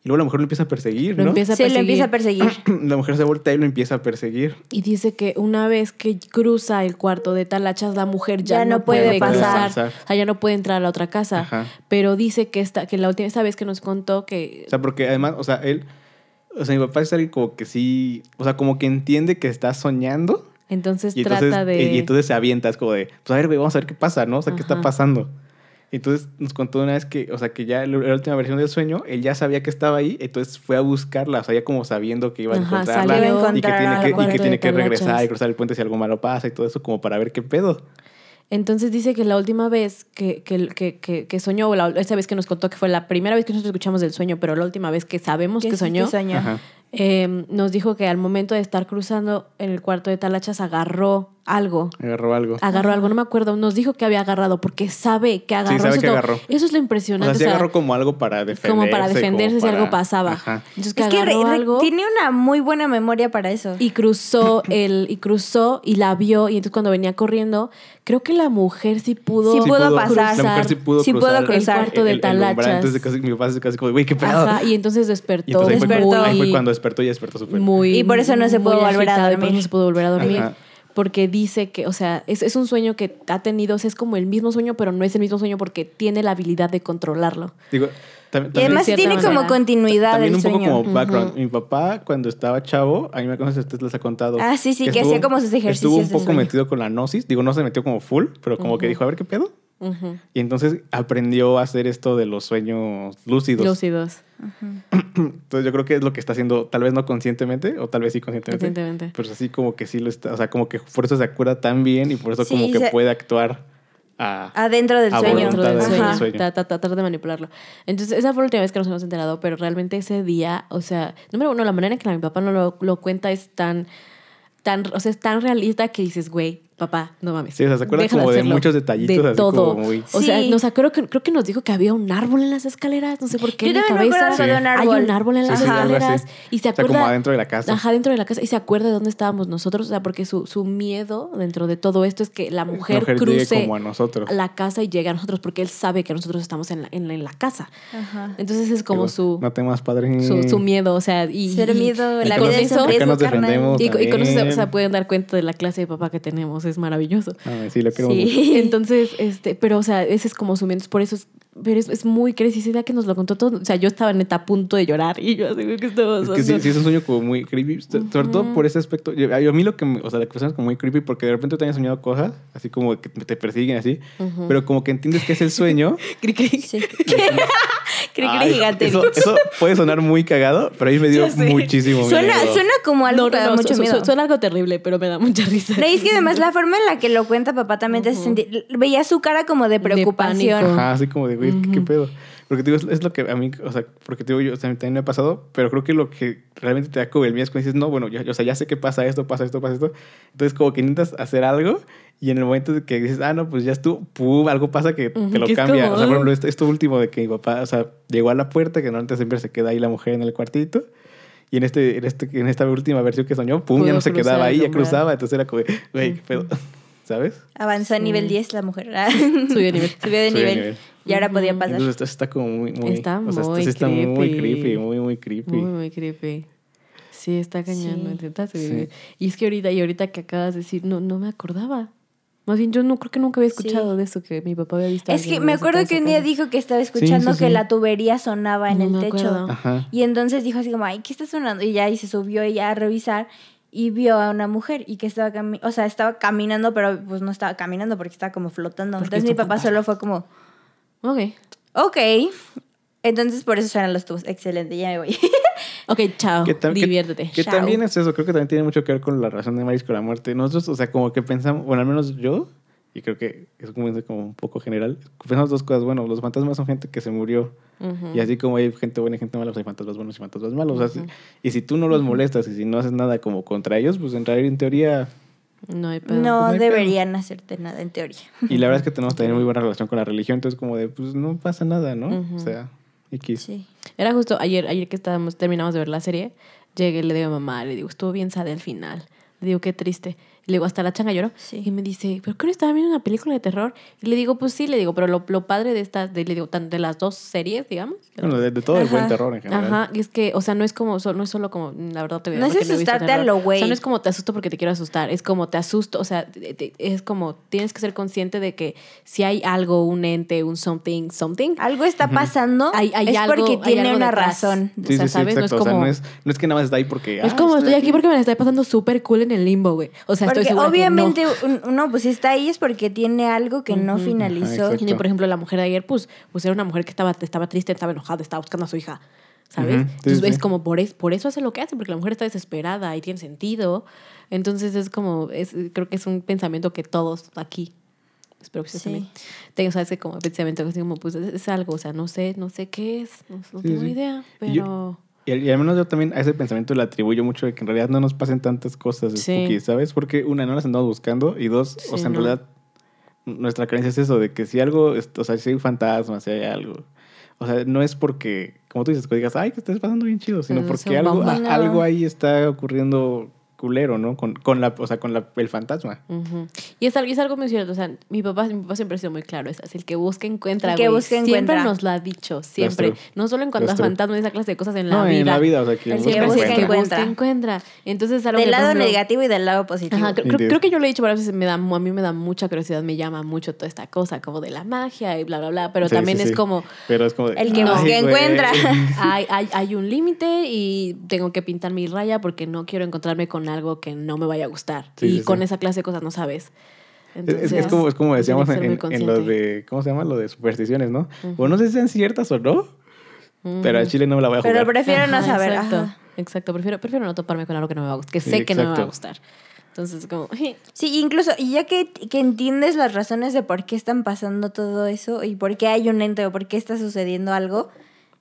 [SPEAKER 3] y luego la mujer lo empieza a perseguir,
[SPEAKER 2] Lo
[SPEAKER 3] ¿no?
[SPEAKER 2] empieza a
[SPEAKER 1] Sí, lo
[SPEAKER 2] perseguir.
[SPEAKER 1] empieza a perseguir.
[SPEAKER 3] La mujer se voltea y lo empieza a perseguir.
[SPEAKER 2] Y dice que una vez que cruza el cuarto de talachas, la mujer ya, no, puede, pasar.
[SPEAKER 3] pasar.
[SPEAKER 2] O sea, ya no puede entrar a la otra casa.
[SPEAKER 3] Ajá.
[SPEAKER 2] Pero dice que, esta, que la última esta vez que nos contó que...
[SPEAKER 3] O sea, porque además, o sea, él, o sea, mi papá es alguien como que sí, o sea, como que entiende que está soñando.
[SPEAKER 2] entonces
[SPEAKER 3] Y
[SPEAKER 2] trata
[SPEAKER 3] entonces,
[SPEAKER 2] de...
[SPEAKER 3] y, y entonces se avienta, es como de, pues a ver, güey, vamos a ver qué pasa, ¿no? O sea, qué está
[SPEAKER 2] Ajá.
[SPEAKER 3] pasando. Y entonces nos contó una vez que, o sea, que ya el- la última versión del sueño, él ya sabía que estaba ahí, entonces fue a buscarla, o sea, ya como sabiendo que iba a
[SPEAKER 2] Ajá,
[SPEAKER 3] encontrarla.
[SPEAKER 1] salió
[SPEAKER 3] Y que
[SPEAKER 1] encontrar
[SPEAKER 3] tiene
[SPEAKER 1] al
[SPEAKER 3] que, y
[SPEAKER 2] cuarto
[SPEAKER 3] que,
[SPEAKER 2] de
[SPEAKER 3] tiene que
[SPEAKER 2] talachas.
[SPEAKER 3] regresar y cruzar el puente si algo malo pasa y todo eso, como para ver qué pedo.
[SPEAKER 2] Entonces dice que la última vez que, que, que, que, que soñó, o la- esa vez que nos contó que fue la primera vez que nosotros escuchamos del sueño, pero la última vez que sabemos que, soñó, em,
[SPEAKER 3] Ajá.
[SPEAKER 2] eh, nos dijo que al momento de estar cruzando en el cuarto de talachas agarró algo.
[SPEAKER 3] Agarró algo.
[SPEAKER 2] Agarró algo, no me acuerdo. Nos dijo que había agarrado porque sabe que agarró.
[SPEAKER 3] sabe
[SPEAKER 2] eso,
[SPEAKER 3] que
[SPEAKER 2] es lo-
[SPEAKER 3] agarró.
[SPEAKER 2] eso es lo
[SPEAKER 3] O
[SPEAKER 2] impresionante.
[SPEAKER 3] sea, sí
[SPEAKER 2] o sea,
[SPEAKER 3] agarró como algo para defenderse.
[SPEAKER 2] como para defenderse si
[SPEAKER 3] para-
[SPEAKER 2] algo pasaba.
[SPEAKER 3] Ajá.
[SPEAKER 2] Entonces que
[SPEAKER 1] Es que
[SPEAKER 2] agarró
[SPEAKER 1] re- re-
[SPEAKER 2] algo
[SPEAKER 1] tiene una muy buena memoria para eso.
[SPEAKER 2] y cruzó el y cruzó y la vio y entonces cuando venía corriendo, creo que la mujer sí pudo
[SPEAKER 1] Sí pudo pasar.
[SPEAKER 3] La mujer sí pudo
[SPEAKER 1] Sí pudo
[SPEAKER 3] cruzar.
[SPEAKER 1] cruzar.
[SPEAKER 2] El cuarto de
[SPEAKER 3] umbral.
[SPEAKER 2] talachas.
[SPEAKER 3] Entonces de casi, mi papá es casi como, güey, qué pedo.
[SPEAKER 2] Ajá, y entonces
[SPEAKER 3] Y
[SPEAKER 2] despertó,
[SPEAKER 3] entonces ahí fue,
[SPEAKER 1] despertó.
[SPEAKER 2] muy,
[SPEAKER 3] ahí fue cuando despertó y despertó súper.
[SPEAKER 2] muy-
[SPEAKER 1] Y por eso no se
[SPEAKER 2] muy
[SPEAKER 1] pudo volver a
[SPEAKER 2] agitada, y por eso
[SPEAKER 1] dormir.
[SPEAKER 2] no se pudo volver a dormir.
[SPEAKER 3] Ajá.
[SPEAKER 2] Porque dice que, o sea, es, es un sueño que ha tenido, o sea, es como el mismo sueño, pero no es el mismo sueño porque tiene la habilidad de controlarlo.
[SPEAKER 3] Digo, tam-
[SPEAKER 1] Y
[SPEAKER 3] también-
[SPEAKER 1] además
[SPEAKER 2] de cierta
[SPEAKER 1] tiene como
[SPEAKER 2] manera.
[SPEAKER 1] continuidad
[SPEAKER 3] También
[SPEAKER 1] el
[SPEAKER 3] un poco
[SPEAKER 1] sueño.
[SPEAKER 3] como background. Mi papá, cuando estaba chavo, a mí me conoces, usted les ha contado.
[SPEAKER 1] Ah, sí, sí, que hacía como sus ejercicios
[SPEAKER 3] Estuvo un
[SPEAKER 1] de
[SPEAKER 3] poco
[SPEAKER 1] sueño.
[SPEAKER 3] metido con la gnosis. Digo, no se metió como full, pero como que dijo, a ver qué pedo.
[SPEAKER 2] Ujú.
[SPEAKER 3] Y entonces aprendió a hacer esto de los sueños lúcidos.
[SPEAKER 2] Lúcidos,
[SPEAKER 3] Entonces yo creo que es lo que está haciendo, tal vez no conscientemente, o tal vez sí conscientemente.
[SPEAKER 2] evidentemente.
[SPEAKER 3] Pero así como que sí lo está, o sea, como que por eso se acuerda tan bien y por eso
[SPEAKER 1] Sí,
[SPEAKER 3] como que
[SPEAKER 1] se- Ah,
[SPEAKER 3] puede actuar a...
[SPEAKER 1] Adentro del
[SPEAKER 3] A
[SPEAKER 1] sueño.
[SPEAKER 2] dentro del
[SPEAKER 3] voluntad
[SPEAKER 2] sueño.
[SPEAKER 1] Ajá.
[SPEAKER 3] sueño.
[SPEAKER 2] Tra- tra- Tratar de manipularlo. Entonces, esa fue la última vez que nos hemos enterado, pero realmente ese día, o sea, número uno, la manera en que mi papá no lo, lo cuenta es tan, tan, o sea, es tan realista que dices, güey, papá, no mames.
[SPEAKER 3] Sí, o sea, ¿se acuerdan
[SPEAKER 2] deja
[SPEAKER 3] como de
[SPEAKER 2] hacerlo".
[SPEAKER 3] muchos detallitos,
[SPEAKER 2] De
[SPEAKER 3] así
[SPEAKER 2] todo.
[SPEAKER 3] como muy-
[SPEAKER 2] O sea,
[SPEAKER 1] Sí.
[SPEAKER 2] nos acuerdo que, creo que nos dijo que había un árbol en las escaleras, no sé por qué,
[SPEAKER 1] Yo
[SPEAKER 2] en mi
[SPEAKER 1] también me
[SPEAKER 2] cabeza.
[SPEAKER 1] acuerdo de un árbol.
[SPEAKER 2] Hay un árbol en
[SPEAKER 3] Sí,
[SPEAKER 2] las
[SPEAKER 3] sí, algo
[SPEAKER 2] escaleras.
[SPEAKER 3] así.
[SPEAKER 2] Y se
[SPEAKER 3] O sea,
[SPEAKER 2] acuerda.
[SPEAKER 3] como adentro de la casa.
[SPEAKER 2] Ajá, dentro de la casa. Y se acuerda de dónde estábamos nosotros. O sea, porque su, su miedo dentro de todo esto es que la mujer,
[SPEAKER 3] mujer llegue
[SPEAKER 2] cruce
[SPEAKER 3] como a nosotros.
[SPEAKER 2] la casa y llegue a nosotros, porque él sabe que nosotros estamos en la, en la, en la casa.
[SPEAKER 1] Ajá.
[SPEAKER 2] Entonces es como
[SPEAKER 3] Digo,
[SPEAKER 2] su,
[SPEAKER 3] No temas, padre.
[SPEAKER 2] su, su miedo. O sea, y.
[SPEAKER 1] Ser
[SPEAKER 2] y-
[SPEAKER 1] miedo,
[SPEAKER 2] y
[SPEAKER 1] la
[SPEAKER 2] con
[SPEAKER 1] vida es
[SPEAKER 2] eso-
[SPEAKER 1] un
[SPEAKER 2] y-
[SPEAKER 1] riesgo,
[SPEAKER 3] nos defendemos.
[SPEAKER 1] carnal.
[SPEAKER 2] Y, con eso se,
[SPEAKER 3] también.
[SPEAKER 2] o sea, pueden dar cuenta de la clase de papá que tenemos. Es maravilloso.
[SPEAKER 3] Ah, sí, lo quiero
[SPEAKER 1] Sí.
[SPEAKER 3] mucho.
[SPEAKER 2] Entonces, este, pero, o sea, ese es como su menos, por eso es, pero es, es muy crazy. Esa idea que nos lo contó todo, o sea, yo estaba neta a punto de llorar y yo así, güey, ¿qué estaba
[SPEAKER 3] Es
[SPEAKER 2] pasando?
[SPEAKER 3] que sí, sí es un sueño como muy creepy, so- sobre todo por ese aspecto. Yo- a mí lo que, me- o sea, la cuestión es como muy creepy porque de repente te han soñado cosas, así como que te persiguen así, pero como que entiendes que es el sueño.
[SPEAKER 2] Cri, cri.
[SPEAKER 1] Sí. Cri, cri,
[SPEAKER 3] Ay,
[SPEAKER 1] gigante.
[SPEAKER 3] Eso, eso puede sonar muy cagado, pero a mí me dio
[SPEAKER 2] Ya sé.
[SPEAKER 3] muchísimo miedo.
[SPEAKER 1] Suena, suena como algo
[SPEAKER 2] No,
[SPEAKER 1] que
[SPEAKER 2] no,
[SPEAKER 1] da
[SPEAKER 2] no,
[SPEAKER 1] mucho
[SPEAKER 2] su- su-
[SPEAKER 1] miedo.
[SPEAKER 2] suena algo terrible, pero me da mucha risa.
[SPEAKER 1] No, y es que además la forma en la que lo cuenta papá también te hace sentir. Veía su cara como de preocupación.
[SPEAKER 2] pánico.
[SPEAKER 3] Ajá, así como de, güey, ¿qué- ¿qué pedo? Porque te digo, es, es lo que a mí, o sea, porque te digo, yo o sea, también me ha pasado, pero creo que lo que realmente te da como el miedo es cuando dices, no, bueno, yo, yo, o sea, ya sé que pasa esto, pasa esto, pasa esto. Entonces, como que intentas hacer algo y en el momento de que dices, ah, no, pues ya estuvo, pum, algo pasa que
[SPEAKER 2] Ujú,
[SPEAKER 3] te lo
[SPEAKER 2] que es
[SPEAKER 3] cambia.
[SPEAKER 2] como,
[SPEAKER 3] O sea, por
[SPEAKER 2] ah.
[SPEAKER 3] ejemplo, esto, esto último de que mi papá, o sea, llegó a la puerta, que normalmente siempre se queda ahí la mujer en el cuartito. Y en, este, en, este, en esta última versión que soñó, pum,
[SPEAKER 2] Pudo
[SPEAKER 3] ya no se
[SPEAKER 2] cruzar
[SPEAKER 3] quedaba ahí,
[SPEAKER 2] el
[SPEAKER 3] ya
[SPEAKER 2] umbral.
[SPEAKER 3] cruzaba. Entonces era como, de, güey, qué pedo, ¿sabes?
[SPEAKER 1] Avanzó a nivel 10 la mujer.
[SPEAKER 2] Subió de
[SPEAKER 1] Subió de
[SPEAKER 2] nivel.
[SPEAKER 3] Subió de
[SPEAKER 1] nivel.
[SPEAKER 3] nivel.
[SPEAKER 1] Y ahora podía pasar.
[SPEAKER 3] Entonces esto está como muy, muy
[SPEAKER 2] Está
[SPEAKER 3] o sea, esto
[SPEAKER 2] muy
[SPEAKER 3] sí está muy
[SPEAKER 2] creepy.
[SPEAKER 3] creepy, muy muy creepy.
[SPEAKER 2] Muy, muy creepy. Sí, está cañón.
[SPEAKER 1] Sí.
[SPEAKER 2] neta, se
[SPEAKER 3] Sí.
[SPEAKER 2] vive. Y es que ahorita, y ahorita que acabas de decir, no, no me acordaba. Más bien, yo no creo que nunca había escuchado
[SPEAKER 1] Sí.
[SPEAKER 2] de eso que mi papá había visto. a
[SPEAKER 1] Es que
[SPEAKER 2] alguien
[SPEAKER 1] me
[SPEAKER 2] en esa
[SPEAKER 1] acuerdo
[SPEAKER 2] casa
[SPEAKER 1] que un día
[SPEAKER 2] acá.
[SPEAKER 1] dijo que estaba escuchando
[SPEAKER 3] sí,
[SPEAKER 1] que
[SPEAKER 3] sí.
[SPEAKER 1] la tubería sonaba en
[SPEAKER 2] No
[SPEAKER 1] el
[SPEAKER 2] me
[SPEAKER 1] techo.
[SPEAKER 2] acuerdo.
[SPEAKER 3] Ajá.
[SPEAKER 1] Y entonces dijo así como, ay, ¿qué está sonando? Y ya y se subió ella a revisar y vio a una mujer y que estaba caminando, o sea, estaba caminando, pero pues no estaba caminando porque estaba como flotando.
[SPEAKER 2] Porque
[SPEAKER 1] entonces
[SPEAKER 2] es
[SPEAKER 1] mi
[SPEAKER 2] un
[SPEAKER 1] papá
[SPEAKER 2] fantasma.
[SPEAKER 1] solo fue como,
[SPEAKER 2] Ok.
[SPEAKER 1] ok. Entonces por eso suenan los tubos. Excelente, ya me voy.
[SPEAKER 2] Ok, chao.
[SPEAKER 3] Que tam- que-
[SPEAKER 2] Diviértete.
[SPEAKER 3] Que,
[SPEAKER 1] Chao.
[SPEAKER 3] también es eso, creo que también tiene mucho que ver con la relación de Maris con la muerte. Nosotros, o sea, como que pensamos, bueno, al menos yo, y creo que es como, como un poco general, pensamos dos cosas. Bueno, los fantasmas son gente que se murió.
[SPEAKER 2] Ujú.
[SPEAKER 3] Y así como hay gente buena y gente mala, pues hay fantasmas buenos y fantasmas malos. O sea, si- Y si tú no los molestas y si no haces nada como contra ellos, pues en realidad en teoría
[SPEAKER 2] pues, No hay pedo.
[SPEAKER 1] No
[SPEAKER 3] hay pedo.
[SPEAKER 1] deberían hacerte nada en teoría.
[SPEAKER 3] Y la verdad es que tenemos también muy buena relación con la religión, entonces como de, pues no pasa nada, ¿no?
[SPEAKER 2] Ujú.
[SPEAKER 3] O sea, X.
[SPEAKER 1] Sí.
[SPEAKER 2] Era justo ayer, ayer que estábamos, terminamos de ver la serie, llegué y le digo a mamá, le digo, estuvo bien sad el final. Le digo, qué triste. Le digo, hasta la changa lloró.
[SPEAKER 1] Sí.
[SPEAKER 2] Y me dice, ¿pero qué no estaba viendo una película de terror? Y le digo, pues sí, le digo, pero lo, lo padre de estas, de, le digo, tan- de las dos series, digamos.
[SPEAKER 3] Bueno, de, de todo el
[SPEAKER 1] Ajá.
[SPEAKER 3] buen terror en general.
[SPEAKER 2] Ajá, y es que, o sea, no es como, so- no es solo como, mm, la verdad te voy a
[SPEAKER 1] No es
[SPEAKER 2] porque he visto
[SPEAKER 1] asustarte a
[SPEAKER 2] terror.
[SPEAKER 1] lo
[SPEAKER 2] O
[SPEAKER 1] güey.
[SPEAKER 2] sea, no es como te asusto porque te quiero asustar, es como te asusto, o sea, te- te- es como tienes que ser consciente de que si hay algo, un ente, un something, something,
[SPEAKER 1] Algo está pasando,
[SPEAKER 2] Hay- hay
[SPEAKER 1] es
[SPEAKER 2] algo-
[SPEAKER 1] porque
[SPEAKER 2] hay
[SPEAKER 1] tiene
[SPEAKER 2] algo
[SPEAKER 1] una
[SPEAKER 2] detrás.
[SPEAKER 1] razón.
[SPEAKER 2] O
[SPEAKER 3] Sí,
[SPEAKER 2] sea,
[SPEAKER 3] sí, sí,
[SPEAKER 2] ¿sabes? No es
[SPEAKER 3] exacto. O sea,
[SPEAKER 2] como-
[SPEAKER 3] no es, no es que nada más está ahí porque...
[SPEAKER 2] No es
[SPEAKER 3] ah,
[SPEAKER 2] como estoy aquí porque me la estoy pasando súper cool en el limbo, güey. O sea,
[SPEAKER 1] porque
[SPEAKER 2] estoy segura
[SPEAKER 1] obviamente
[SPEAKER 2] que no.
[SPEAKER 1] un- uno pues si está ahí es porque tiene algo que no finalizó.
[SPEAKER 3] exacto.
[SPEAKER 2] Y, por ejemplo, la mujer de ayer, pues, pues era una mujer que estaba, estaba triste, estaba enojada, estaba buscando a su hija, ¿sabes?
[SPEAKER 3] Ujú, sí,
[SPEAKER 2] Entonces,
[SPEAKER 3] sí.
[SPEAKER 2] es como por, es, por eso hace lo que hace, porque la mujer está desesperada y tiene sentido. Entonces, es como, es, creo que es un pensamiento que todos aquí, espero que ustedes
[SPEAKER 1] Sí.
[SPEAKER 2] también, tengan, ¿sabes? Que como pensamiento que es como, pues, es, es algo, o sea, no sé, no sé qué es, no, no
[SPEAKER 3] Sí,
[SPEAKER 2] tengo
[SPEAKER 3] sí.
[SPEAKER 2] idea,
[SPEAKER 3] Y
[SPEAKER 2] pero...
[SPEAKER 3] yo- Y, al- y al menos yo también a ese pensamiento le atribuyo mucho de que en realidad no nos pasen tantas cosas,
[SPEAKER 2] Sí.
[SPEAKER 3] spooky, ¿sabes? Porque una, no las andamos buscando y dos, o
[SPEAKER 2] Sí,
[SPEAKER 3] sea, en
[SPEAKER 2] no.
[SPEAKER 3] realidad nuestra creencia es eso, de que si algo, es- o sea, si hay un fantasma, si hay algo. O sea, no es porque, como tú dices, que digas, ay, que estés pasando bien chido, sino
[SPEAKER 2] Es
[SPEAKER 3] porque
[SPEAKER 2] un
[SPEAKER 3] algo,
[SPEAKER 2] bomba.
[SPEAKER 3] a-
[SPEAKER 1] No.
[SPEAKER 3] algo ahí está ocurriendo culero, ¿no? Con, con la, o sea, con la, el fantasma.
[SPEAKER 2] Ujú. Y es algo, y es algo muy cierto. O sea, mi papá, mi papá siempre ha sido muy claro. Es así, el que busca encuentra.
[SPEAKER 1] El que
[SPEAKER 2] güey.
[SPEAKER 1] busca,
[SPEAKER 2] siempre
[SPEAKER 1] encuentra.
[SPEAKER 2] nos lo ha dicho, siempre.
[SPEAKER 3] true.
[SPEAKER 2] No solo en cuanto
[SPEAKER 3] That's
[SPEAKER 2] a
[SPEAKER 3] true.
[SPEAKER 2] fantasmas y esa clase de cosas en la
[SPEAKER 3] no,
[SPEAKER 2] vida.
[SPEAKER 3] en la vida, o sea, que
[SPEAKER 2] Él
[SPEAKER 1] busca,
[SPEAKER 2] siempre es el que
[SPEAKER 1] encuentra.
[SPEAKER 2] busca encuentra. Entonces, es algo
[SPEAKER 1] Del
[SPEAKER 2] que, por
[SPEAKER 1] lado
[SPEAKER 2] ejemplo,
[SPEAKER 1] negativo y del lado positivo.
[SPEAKER 2] Ajá, creo, creo-
[SPEAKER 3] Indeed.
[SPEAKER 2] creo que yo lo he dicho varias veces, me da, mu- a mí me da mucha curiosidad, me llama mucho toda esta cosa, como de la magia y bla, bla, bla, pero
[SPEAKER 3] Sí,
[SPEAKER 2] también
[SPEAKER 3] sí,
[SPEAKER 2] es
[SPEAKER 3] sí.
[SPEAKER 2] como,
[SPEAKER 3] Pero es como de,
[SPEAKER 1] El que
[SPEAKER 3] "Ay,
[SPEAKER 2] busca,
[SPEAKER 3] güey".
[SPEAKER 1] encuentra.
[SPEAKER 2] hay, hay, hay un límite y tengo que pintar mi raya porque no quiero encontrarme con algo que no me vaya a gustar.
[SPEAKER 3] Sí,
[SPEAKER 2] y
[SPEAKER 3] sí,
[SPEAKER 2] con
[SPEAKER 3] sí.
[SPEAKER 2] esa clase de cosas no sabes.
[SPEAKER 3] Es- Es, es
[SPEAKER 2] Entonces,
[SPEAKER 3] como, es como
[SPEAKER 2] tienes que
[SPEAKER 3] decíamos
[SPEAKER 2] ser
[SPEAKER 3] en,
[SPEAKER 2] muy
[SPEAKER 3] en- en lo
[SPEAKER 2] consciente.
[SPEAKER 3] de, ¿cómo se llama? Lo de supersticiones, ¿no? O no sé si sean ciertas o no, pero al chile no me la voy a jugar.
[SPEAKER 1] Pero prefiero no
[SPEAKER 2] Mm. Ajá,
[SPEAKER 1] saber.
[SPEAKER 2] Exacto,
[SPEAKER 1] ajá.
[SPEAKER 2] exacto. Prefiero, prefiero no toparme con algo que no me va a gustar, que
[SPEAKER 3] Sí,
[SPEAKER 2] sé que no me va a
[SPEAKER 3] exacto.
[SPEAKER 2] gustar. Entonces, como,
[SPEAKER 1] Sí, incluso, y ya que, que entiendes las razones de por qué están pasando todo eso y por qué hay un ente o por qué está sucediendo algo,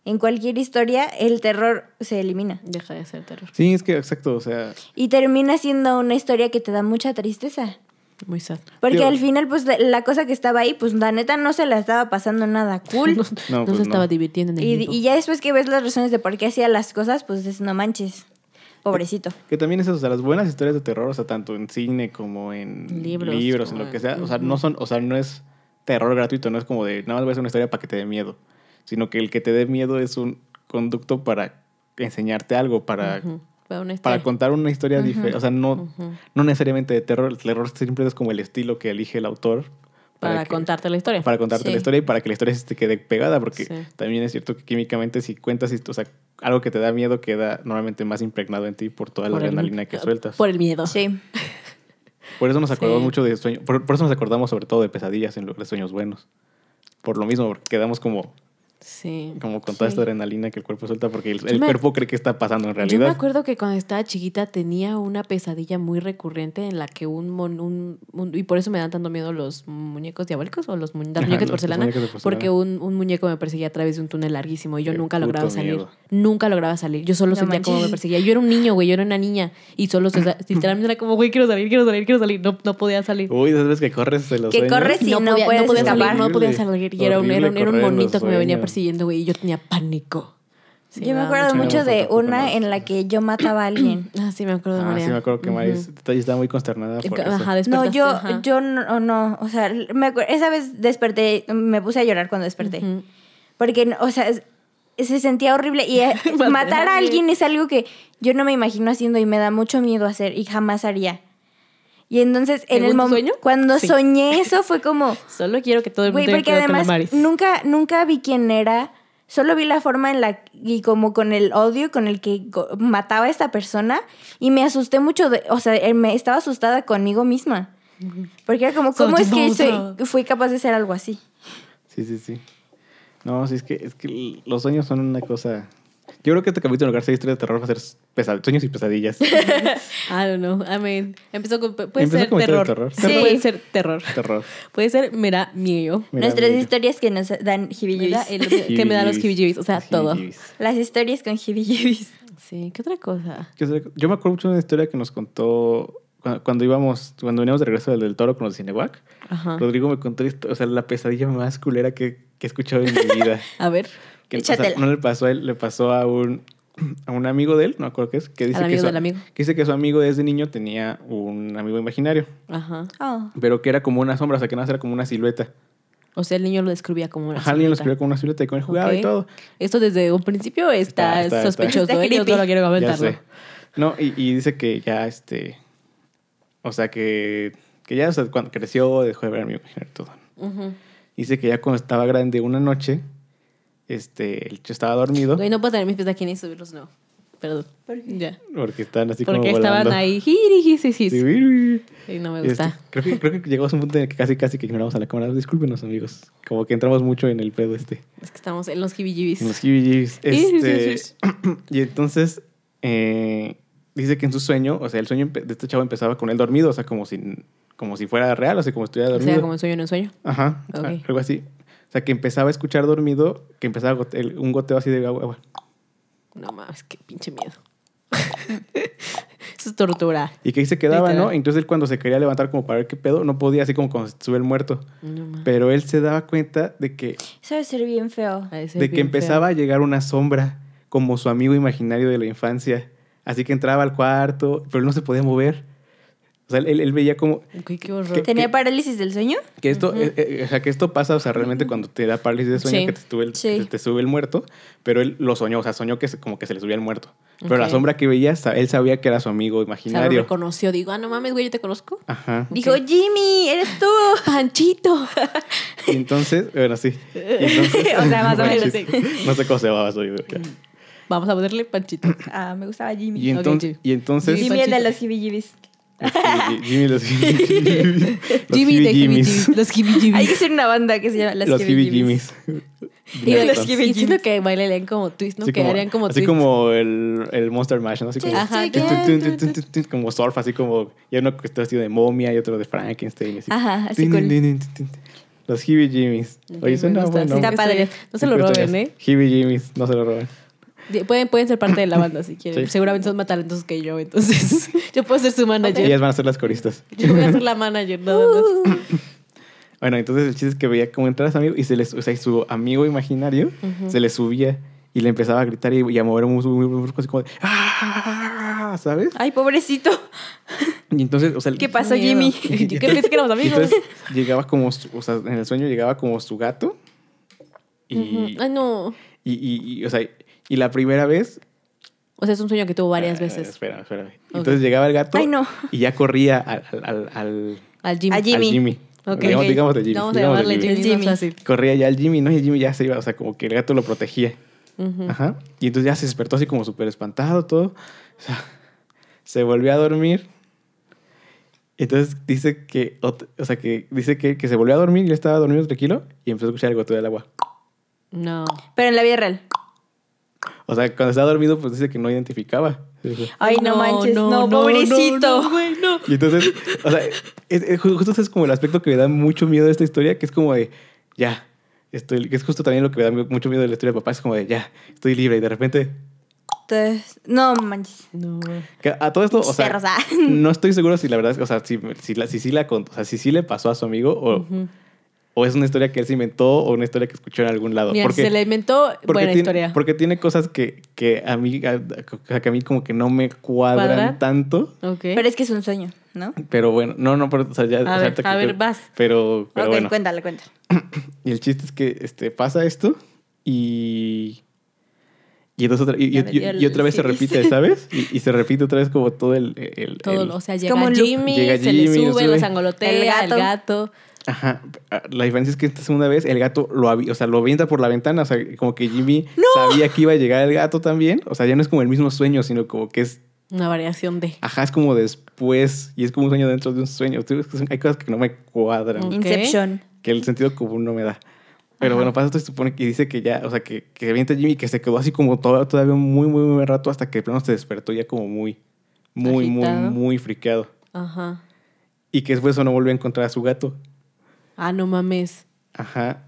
[SPEAKER 1] en cualquier historia el terror se elimina.
[SPEAKER 2] deja de ser terror.
[SPEAKER 3] Sí, es que exacto, o sea,
[SPEAKER 1] Y termina siendo una historia que te da mucha tristeza.
[SPEAKER 2] Muy sad.
[SPEAKER 1] Porque
[SPEAKER 3] Digo-
[SPEAKER 1] al final, pues la- la cosa que estaba ahí, pues la neta no se la estaba pasando nada cool.
[SPEAKER 3] No,
[SPEAKER 2] No,
[SPEAKER 3] pues
[SPEAKER 2] se
[SPEAKER 3] no.
[SPEAKER 2] estaba divirtiendo en el
[SPEAKER 1] y,
[SPEAKER 2] mismo.
[SPEAKER 1] y ya después que ves las razones de por qué hacía las cosas, pues dices, no manches, pobrecito.
[SPEAKER 3] que también es eso, o sea, las buenas historias de terror, o sea, tanto en cine como en libros,
[SPEAKER 2] Libros,
[SPEAKER 3] en
[SPEAKER 2] como
[SPEAKER 3] lo
[SPEAKER 2] en-
[SPEAKER 3] que sea, o sea, no son, o sea, no es terror gratuito, no es como de nada más voy a hacer una historia para que te dé miedo, sino que el que te dé miedo es un conducto para enseñarte algo, para
[SPEAKER 2] Ujú. Fue una
[SPEAKER 3] para
[SPEAKER 2] historia.
[SPEAKER 3] contar una historia
[SPEAKER 1] Ujú.
[SPEAKER 3] diferente. O sea, no,
[SPEAKER 2] Ujú.
[SPEAKER 3] no necesariamente de terror. El terror siempre es como el estilo que elige el autor.
[SPEAKER 2] para
[SPEAKER 3] que-
[SPEAKER 2] contarte la historia.
[SPEAKER 3] Para contarte
[SPEAKER 1] Sí.
[SPEAKER 3] la historia y para que la historia se te quede pegada. Porque
[SPEAKER 2] Sí.
[SPEAKER 3] también es cierto que químicamente si cuentas esto, o sea, algo que te da miedo queda normalmente más impregnado en ti por toda la
[SPEAKER 2] Por el- ah,
[SPEAKER 3] adrenalina que sueltas. Por,
[SPEAKER 2] Por el miedo.
[SPEAKER 1] Sí.
[SPEAKER 3] eso nos acordamos
[SPEAKER 2] Sí.
[SPEAKER 3] mucho de sueños. Por, por eso nos acordamos sobre todo de pesadillas en lugar de sueños buenos. Por lo mismo, porque quedamos como,
[SPEAKER 2] Sí.
[SPEAKER 3] como con toda
[SPEAKER 2] Sí.
[SPEAKER 3] esta adrenalina que el cuerpo suelta porque el,
[SPEAKER 2] Yo
[SPEAKER 3] el
[SPEAKER 2] me-
[SPEAKER 3] cuerpo cree que está pasando en
[SPEAKER 2] Yo me
[SPEAKER 3] realidad.
[SPEAKER 2] acuerdo que cuando estaba chiquita tenía una pesadilla muy recurrente en la que un, mon- un, un- y por eso me dan tanto miedo los muñecos diabólicos o los mu- las
[SPEAKER 3] Ajá,
[SPEAKER 2] muñecas
[SPEAKER 3] los-
[SPEAKER 2] de
[SPEAKER 3] los
[SPEAKER 2] porcelana,
[SPEAKER 3] muñecos de porcelana.
[SPEAKER 2] porque un, un muñeco me perseguía a través de un túnel larguísimo y yo
[SPEAKER 3] Qué
[SPEAKER 2] nunca lograba
[SPEAKER 3] puto
[SPEAKER 2] salir.
[SPEAKER 3] miedo.
[SPEAKER 2] Nunca lograba salir. Yo solo
[SPEAKER 1] No
[SPEAKER 2] sentía cómo me
[SPEAKER 1] manches.
[SPEAKER 2] perseguía. Yo era un niño, güey, yo era una niña y solo se- literalmente era como, güey, quiero salir, quiero salir, quiero salir. No, no podía salir.
[SPEAKER 3] Uy, esas veces que corres de los
[SPEAKER 1] Que
[SPEAKER 3] sueños.
[SPEAKER 1] corres Sí, no puedes escapar.
[SPEAKER 2] salir, no podía salir. Y era un, era un- era un
[SPEAKER 3] Horrible
[SPEAKER 2] monito que me venía
[SPEAKER 3] correr en los
[SPEAKER 2] persiguiendo, güey, y yo tenía pánico. Sí,
[SPEAKER 1] yo me
[SPEAKER 2] daba
[SPEAKER 1] acuerdo
[SPEAKER 3] mucho
[SPEAKER 1] mucho
[SPEAKER 3] miedo.
[SPEAKER 1] de
[SPEAKER 3] Tampoco
[SPEAKER 1] una
[SPEAKER 3] nada.
[SPEAKER 1] en la que yo mataba a alguien.
[SPEAKER 2] Ah, sí, me acuerdo de
[SPEAKER 3] Ah,
[SPEAKER 2] María.
[SPEAKER 3] sí, me acuerdo que
[SPEAKER 2] Ujú.
[SPEAKER 3] Maris estaba muy consternada por eso.
[SPEAKER 2] Ajá,
[SPEAKER 1] No,
[SPEAKER 2] despertaste,
[SPEAKER 1] yo,
[SPEAKER 2] ajá.
[SPEAKER 1] yo no, oh, no, o sea, me acuer- esa vez desperté, me puse a llorar cuando desperté.
[SPEAKER 2] Ujú.
[SPEAKER 1] Porque, no- o sea, es- se sentía horrible. Y eh,
[SPEAKER 2] Matar a
[SPEAKER 1] matar a
[SPEAKER 2] alguien.
[SPEAKER 1] alguien es algo que yo no me imagino haciendo y me da mucho miedo hacer y jamás haría. Y entonces, en
[SPEAKER 2] ¿Según
[SPEAKER 1] el
[SPEAKER 2] tu
[SPEAKER 1] momento,
[SPEAKER 2] sueño?
[SPEAKER 1] cuando
[SPEAKER 2] Sí.
[SPEAKER 1] soñé eso, fue como,
[SPEAKER 2] Solo quiero que todo el mundo
[SPEAKER 1] güey, porque
[SPEAKER 2] tenga cuidado con la
[SPEAKER 1] además
[SPEAKER 2] Maris.
[SPEAKER 1] nunca, nunca vi quién era. Solo vi la forma en la y como con el odio con el que go- mataba a esta persona y me asusté mucho, de- o sea, eh, me estaba asustada conmigo misma. Porque era como,
[SPEAKER 2] Soy
[SPEAKER 1] ¿cómo es que
[SPEAKER 2] monstruo.
[SPEAKER 1] soy- fui capaz de hacer algo así?
[SPEAKER 3] Sí, sí, sí. No, sí, es que, es que los sueños son una cosa... Yo creo que este capítulo en lugar de ser historias de terror va a ser pesa- sueños y pesadillas.
[SPEAKER 2] I don't know. I mean, ah, empezó con... Puede
[SPEAKER 3] Empezó
[SPEAKER 2] ser
[SPEAKER 3] con historia de
[SPEAKER 2] terror.
[SPEAKER 3] terror.
[SPEAKER 2] Sí.
[SPEAKER 1] Terror.
[SPEAKER 2] Puede ser terror.
[SPEAKER 3] terror.
[SPEAKER 2] Puede ser mera miedo.
[SPEAKER 3] Mira,
[SPEAKER 1] Nuestras
[SPEAKER 3] mira.
[SPEAKER 1] historias que nos dan jibijibis.
[SPEAKER 2] Mira el- que me da los jibijibis. O sea, todo.
[SPEAKER 3] Jibijibis.
[SPEAKER 1] Las historias con jibijibis.
[SPEAKER 2] Sí, ¿qué otra cosa?
[SPEAKER 3] Yo sé- yo me acuerdo mucho de una historia que nos contó cu- cuando íbamos, cuando veníamos de regreso del, del Toro con los Cinewac.
[SPEAKER 2] Ajá.
[SPEAKER 3] Rodrigo me contó esto, o sea, la pesadilla más culera que, que he escuchado en mi vida.
[SPEAKER 2] A ver.
[SPEAKER 3] Que, o sea,
[SPEAKER 1] Échatela.
[SPEAKER 3] no le pasó a él, le pasó a un, a un amigo de él, no me acuerdo qué es, que dice,
[SPEAKER 2] amigo
[SPEAKER 3] que, su,
[SPEAKER 2] del amigo.
[SPEAKER 3] que dice que su amigo desde niño tenía un amigo imaginario,
[SPEAKER 2] Ajá.
[SPEAKER 1] Oh.
[SPEAKER 3] pero que era como una sombra, o sea, que nada, era como una silueta.
[SPEAKER 2] O sea, el niño lo describía como una
[SPEAKER 3] Ajá, alguien lo
[SPEAKER 2] silueta.
[SPEAKER 3] escribió como una silueta y con él jugaba
[SPEAKER 2] Ok.
[SPEAKER 3] y todo.
[SPEAKER 2] Esto desde un principio está,
[SPEAKER 3] Está- está- está.
[SPEAKER 2] sospechoso.
[SPEAKER 1] Está
[SPEAKER 2] ¿eh? Yo
[SPEAKER 1] creepy.
[SPEAKER 2] solo quiero
[SPEAKER 3] Ya
[SPEAKER 2] comentarlo.
[SPEAKER 3] sé. No, y, y dice que ya, este, o sea, que, que ya o sea, cuando creció dejó de ver a mi imaginario y todo.
[SPEAKER 2] Ujú.
[SPEAKER 3] Dice que ya cuando estaba grande una noche, este, el chico estaba dormido.
[SPEAKER 2] Güey, no puedo tener mis pies aquí ni subirlos, no. Perdón. Ya.
[SPEAKER 3] Porque estaban así como
[SPEAKER 2] Porque estaban
[SPEAKER 3] volando.
[SPEAKER 2] ahí. jiri, jiri, jiri.
[SPEAKER 3] Sí, uy, uy.
[SPEAKER 2] Y no me
[SPEAKER 3] Este,
[SPEAKER 2] gusta.
[SPEAKER 3] creo, que, creo que llegamos a un punto en el que casi casi que ignoramos a la cámara. Discúlpenos, amigos. Como que entramos mucho en el pedo este.
[SPEAKER 2] Es que estamos en los jibijibis.
[SPEAKER 3] En los jibijibis.
[SPEAKER 2] Sí,
[SPEAKER 3] Este,
[SPEAKER 2] sí, sí.
[SPEAKER 3] y entonces eh, dice que en su sueño, o sea, el sueño empe- de este chavo empezaba con él dormido, o sea, como si, como si fuera real, o sea, como estuviera
[SPEAKER 2] O
[SPEAKER 3] dormido.
[SPEAKER 2] sea, como un sueño en un sueño.
[SPEAKER 3] Ajá, o sea,
[SPEAKER 2] Ok.
[SPEAKER 3] algo así. O sea, que empezaba a escuchar dormido, que empezaba a gote- el- un goteo así de agua.
[SPEAKER 2] No mames, qué pinche miedo. Eso es tortura.
[SPEAKER 3] Y que ahí se quedaba,
[SPEAKER 2] Literal.
[SPEAKER 3] ¿no? Entonces él cuando se quería levantar como para ver qué pedo, no podía, así como cuando se sube el muerto.
[SPEAKER 2] No mames.
[SPEAKER 3] Pero él se daba cuenta de que,
[SPEAKER 1] Eso debe ser bien feo.
[SPEAKER 2] Ha ser
[SPEAKER 3] de que
[SPEAKER 2] bien
[SPEAKER 3] empezaba a llegar una sombra, como su amigo imaginario de la infancia. Así que entraba al cuarto, pero él no se podía mover. O sea, él, él veía como...
[SPEAKER 2] feo. Ok, qué horror.
[SPEAKER 3] ¿Qué?
[SPEAKER 1] ¿Tenía parálisis del sueño?
[SPEAKER 3] Que esto, eh, eh, o sea, que esto pasa, o sea, realmente cuando te da parálisis de sueño,
[SPEAKER 2] Sí.
[SPEAKER 3] que te, sube el,
[SPEAKER 1] Sí.
[SPEAKER 3] te, te sube el muerto, pero él lo soñó, o sea, soñó que se- como que se le subía el muerto. Pero la
[SPEAKER 2] Ok.
[SPEAKER 3] sombra que veía, sa- él sabía que era su amigo
[SPEAKER 2] O sea, lo
[SPEAKER 3] imaginario.
[SPEAKER 2] reconoció. Digo, ah, no mames, güey, yo te conozco.
[SPEAKER 3] Ajá.
[SPEAKER 1] Dijo, Jimmy, eres tú.
[SPEAKER 2] Panchito.
[SPEAKER 3] Y entonces, bueno, sí. Y entonces-
[SPEAKER 1] O sea, más o menos, sí. Mm.
[SPEAKER 3] No sé cómo se llamaba su amigo. ya.
[SPEAKER 2] Vamos a ponerle Panchito.
[SPEAKER 1] Ah, me gustaba Jimmy.
[SPEAKER 3] Y, enton-
[SPEAKER 2] Ok, sí.
[SPEAKER 3] y entonces...
[SPEAKER 1] Jimmy el de los jibijibis.
[SPEAKER 3] Jimmy, Jimmy los los
[SPEAKER 2] Jimmy de Jimmy
[SPEAKER 3] Jimmy-Jimmys.
[SPEAKER 2] Jimmy. Los Jimmy
[SPEAKER 1] Hay
[SPEAKER 2] Jimmy.
[SPEAKER 1] que hacer una banda que se llama Las
[SPEAKER 3] Los Jimmy
[SPEAKER 1] Jibijibis.
[SPEAKER 2] Y de
[SPEAKER 1] los
[SPEAKER 2] los
[SPEAKER 1] Jimmy
[SPEAKER 2] Jimmy Siento
[SPEAKER 1] Jimmys.
[SPEAKER 2] que bailarían como twist, ¿no?
[SPEAKER 3] Así
[SPEAKER 2] que harían como Ah.
[SPEAKER 3] así
[SPEAKER 2] twist.
[SPEAKER 3] como el, el Monster Mash, ¿no? Así como,
[SPEAKER 2] Ajá,
[SPEAKER 3] tun,
[SPEAKER 1] ya,
[SPEAKER 3] tun,
[SPEAKER 1] tu,
[SPEAKER 3] tun, tun, tun, tun, como surf, así como. Y hay uno que está vestido de momia y otro de Frankenstein. Así.
[SPEAKER 1] Ajá, así
[SPEAKER 3] Tin,
[SPEAKER 1] con-
[SPEAKER 3] tin, tin, tin, tin. Los Heebie Jimmies. Oye,
[SPEAKER 2] Me
[SPEAKER 3] suena
[SPEAKER 2] gusta,
[SPEAKER 3] bueno.
[SPEAKER 2] sí, está padre. No se lo roben, ¿eh?
[SPEAKER 3] Heebie Jimmies, no se lo roben.
[SPEAKER 2] De- Pueden, pueden ser parte de la banda si quieren.
[SPEAKER 3] Sí.
[SPEAKER 2] Seguramente son más talentosos que yo, entonces yo puedo ser su manager.
[SPEAKER 3] Ellas van a ser las coristas.
[SPEAKER 2] Yo voy a ser la manager, nada más.
[SPEAKER 1] Uh,
[SPEAKER 3] Bueno, entonces el chiste es que veía cómo entraba su amigo y se les, o sea, su amigo imaginario se le subía y le empezaba a gritar y, y a mover un músculo muy brusco, así como de, "Ah", ¿sabes?
[SPEAKER 1] Ay, pobrecito.
[SPEAKER 3] Y entonces, o sea,
[SPEAKER 1] ¿Qué pasó,
[SPEAKER 2] Miedo.
[SPEAKER 1] Jimmy?
[SPEAKER 2] Yo creo que sí que éramos
[SPEAKER 3] Y
[SPEAKER 2] amigos.
[SPEAKER 3] entonces llegaba como, su- o sea, en el sueño llegaba como su gato. Y,
[SPEAKER 2] Ujú. Ay, no.
[SPEAKER 3] y, y- y, o sea, y la primera vez.
[SPEAKER 2] O sea, es un sueño que tuvo varias
[SPEAKER 3] Ah,
[SPEAKER 2] veces.
[SPEAKER 3] Espera, espera. Entonces llegaba el gato.
[SPEAKER 1] Ay, no.
[SPEAKER 3] Y ya corría al, al, al, al-
[SPEAKER 2] Al Jimmy.
[SPEAKER 1] Al
[SPEAKER 3] al Jimmy.
[SPEAKER 1] Jimmy.
[SPEAKER 2] Ok.
[SPEAKER 3] Digamos, digamos de Jimmy.
[SPEAKER 2] Vamos a
[SPEAKER 3] digamos de
[SPEAKER 2] llamarle Jimmy.
[SPEAKER 1] Jimmy.
[SPEAKER 2] es más
[SPEAKER 1] Jimmy.
[SPEAKER 2] fácil.
[SPEAKER 3] Corría ya el Jimmy, ¿no? Y el Jimmy ya se iba, o sea, como que el gato lo protegía.
[SPEAKER 2] Ujú.
[SPEAKER 3] Ajá. Y entonces ya se despertó así como súper espantado, todo. O sea, se volvió a dormir. Entonces dice que, ot- o sea, que dice que, que se volvió a dormir y él estaba dormido tranquilo y empezó a escuchar el goteo del agua.
[SPEAKER 2] No.
[SPEAKER 1] Pero en la vida real.
[SPEAKER 3] O sea, cuando estaba dormido, pues dice que no identificaba.
[SPEAKER 1] Ay, no, manches. No, pobrecito.
[SPEAKER 2] No, güey, no.
[SPEAKER 3] Y entonces, o sea, es- es- ju- justo ese es como el aspecto que me da mucho miedo de esta historia, que es como de, ya, estoy, que es justo también lo que me da mu- mucho miedo de la historia de papá, es como de, ya, estoy libre y de repente,
[SPEAKER 1] Entonces, no manches.
[SPEAKER 2] No, güey.
[SPEAKER 3] que a todo esto, o sea,
[SPEAKER 1] Perros, ah.
[SPEAKER 3] no estoy seguro si la verdad, es- o sea, si, si, la, si, sí la cont- o sea, si sí le pasó a su amigo o,
[SPEAKER 2] Ujú.
[SPEAKER 3] o es una historia que él se inventó o una historia que escuchó en algún lado.
[SPEAKER 2] Mira,
[SPEAKER 3] porque,
[SPEAKER 2] se le inventó
[SPEAKER 3] porque
[SPEAKER 2] buena
[SPEAKER 3] tiene,
[SPEAKER 2] historia.
[SPEAKER 3] Porque tiene cosas que, que, a mí, a- a- que a mí como que no me cuadran
[SPEAKER 2] ¿Cuadran?
[SPEAKER 3] tanto.
[SPEAKER 2] Ok.
[SPEAKER 1] Pero es que es un sueño, ¿no?
[SPEAKER 3] Pero bueno, no, no, pero, o sea, ya. o sea,
[SPEAKER 2] ver,
[SPEAKER 3] ahorita
[SPEAKER 2] a ver,
[SPEAKER 3] pero-
[SPEAKER 2] vas.
[SPEAKER 3] Pero, pero
[SPEAKER 1] ok,
[SPEAKER 3] bueno.
[SPEAKER 1] cuéntale, cuéntale.
[SPEAKER 3] Y el chiste es que este, pasa esto y. Y, entonces otra, y, y-
[SPEAKER 1] Ya me dio
[SPEAKER 3] y-
[SPEAKER 1] el
[SPEAKER 3] y otra vez se
[SPEAKER 1] series.
[SPEAKER 3] repite, ¿sabes? Y, y se repite otra vez como todo el. el-
[SPEAKER 2] Todo,
[SPEAKER 3] el-
[SPEAKER 2] o sea,
[SPEAKER 1] Es
[SPEAKER 2] llega
[SPEAKER 1] como un loop.
[SPEAKER 2] Jimmy,
[SPEAKER 3] Llega
[SPEAKER 2] se le
[SPEAKER 3] Jimmy,
[SPEAKER 2] sube,
[SPEAKER 3] lo sube.
[SPEAKER 2] lo sangolotea,
[SPEAKER 1] El
[SPEAKER 2] el
[SPEAKER 1] gato.
[SPEAKER 2] gato.
[SPEAKER 3] Ajá. ah, La diferencia es que esta segunda vez el gato lo, avi- o sea, lo avienta por la ventana. O sea, como que Jimmy sabía que iba a llegar el gato también. O sea, ya no es como el mismo sueño, sino como que es.
[SPEAKER 2] Una variación de...
[SPEAKER 3] Ajá, es como después. Y es como un sueño dentro de un sueño. Tú- es que son- Hay cosas que no me cuadran.
[SPEAKER 1] Mm.
[SPEAKER 2] Ok.
[SPEAKER 1] Inception.
[SPEAKER 3] que el sentido común no me da. Pero bueno, pasa esto y supone que dice que ya, o sea, que, que avienta Jimmy que se quedó así como todo- todavía muy, muy, muy rato hasta que de plano se despertó ya como muy, muy,
[SPEAKER 2] Agitado.
[SPEAKER 3] muy, muy friqueado.
[SPEAKER 2] Ajá.
[SPEAKER 3] Y que después eso no volvió a encontrar a su gato.
[SPEAKER 2] Ah, no mames.
[SPEAKER 3] Ajá.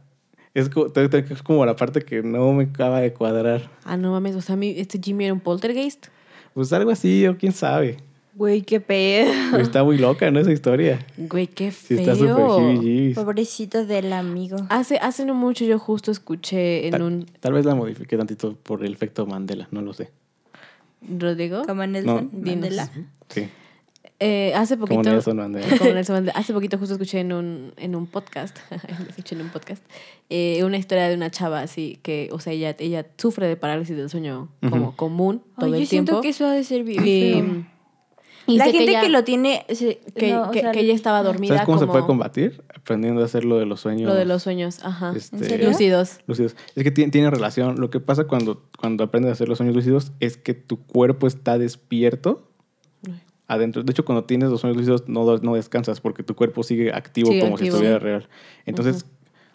[SPEAKER 3] Es como, te- te- es como la parte que no me acaba de cuadrar.
[SPEAKER 2] Ah, no mames. O sea, mi- este Jimmy era un poltergeist.
[SPEAKER 3] Pues algo así, o quién sabe.
[SPEAKER 1] Güey, qué pedo.
[SPEAKER 3] Pero está muy loca, ¿no? Esa historia.
[SPEAKER 2] Güey, qué
[SPEAKER 3] Sí,
[SPEAKER 2] feo.
[SPEAKER 3] está súper jibijibis.
[SPEAKER 1] Pobrecito del amigo.
[SPEAKER 2] Hace, hace no mucho yo justo escuché en
[SPEAKER 3] Tal,
[SPEAKER 2] un...
[SPEAKER 3] tal vez la modifiqué tantito por el efecto Mandela, no lo sé.
[SPEAKER 2] ¿Rodrigo?
[SPEAKER 1] Como Nelson
[SPEAKER 3] No.
[SPEAKER 1] Mandela.
[SPEAKER 3] Sí,
[SPEAKER 2] Eh, hace poquito...
[SPEAKER 3] como Nelson Mandela.
[SPEAKER 2] Como Nelson Mandela. Hace poquito justo escuché en un, en un podcast, escuché en un podcast, eh, una historia de una chava así que, o sea, ella, ella sufre de parálisis del sueño como
[SPEAKER 3] Ujú.
[SPEAKER 2] común todo
[SPEAKER 1] Ay, yo
[SPEAKER 2] el tiempo.
[SPEAKER 1] siento que eso ha de ser bien
[SPEAKER 2] Y- mm,
[SPEAKER 1] feo.
[SPEAKER 2] y
[SPEAKER 1] La
[SPEAKER 2] sé
[SPEAKER 1] gente que,
[SPEAKER 2] ella-
[SPEAKER 1] lo tiene... se-
[SPEAKER 2] que,
[SPEAKER 1] no, o
[SPEAKER 2] que-
[SPEAKER 1] sea,
[SPEAKER 2] que ella estaba dormida
[SPEAKER 3] ¿Sabes cómo se
[SPEAKER 2] como
[SPEAKER 3] puede combatir? Aprendiendo a hacer lo de los sueños.
[SPEAKER 2] lo de los sueños, ajá,
[SPEAKER 3] Este,
[SPEAKER 1] ¿En serio?
[SPEAKER 2] lúcidos.
[SPEAKER 3] lúcidos. Es que tiene, tiene relación. Lo que pasa cuando, cuando aprendes a hacer los sueños lúcidos es que tu cuerpo está despierto adentro. De hecho, cuando tienes los sueños lúcidos no, do- no descansas porque tu cuerpo sigue activo
[SPEAKER 2] Sigue
[SPEAKER 3] como si
[SPEAKER 2] activo.
[SPEAKER 3] estuviera real. Entonces,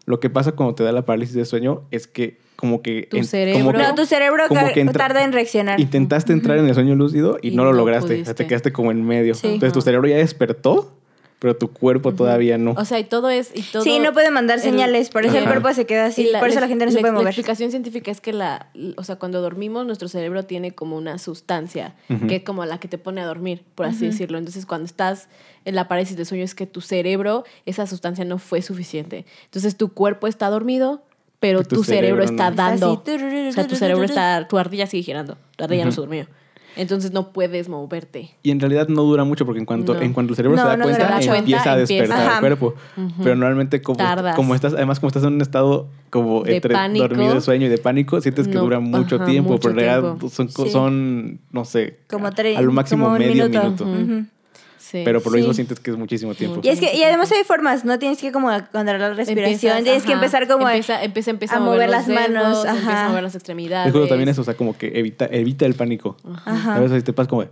[SPEAKER 3] lo que pasa cuando te da la parálisis de sueño es que como que...
[SPEAKER 2] Tu
[SPEAKER 3] en-
[SPEAKER 2] cerebro-
[SPEAKER 3] que-
[SPEAKER 1] No, tu cerebro
[SPEAKER 3] como
[SPEAKER 1] ca-
[SPEAKER 3] que entra-
[SPEAKER 1] tarda en reaccionar.
[SPEAKER 3] Intentaste entrar en el sueño lúcido y,
[SPEAKER 2] Y
[SPEAKER 3] no lo
[SPEAKER 2] no
[SPEAKER 3] lograste. O sea,
[SPEAKER 2] pudiste.
[SPEAKER 3] Te quedaste como en medio.
[SPEAKER 1] Sí.
[SPEAKER 3] Entonces, tu
[SPEAKER 2] Ajá.
[SPEAKER 3] cerebro ya despertó pero tu cuerpo todavía no.
[SPEAKER 2] O sea, y todo es... Y todo
[SPEAKER 1] Sí, no puede mandar
[SPEAKER 2] el-
[SPEAKER 1] señales, por eso el
[SPEAKER 3] Ajá.
[SPEAKER 1] cuerpo se queda así,
[SPEAKER 2] y
[SPEAKER 1] por eso la gente no se puede
[SPEAKER 2] La
[SPEAKER 1] mover.
[SPEAKER 2] explicación científica es que la, o sea, cuando dormimos nuestro cerebro tiene como una sustancia
[SPEAKER 3] Ujú.
[SPEAKER 2] que es como la que te pone a dormir, por así decirlo. Entonces, cuando estás en la parálisis del sueño es que tu cerebro esa sustancia no fue suficiente. Entonces, tu cuerpo está dormido, pero
[SPEAKER 3] Y tu
[SPEAKER 2] tu, cerebro,
[SPEAKER 3] cerebro
[SPEAKER 2] está
[SPEAKER 3] no.
[SPEAKER 2] dando.
[SPEAKER 1] Está así,
[SPEAKER 2] o sea, tu cerebro está, tu ardilla sigue girando, tu ardilla no
[SPEAKER 3] Ujú.
[SPEAKER 2] se durmió. Entonces, no puedes moverte.
[SPEAKER 3] Y en realidad no dura mucho porque en cuanto,
[SPEAKER 2] No.
[SPEAKER 3] en cuanto el cerebro
[SPEAKER 1] No,
[SPEAKER 3] se da
[SPEAKER 1] no
[SPEAKER 3] cuenta,
[SPEAKER 1] dura mucho.
[SPEAKER 3] empieza a
[SPEAKER 2] Empieza.
[SPEAKER 3] despertar
[SPEAKER 1] Ajá.
[SPEAKER 3] el cuerpo. Pero normalmente como,
[SPEAKER 2] Tardas.
[SPEAKER 3] como estás, además como estás en un estado como
[SPEAKER 2] De
[SPEAKER 3] entre
[SPEAKER 2] pánico.
[SPEAKER 3] dormido de sueño y de pánico, sientes que
[SPEAKER 2] No,
[SPEAKER 3] dura mucho
[SPEAKER 2] ajá,
[SPEAKER 3] tiempo,
[SPEAKER 2] mucho
[SPEAKER 3] pero en realidad
[SPEAKER 2] tiempo.
[SPEAKER 3] son, co-
[SPEAKER 1] Sí.
[SPEAKER 3] son, no sé,
[SPEAKER 1] Como
[SPEAKER 3] a-
[SPEAKER 1] tres,
[SPEAKER 3] a lo máximo
[SPEAKER 1] como un
[SPEAKER 3] medio
[SPEAKER 1] minuto.
[SPEAKER 3] minuto.
[SPEAKER 1] Ujú.
[SPEAKER 2] Sí.
[SPEAKER 3] Pero por lo mismo
[SPEAKER 1] Sí.
[SPEAKER 3] sientes que es muchísimo tiempo.
[SPEAKER 1] Y es que y además hay formas, no tienes que como controlar la respiración,
[SPEAKER 2] Empiezas,
[SPEAKER 1] tienes que
[SPEAKER 2] ajá,
[SPEAKER 1] empezar como a-
[SPEAKER 2] empieza, empieza, empieza
[SPEAKER 1] a mover las
[SPEAKER 2] los
[SPEAKER 1] manos, ajá.
[SPEAKER 2] empieza a mover las extremidades.
[SPEAKER 3] Es justo también eso, o sea, como que evita, evita el pánico.
[SPEAKER 1] Ajá.
[SPEAKER 3] A veces ahí te pasas como de,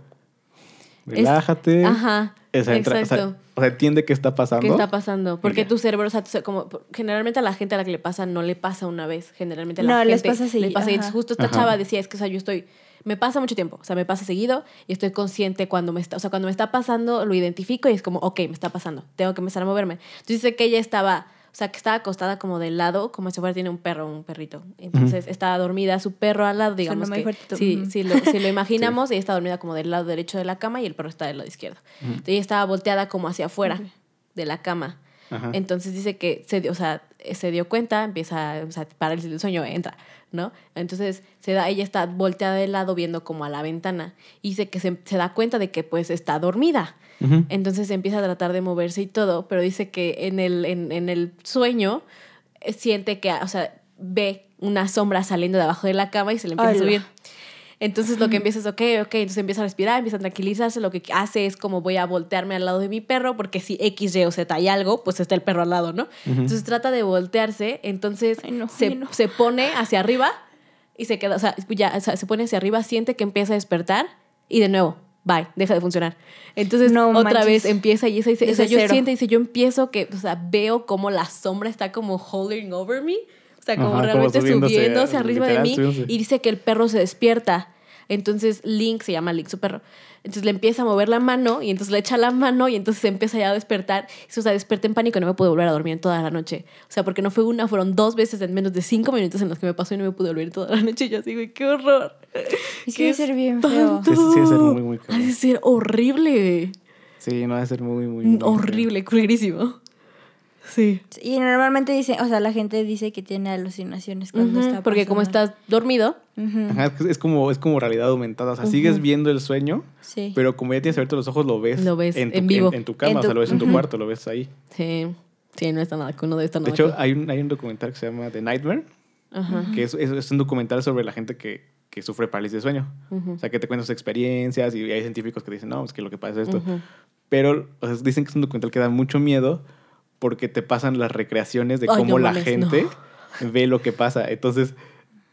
[SPEAKER 3] relájate.
[SPEAKER 2] Ajá.
[SPEAKER 3] O sea, entra- o sea,
[SPEAKER 2] exacto.
[SPEAKER 3] o sea, entiende qué está pasando.
[SPEAKER 2] ¿Qué está pasando? Porque
[SPEAKER 3] ya.
[SPEAKER 2] tu cerebro, o sea, tu ce- como por- generalmente a la gente a la que le pasa no le pasa una vez, generalmente a la
[SPEAKER 1] No,
[SPEAKER 2] gente
[SPEAKER 1] les pasa seguido,
[SPEAKER 2] les pasa seguido.
[SPEAKER 1] ajá.
[SPEAKER 2] Justo esta
[SPEAKER 3] Ajá.
[SPEAKER 2] chava decía, es que o sea, yo estoy me pasa mucho tiempo, o sea, me pasa seguido y estoy consciente cuando me está, o sea, cuando me está pasando lo identifico y es como, ok, me está pasando, tengo que empezar a moverme. Entonces dice que ella estaba, o sea, que estaba acostada como de lado, como si fuera tiene un perro, un perrito. Entonces estaba dormida su perro al lado, digamos
[SPEAKER 1] muy
[SPEAKER 2] que
[SPEAKER 1] fuerte.
[SPEAKER 2] sí,
[SPEAKER 1] Ujú.
[SPEAKER 2] si lo, si lo imaginamos, ella está dormida como del lado derecho de la cama y el perro está del lado izquierdo. Entonces ella estaba volteada como hacia afuera de la cama.
[SPEAKER 3] Ajá.
[SPEAKER 2] Entonces dice que se dio, o sea, eh, se dio cuenta, empieza, o sea, parálisis del sueño, entra, ¿no? Entonces se da, ella está volteada de lado viendo como a la ventana y dice que se, se da cuenta de que pues está dormida.
[SPEAKER 3] Ujú.
[SPEAKER 2] Entonces empieza a tratar de moverse y todo, pero dice que en el, en, en el sueño eh, siente que, o sea, ve una sombra saliendo de abajo de la cama y se le empieza
[SPEAKER 1] Ay,
[SPEAKER 2] a
[SPEAKER 1] no.
[SPEAKER 2] subir. Entonces lo que empieza es, ok, ok, entonces empieza a respirar, empieza a tranquilizarse, lo que hace es como voy a voltearme al lado de mi perro, porque si X, Y o Z hay algo, pues está el perro al lado, ¿no? Entonces trata de voltearse, entonces
[SPEAKER 1] Ay, no,
[SPEAKER 2] se,
[SPEAKER 1] ay, no.
[SPEAKER 2] se pone hacia arriba y se queda, o sea, ya, o sea, se pone hacia arriba, siente que empieza a despertar y de nuevo, bye, deja de funcionar. Entonces
[SPEAKER 1] No
[SPEAKER 2] otra
[SPEAKER 1] manches.
[SPEAKER 2] vez empieza y esa dice, o sea,
[SPEAKER 1] Desde
[SPEAKER 2] yo
[SPEAKER 1] cero.
[SPEAKER 2] siento y dice, yo empiezo que, o sea, veo como la sombra está como holding over me, o sea, como
[SPEAKER 3] Ajá, como
[SPEAKER 2] realmente
[SPEAKER 3] subiéndose,
[SPEAKER 2] subiéndose, arriba de
[SPEAKER 3] literal,
[SPEAKER 2] mí
[SPEAKER 3] subiéndose.
[SPEAKER 2] y dice que el perro se despierta. Entonces Link se llama Link, su perro. Entonces le empieza a mover la mano y entonces le echa la mano y entonces se empieza ya a despertar. Y, O sea, desperté en pánico y no me pude volver a dormir en toda la noche. O sea, porque no fue una, fueron dos veces en menos de cinco minutos en los que me pasó y no me pude volver en toda la noche. Y yo así, güey, qué horror.
[SPEAKER 1] Es que debe ser bien feo.
[SPEAKER 2] tanto.
[SPEAKER 3] Sí, sí, debe ser muy, muy cabrón.
[SPEAKER 2] Ha de ser horrible.
[SPEAKER 3] Sí, no, va a ser muy, muy, muy
[SPEAKER 2] horrible, culerísimo. Sí.
[SPEAKER 1] Y normalmente dice, o sea, la gente dice que tiene alucinaciones cuando
[SPEAKER 2] Ujú,
[SPEAKER 1] está
[SPEAKER 2] porque como
[SPEAKER 1] pasando.
[SPEAKER 2] estás dormido,
[SPEAKER 1] Ujú,
[SPEAKER 3] Ajá, es- es como, es como realidad aumentada. O sea, sigues viendo el sueño,
[SPEAKER 1] Sí.
[SPEAKER 3] pero como ya tienes abiertos los ojos, lo ves.
[SPEAKER 2] Lo ves
[SPEAKER 3] tu,
[SPEAKER 2] en vivo.
[SPEAKER 3] En, tu cama,
[SPEAKER 1] En
[SPEAKER 3] o sea,
[SPEAKER 1] tu-
[SPEAKER 3] lo ves en tu
[SPEAKER 1] Ujú.
[SPEAKER 3] cuarto, lo ves ahí.
[SPEAKER 2] sí, sí, no está nada cool, no debe estar
[SPEAKER 3] De
[SPEAKER 2] nada
[SPEAKER 3] hecho,
[SPEAKER 2] cool.
[SPEAKER 3] hay un, hay un documental que se llama The Nightmare,
[SPEAKER 2] Ajá.
[SPEAKER 3] que es, es, es un documental sobre la gente que, que sufre parálisis de sueño. O sea, que te cuentan sus experiencias y hay científicos que dicen, no, es que lo que pasa es esto. Pero o sea, dicen que es un documental que da mucho miedo porque te pasan las recreaciones de
[SPEAKER 2] Ay,
[SPEAKER 3] cómo
[SPEAKER 2] no
[SPEAKER 3] la
[SPEAKER 2] mames,
[SPEAKER 3] gente ve lo que pasa. Entonces,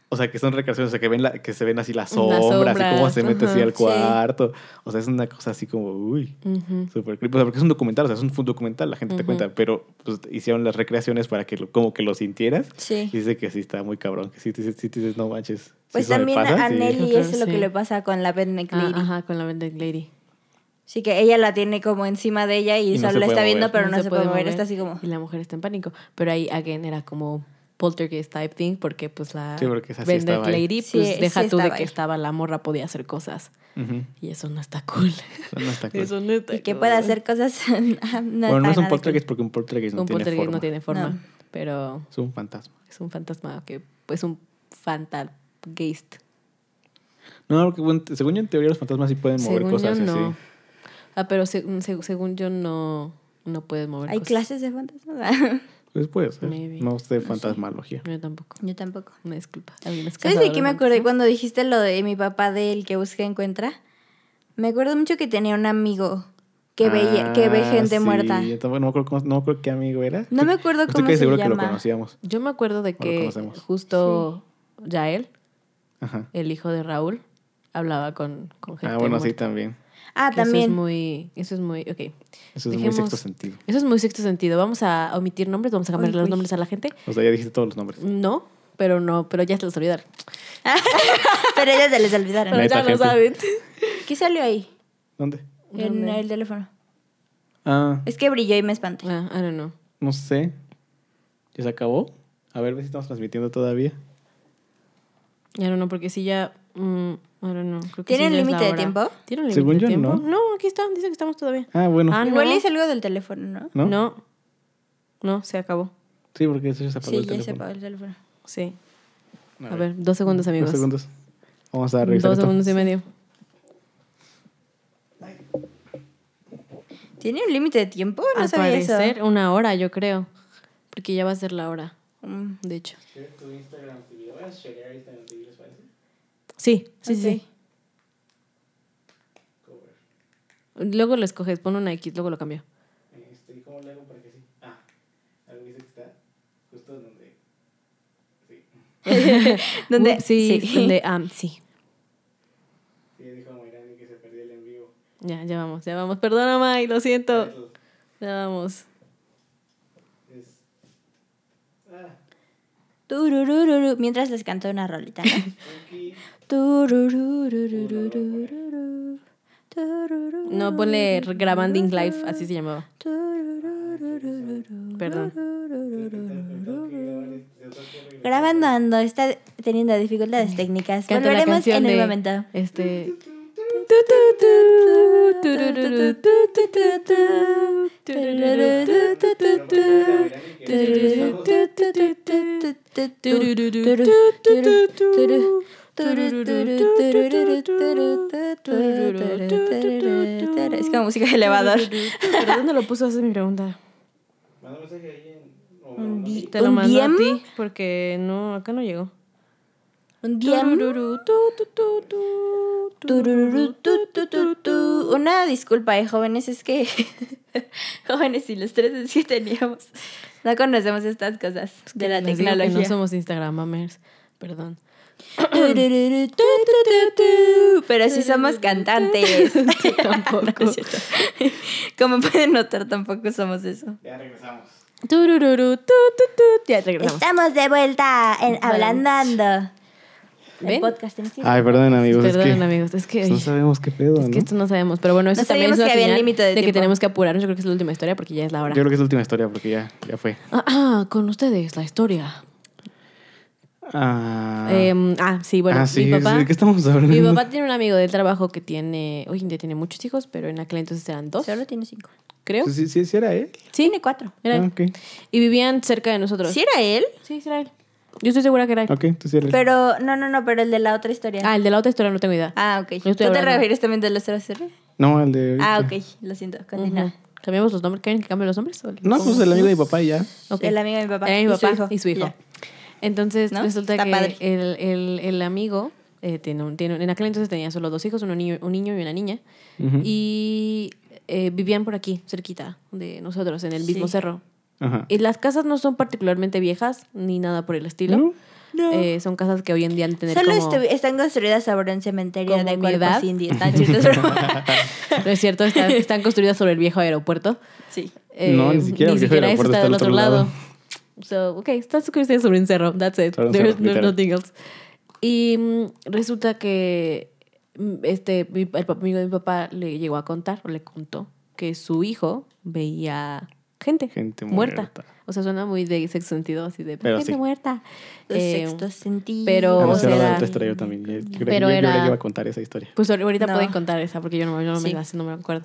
[SPEAKER 3] o sea, que son recreaciones, o sea, que, ven la- que se ven así las
[SPEAKER 2] Las
[SPEAKER 3] sombras, y cómo
[SPEAKER 2] sombras,
[SPEAKER 3] se mete así
[SPEAKER 2] ajá,
[SPEAKER 3] al
[SPEAKER 1] sí.
[SPEAKER 3] cuarto. O sea, es una cosa así como, uy,
[SPEAKER 2] Ujú.
[SPEAKER 3] súper creepy. O sea, porque es un documental, o sea, es un full documental, la gente te cuenta, pero pues, hicieron las recreaciones para que lo- como que lo sintieras.
[SPEAKER 1] Sí.
[SPEAKER 3] Dice que sí está muy cabrón, que sí, te- sí, te dices, no manches. si
[SPEAKER 1] Pues
[SPEAKER 3] eso me
[SPEAKER 1] también
[SPEAKER 3] pasa,
[SPEAKER 1] a
[SPEAKER 3] sí".
[SPEAKER 1] Nelly
[SPEAKER 2] Yo creo
[SPEAKER 1] es lo
[SPEAKER 2] sí.
[SPEAKER 1] que le pasa con la Beth
[SPEAKER 2] Ah,
[SPEAKER 1] McLeary.
[SPEAKER 2] ajá, con la Vended Lady.
[SPEAKER 1] Sí, que ella la tiene como encima de ella y,
[SPEAKER 3] Y no
[SPEAKER 1] solo
[SPEAKER 3] se
[SPEAKER 1] la
[SPEAKER 3] puede
[SPEAKER 1] está
[SPEAKER 3] mover.
[SPEAKER 1] viendo, pero no, se puede mover. Está así como.
[SPEAKER 2] Y la mujer está en pánico. Pero ahí, again, era como poltergeist type thing, porque pues la
[SPEAKER 3] Sí, porque esa sí
[SPEAKER 2] Vended
[SPEAKER 3] estaba ahí.
[SPEAKER 2] Lady,
[SPEAKER 1] Sí,
[SPEAKER 2] pues
[SPEAKER 1] sí
[SPEAKER 2] deja tú de
[SPEAKER 1] estaba
[SPEAKER 2] que
[SPEAKER 1] ahí.
[SPEAKER 2] estaba la morra, podía hacer cosas.
[SPEAKER 3] Ujú.
[SPEAKER 2] Y eso no está cool.
[SPEAKER 3] No está cool.
[SPEAKER 2] Eso no está
[SPEAKER 1] Y que
[SPEAKER 2] cool.
[SPEAKER 1] pueda hacer cosas. no
[SPEAKER 3] bueno, no
[SPEAKER 1] está
[SPEAKER 3] es un
[SPEAKER 1] nada
[SPEAKER 3] poltergeist porque un poltergeist no
[SPEAKER 2] un
[SPEAKER 3] tiene
[SPEAKER 2] poltergeist
[SPEAKER 3] forma.
[SPEAKER 2] no tiene forma.
[SPEAKER 1] No.
[SPEAKER 2] Pero
[SPEAKER 3] Es un fantasma.
[SPEAKER 2] es un fantasma que pues un fantasgeist.
[SPEAKER 3] No, porque bueno, te- según yo en teoría los fantasmas sí pueden mover
[SPEAKER 2] Según
[SPEAKER 3] cosas
[SPEAKER 2] yo
[SPEAKER 3] así.
[SPEAKER 2] no. Ah, pero se- se- según yo no, no puedes mover
[SPEAKER 1] cool. Hay
[SPEAKER 2] cosas.
[SPEAKER 1] clases de fantasmas.
[SPEAKER 3] Pues puede ser.
[SPEAKER 2] Maybe.
[SPEAKER 3] No sé fantasmología.
[SPEAKER 2] Yo tampoco.
[SPEAKER 1] Yo tampoco.
[SPEAKER 2] Una disculpa. Alguien es
[SPEAKER 1] ¿Sabes de
[SPEAKER 2] cazador
[SPEAKER 1] qué me
[SPEAKER 2] fantasma.
[SPEAKER 1] acordé cuando dijiste lo de mi papá del que busca encuentra? Me acuerdo mucho que tenía un amigo que, veía, que ve
[SPEAKER 3] Ah,
[SPEAKER 1] gente
[SPEAKER 3] sí.
[SPEAKER 1] muerta.
[SPEAKER 3] Yo tampoco- no, me acuerdo cómo- no me acuerdo qué amigo era.
[SPEAKER 1] No me acuerdo
[SPEAKER 3] Estoy
[SPEAKER 1] cómo
[SPEAKER 3] casi
[SPEAKER 1] se
[SPEAKER 3] seguro que lo
[SPEAKER 1] llama.
[SPEAKER 3] conocíamos.
[SPEAKER 2] Yo me acuerdo de
[SPEAKER 3] No lo
[SPEAKER 2] que
[SPEAKER 3] conocemos.
[SPEAKER 2] justo Yael,
[SPEAKER 3] Ajá.
[SPEAKER 2] el hijo de Raúl, hablaba con, con gente.
[SPEAKER 3] Ah, bueno, sí,
[SPEAKER 2] muerta.
[SPEAKER 3] también.
[SPEAKER 1] Ah,
[SPEAKER 2] Que Eso es
[SPEAKER 1] también.
[SPEAKER 2] muy. Eso es muy. Ok.
[SPEAKER 3] Eso es
[SPEAKER 2] Dejemos-
[SPEAKER 3] muy sexto sentido.
[SPEAKER 2] Eso es muy sexto sentido. Vamos a omitir nombres, vamos a cambiar
[SPEAKER 1] Uy,
[SPEAKER 2] los
[SPEAKER 1] uy.
[SPEAKER 2] nombres a la gente.
[SPEAKER 3] O sea, ya dijiste todos los nombres.
[SPEAKER 2] No, pero no, pero ya se los olvidaron.
[SPEAKER 1] Pero ellas se les olvidaron.
[SPEAKER 2] Pero
[SPEAKER 3] Neta,
[SPEAKER 2] ya lo
[SPEAKER 3] gente.
[SPEAKER 2] saben.
[SPEAKER 1] ¿Qué salió ahí?
[SPEAKER 3] ¿Dónde?
[SPEAKER 1] En
[SPEAKER 2] ¿Dónde?
[SPEAKER 1] el teléfono.
[SPEAKER 3] Ah,
[SPEAKER 1] Es que brilló y me espanté.
[SPEAKER 2] Ah, I don't know.
[SPEAKER 3] no sé. ¿Ya se acabó? A ver, a ver si estamos transmitiendo todavía.
[SPEAKER 2] I don't know, porque si ya. mm, I don't know. Creo que
[SPEAKER 1] ¿Tiene
[SPEAKER 2] sí
[SPEAKER 1] un
[SPEAKER 2] ya es
[SPEAKER 1] límite
[SPEAKER 2] la
[SPEAKER 1] de
[SPEAKER 2] hora.
[SPEAKER 1] tiempo?
[SPEAKER 2] ¿Tiene un límite
[SPEAKER 3] Según
[SPEAKER 2] de
[SPEAKER 3] yo,
[SPEAKER 2] tiempo?
[SPEAKER 3] no.
[SPEAKER 2] No, aquí está. Dice que estamos todavía.
[SPEAKER 3] Ah, bueno.
[SPEAKER 2] Ah,
[SPEAKER 1] Igual
[SPEAKER 2] no.
[SPEAKER 1] hice algo del teléfono, ¿no?
[SPEAKER 3] ¿No?
[SPEAKER 2] No. No, se acabó.
[SPEAKER 3] Sí, porque eso ya se apagó
[SPEAKER 1] Sí,
[SPEAKER 3] el
[SPEAKER 1] ya se
[SPEAKER 3] teléfono.
[SPEAKER 1] apagó el teléfono.
[SPEAKER 2] Sí. A ver, dos segundos,
[SPEAKER 3] Dos
[SPEAKER 2] amigos.
[SPEAKER 3] segundos. Vamos a revisar
[SPEAKER 2] Dos
[SPEAKER 3] esto.
[SPEAKER 2] segundos y medio.
[SPEAKER 1] ¿Tiene un límite de tiempo? No
[SPEAKER 2] Al
[SPEAKER 1] sabía eso.
[SPEAKER 2] parecer, una hora, yo creo. Porque ya va a ser la hora,
[SPEAKER 1] Mm,
[SPEAKER 2] de hecho.
[SPEAKER 3] ¿Tu Instagram TV? ¿Vas a llegar a Instagram TV, les parece?
[SPEAKER 2] Sí, sí,
[SPEAKER 1] ok.
[SPEAKER 2] sí. Luego lo escoges, pon una X, luego lo cambio.
[SPEAKER 3] Este, ¿y ¿Cómo le hago para que sí? Ah, algo dice que está justo donde... Sí.
[SPEAKER 1] ¿Dónde?
[SPEAKER 2] Ups, Sí,
[SPEAKER 1] Uh, Sí.
[SPEAKER 2] donde, ah, sí.
[SPEAKER 3] Sí, dijo Mayrani que se perdió el en vivo.
[SPEAKER 2] Ya, ya vamos, ya vamos. Perdona, May, lo siento. Ya vamos.
[SPEAKER 3] Es... Ah,
[SPEAKER 1] Tururururu, Mientras les canto una rolita. ¿no?
[SPEAKER 3] aquí.
[SPEAKER 1] Tururururururururu, turururu,
[SPEAKER 2] No, ponle Grabanding Life, así se llamaba.
[SPEAKER 1] tururururururu,
[SPEAKER 2] Perdón.
[SPEAKER 1] tururururururu. Grabando ando, está teniendo dificultades técnicas.
[SPEAKER 2] Canta la
[SPEAKER 1] Volveremos
[SPEAKER 2] canción
[SPEAKER 1] en un
[SPEAKER 2] de,
[SPEAKER 1] momento.
[SPEAKER 2] Este.
[SPEAKER 1] Es como música de elevador.
[SPEAKER 2] ¿Pero dónde lo puso? Esa es mi pregunta.
[SPEAKER 3] Manda un mensaje ahí en... o
[SPEAKER 1] Un
[SPEAKER 3] manda-
[SPEAKER 1] di-
[SPEAKER 2] Te lo
[SPEAKER 1] ¿Un
[SPEAKER 2] mando a
[SPEAKER 1] diem?
[SPEAKER 2] ti porque no, acá no llegó.
[SPEAKER 1] Un diem. Tururú, tu, tu, tu, tu. Una disculpa, eh, jóvenes, es que jóvenes ilustres es que teníamos. No conocemos estas cosas de la
[SPEAKER 2] Les digo que No
[SPEAKER 1] tecnología.
[SPEAKER 2] somos Instagram mamers. Perdón.
[SPEAKER 1] Tururú, tu, tu, tu, tu. Pero sí somos cantantes.
[SPEAKER 2] Tú tampoco.
[SPEAKER 1] No es cierto. Como pueden notar, tampoco somos eso.
[SPEAKER 3] Ya regresamos.
[SPEAKER 2] Tururú, tu, tu, tu. Ya regresamos.
[SPEAKER 1] Estamos de vuelta en
[SPEAKER 2] Hablando.
[SPEAKER 1] Hablando Ando.
[SPEAKER 2] ¿Ven?
[SPEAKER 1] El podcast en sí.
[SPEAKER 3] Ay, perdón, amigos.
[SPEAKER 2] Perdón,
[SPEAKER 3] es que
[SPEAKER 2] amigos. Es que.
[SPEAKER 3] No sabemos qué pedo,
[SPEAKER 2] Es
[SPEAKER 3] ¿no?
[SPEAKER 2] que esto no sabemos, pero bueno, eso
[SPEAKER 1] No
[SPEAKER 2] también es
[SPEAKER 1] sabíamos
[SPEAKER 2] una
[SPEAKER 1] que había
[SPEAKER 2] señal
[SPEAKER 1] límite de
[SPEAKER 2] de, que
[SPEAKER 1] tiempo.
[SPEAKER 2] tenemos que apurarnos. Yo creo que es la última historia porque ya es la hora.
[SPEAKER 3] Yo creo que es la última historia porque ya, ya fue.
[SPEAKER 2] Ah, ah, con ustedes, la historia.
[SPEAKER 3] Ah,
[SPEAKER 2] Em, ah, sí, bueno,
[SPEAKER 3] ah, sí,
[SPEAKER 2] mi papá.
[SPEAKER 3] ¿de qué estamos hablando?
[SPEAKER 2] Mi papá tiene un amigo del trabajo que tiene, hoy en día tiene muchos hijos, pero en aquel entonces eran dos,
[SPEAKER 1] Solo tiene cinco.
[SPEAKER 2] creo.
[SPEAKER 3] Sí, sí, sí, era él.
[SPEAKER 2] Sí,
[SPEAKER 1] Tiene cuatro.
[SPEAKER 2] era
[SPEAKER 3] Ah,
[SPEAKER 2] él.
[SPEAKER 3] ok.
[SPEAKER 2] Y vivían cerca de nosotros.
[SPEAKER 1] ¿Sí era él?
[SPEAKER 2] Sí, sí era él. Yo estoy segura que era él.
[SPEAKER 3] Ok, tú sí eres.
[SPEAKER 1] Pero, no, no, no, pero el de la otra historia.
[SPEAKER 2] Ah, el de la otra historia no tengo idea.
[SPEAKER 1] Ah, ok.
[SPEAKER 2] Yo
[SPEAKER 1] ¿Tú te
[SPEAKER 2] estoy hablando.
[SPEAKER 1] refieres también de los 00?
[SPEAKER 3] No, el de. ahorita.
[SPEAKER 1] Ah, ok. Lo siento. Continúa.
[SPEAKER 2] Ujú. ¿Cambiamos los nombres? ¿Quieren que cambie los nombres? ¿O-
[SPEAKER 3] No, pues el amigo de mi papá y ya.
[SPEAKER 2] Ok.
[SPEAKER 1] El amigo Eh, de mi papá.
[SPEAKER 2] Era mi
[SPEAKER 1] y su
[SPEAKER 2] papá
[SPEAKER 1] hijo.
[SPEAKER 2] y su hijo.
[SPEAKER 1] Ya.
[SPEAKER 2] Entonces
[SPEAKER 1] ¿No?
[SPEAKER 2] resulta
[SPEAKER 1] Está
[SPEAKER 2] que
[SPEAKER 1] padre.
[SPEAKER 2] el, el- el amigo, eh, tiene un- tiene un- en aquel entonces tenía solo dos hijos, uno niño- un niño y una niña,
[SPEAKER 3] Ujú.
[SPEAKER 2] y eh, vivían por aquí, cerquita de nosotros, en el mismo
[SPEAKER 1] Sí.
[SPEAKER 2] cerro.
[SPEAKER 3] Ajá.
[SPEAKER 2] Y las casas no son particularmente viejas ni nada por el estilo.
[SPEAKER 3] ¿No?
[SPEAKER 2] Eh, son casas que hoy en día han tener
[SPEAKER 1] Solo
[SPEAKER 2] como...
[SPEAKER 1] estu- están construidas sobre un cementerio
[SPEAKER 2] como
[SPEAKER 1] de
[SPEAKER 2] mi
[SPEAKER 1] cuerpos
[SPEAKER 2] edad.
[SPEAKER 1] indios. Ah, cierto, es broma.
[SPEAKER 2] No es cierto, están, están construidas sobre el viejo aeropuerto.
[SPEAKER 1] sí.
[SPEAKER 2] Eh,
[SPEAKER 3] No, ni siquiera el viejo
[SPEAKER 2] eso
[SPEAKER 3] aeropuerto
[SPEAKER 2] está del otro lado.
[SPEAKER 3] lado.
[SPEAKER 2] So, ok, estás construido sobre un cerro. That's it.
[SPEAKER 3] Sobre un
[SPEAKER 2] There's
[SPEAKER 3] cerro,
[SPEAKER 2] no-
[SPEAKER 3] literal.
[SPEAKER 2] nothing else. Y mm, resulta que mm, este, mi- el pa- amigo de mi papá le llegó a contar, o le contó, que su hijo veía gente,
[SPEAKER 3] Gente muerta.
[SPEAKER 2] O sea, suena muy de sexo sentido, así de
[SPEAKER 3] Pero
[SPEAKER 2] gente
[SPEAKER 3] sí.
[SPEAKER 2] muerta.
[SPEAKER 1] Los
[SPEAKER 2] Eh,
[SPEAKER 1] sextos sentidos.
[SPEAKER 2] pero,
[SPEAKER 3] Ah, no,
[SPEAKER 2] o
[SPEAKER 3] sí, era
[SPEAKER 2] sea,
[SPEAKER 3] la otra historia yo también. Yo, yo,
[SPEAKER 2] Pero
[SPEAKER 3] yo- yo
[SPEAKER 2] era-
[SPEAKER 3] le iba a contar esa historia.
[SPEAKER 2] Pues ahor- ahorita
[SPEAKER 1] No.
[SPEAKER 2] pueden contar esa, porque yo no, yo no me
[SPEAKER 1] Sí.
[SPEAKER 2] la sé, no me acuerdo.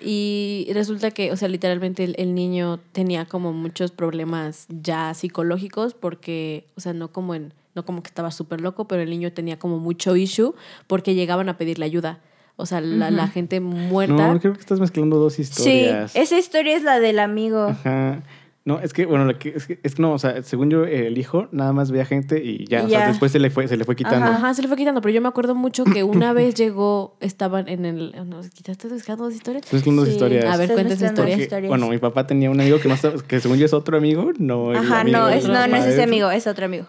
[SPEAKER 2] Y resulta que, o sea, literalmente el, el niño tenía como muchos problemas ya psicológicos, porque, o sea, no como en, no como que estaba súper loco, pero el niño tenía como mucho issue porque llegaban a pedirle ayuda. O sea, la, la
[SPEAKER 1] Ujú.
[SPEAKER 2] gente muerta.
[SPEAKER 3] No, creo que estás mezclando dos
[SPEAKER 1] Sí,
[SPEAKER 3] historias.
[SPEAKER 1] esa historia es la del amigo.
[SPEAKER 3] Ajá. No, es que, bueno, lo que- es que, es que no, o sea, según yo, el hijo nada más veía gente y ya,
[SPEAKER 1] Y
[SPEAKER 3] o sea,
[SPEAKER 1] ya.
[SPEAKER 3] después se le fue, se le fue quitando.
[SPEAKER 1] Ajá.
[SPEAKER 2] Ajá, se le fue quitando, pero yo me acuerdo mucho que una vez llegó, estaban en el... No, quizás estás buscando dos historias.
[SPEAKER 3] Estás mezclando dos
[SPEAKER 1] Sí.
[SPEAKER 3] historias.
[SPEAKER 2] A ver,
[SPEAKER 1] Estás
[SPEAKER 2] cuenta esa
[SPEAKER 1] mezclando
[SPEAKER 2] historia.
[SPEAKER 3] Porque,
[SPEAKER 1] historias.
[SPEAKER 3] bueno, mi papá tenía un amigo que no sabe- que según yo es otro amigo, no el
[SPEAKER 1] Ajá,
[SPEAKER 3] amigo
[SPEAKER 1] no,
[SPEAKER 3] de
[SPEAKER 1] es,
[SPEAKER 3] mi
[SPEAKER 1] no, no es
[SPEAKER 3] papá,
[SPEAKER 1] ese amigo, es otro amigo.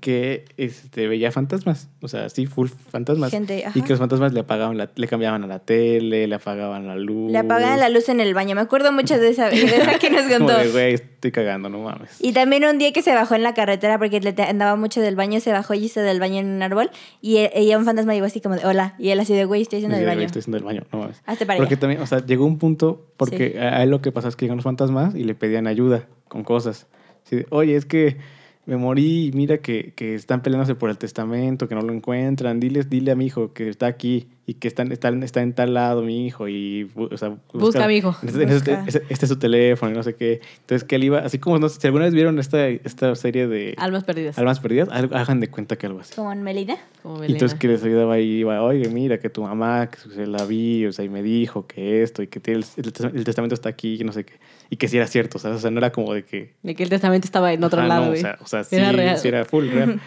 [SPEAKER 3] Que este, veía fantasmas, o sea, sí, full fantasmas.
[SPEAKER 1] Gente, ajá.
[SPEAKER 3] Y que los fantasmas le apagaban, la- le cambiaban a la tele, le apagaban la luz. Uh.
[SPEAKER 1] Le apagaban la luz en el baño. Me acuerdo mucho de esa, de esa que nos
[SPEAKER 3] Como
[SPEAKER 1] contó.
[SPEAKER 3] de, güey, estoy cagando, no mames.
[SPEAKER 1] Y también un día que se bajó en la carretera porque le te- andaba mucho del baño, se bajó y hizo del baño en un árbol. Y e- ella, un fantasma, llegó así como de hola. Y él así de güey, estoy haciendo
[SPEAKER 3] Sí,
[SPEAKER 1] del
[SPEAKER 3] güey,
[SPEAKER 1] baño. Ah,
[SPEAKER 3] Estoy haciendo el baño, no mames.
[SPEAKER 1] Hazte para
[SPEAKER 3] Porque
[SPEAKER 1] allá.
[SPEAKER 3] también, o sea, llegó un punto porque
[SPEAKER 1] Sí.
[SPEAKER 3] a él lo que pasa es que llegan los fantasmas y le pedían ayuda con cosas. Así de, Oye, es que me morí y mira que, que están peleándose por el testamento, que no lo encuentran. Diles, dile a mi hijo que está aquí y que están, están, está en tal lado mi hijo y bu- o sea,
[SPEAKER 2] Busca a mi hijo.
[SPEAKER 3] Este, este-
[SPEAKER 1] Busca.
[SPEAKER 3] este- este es su teléfono y no sé qué. Entonces que él iba, así como no sé, si alguna vez vieron esta, esta serie de
[SPEAKER 2] Almas perdidas.
[SPEAKER 3] Almas Perdidas, al- hagan de cuenta que algo así.
[SPEAKER 1] Como en Melina.
[SPEAKER 2] como
[SPEAKER 3] Y
[SPEAKER 2] Belena.
[SPEAKER 3] entonces que les ayudaba ahí, iba, oye, mira, que tu mamá, que se la vi, o sea, y me dijo que esto, y que tiene el, el tes- el testamento está aquí, y no sé qué. Y que sí era cierto, ¿sabes? o sea, no era como de que...
[SPEAKER 2] De que el testamento estaba en otro
[SPEAKER 3] ajá, no,
[SPEAKER 2] lado,
[SPEAKER 3] o
[SPEAKER 2] güey.
[SPEAKER 3] sea, o sea, sí,
[SPEAKER 2] Era
[SPEAKER 3] sí era,
[SPEAKER 2] real.
[SPEAKER 3] full real.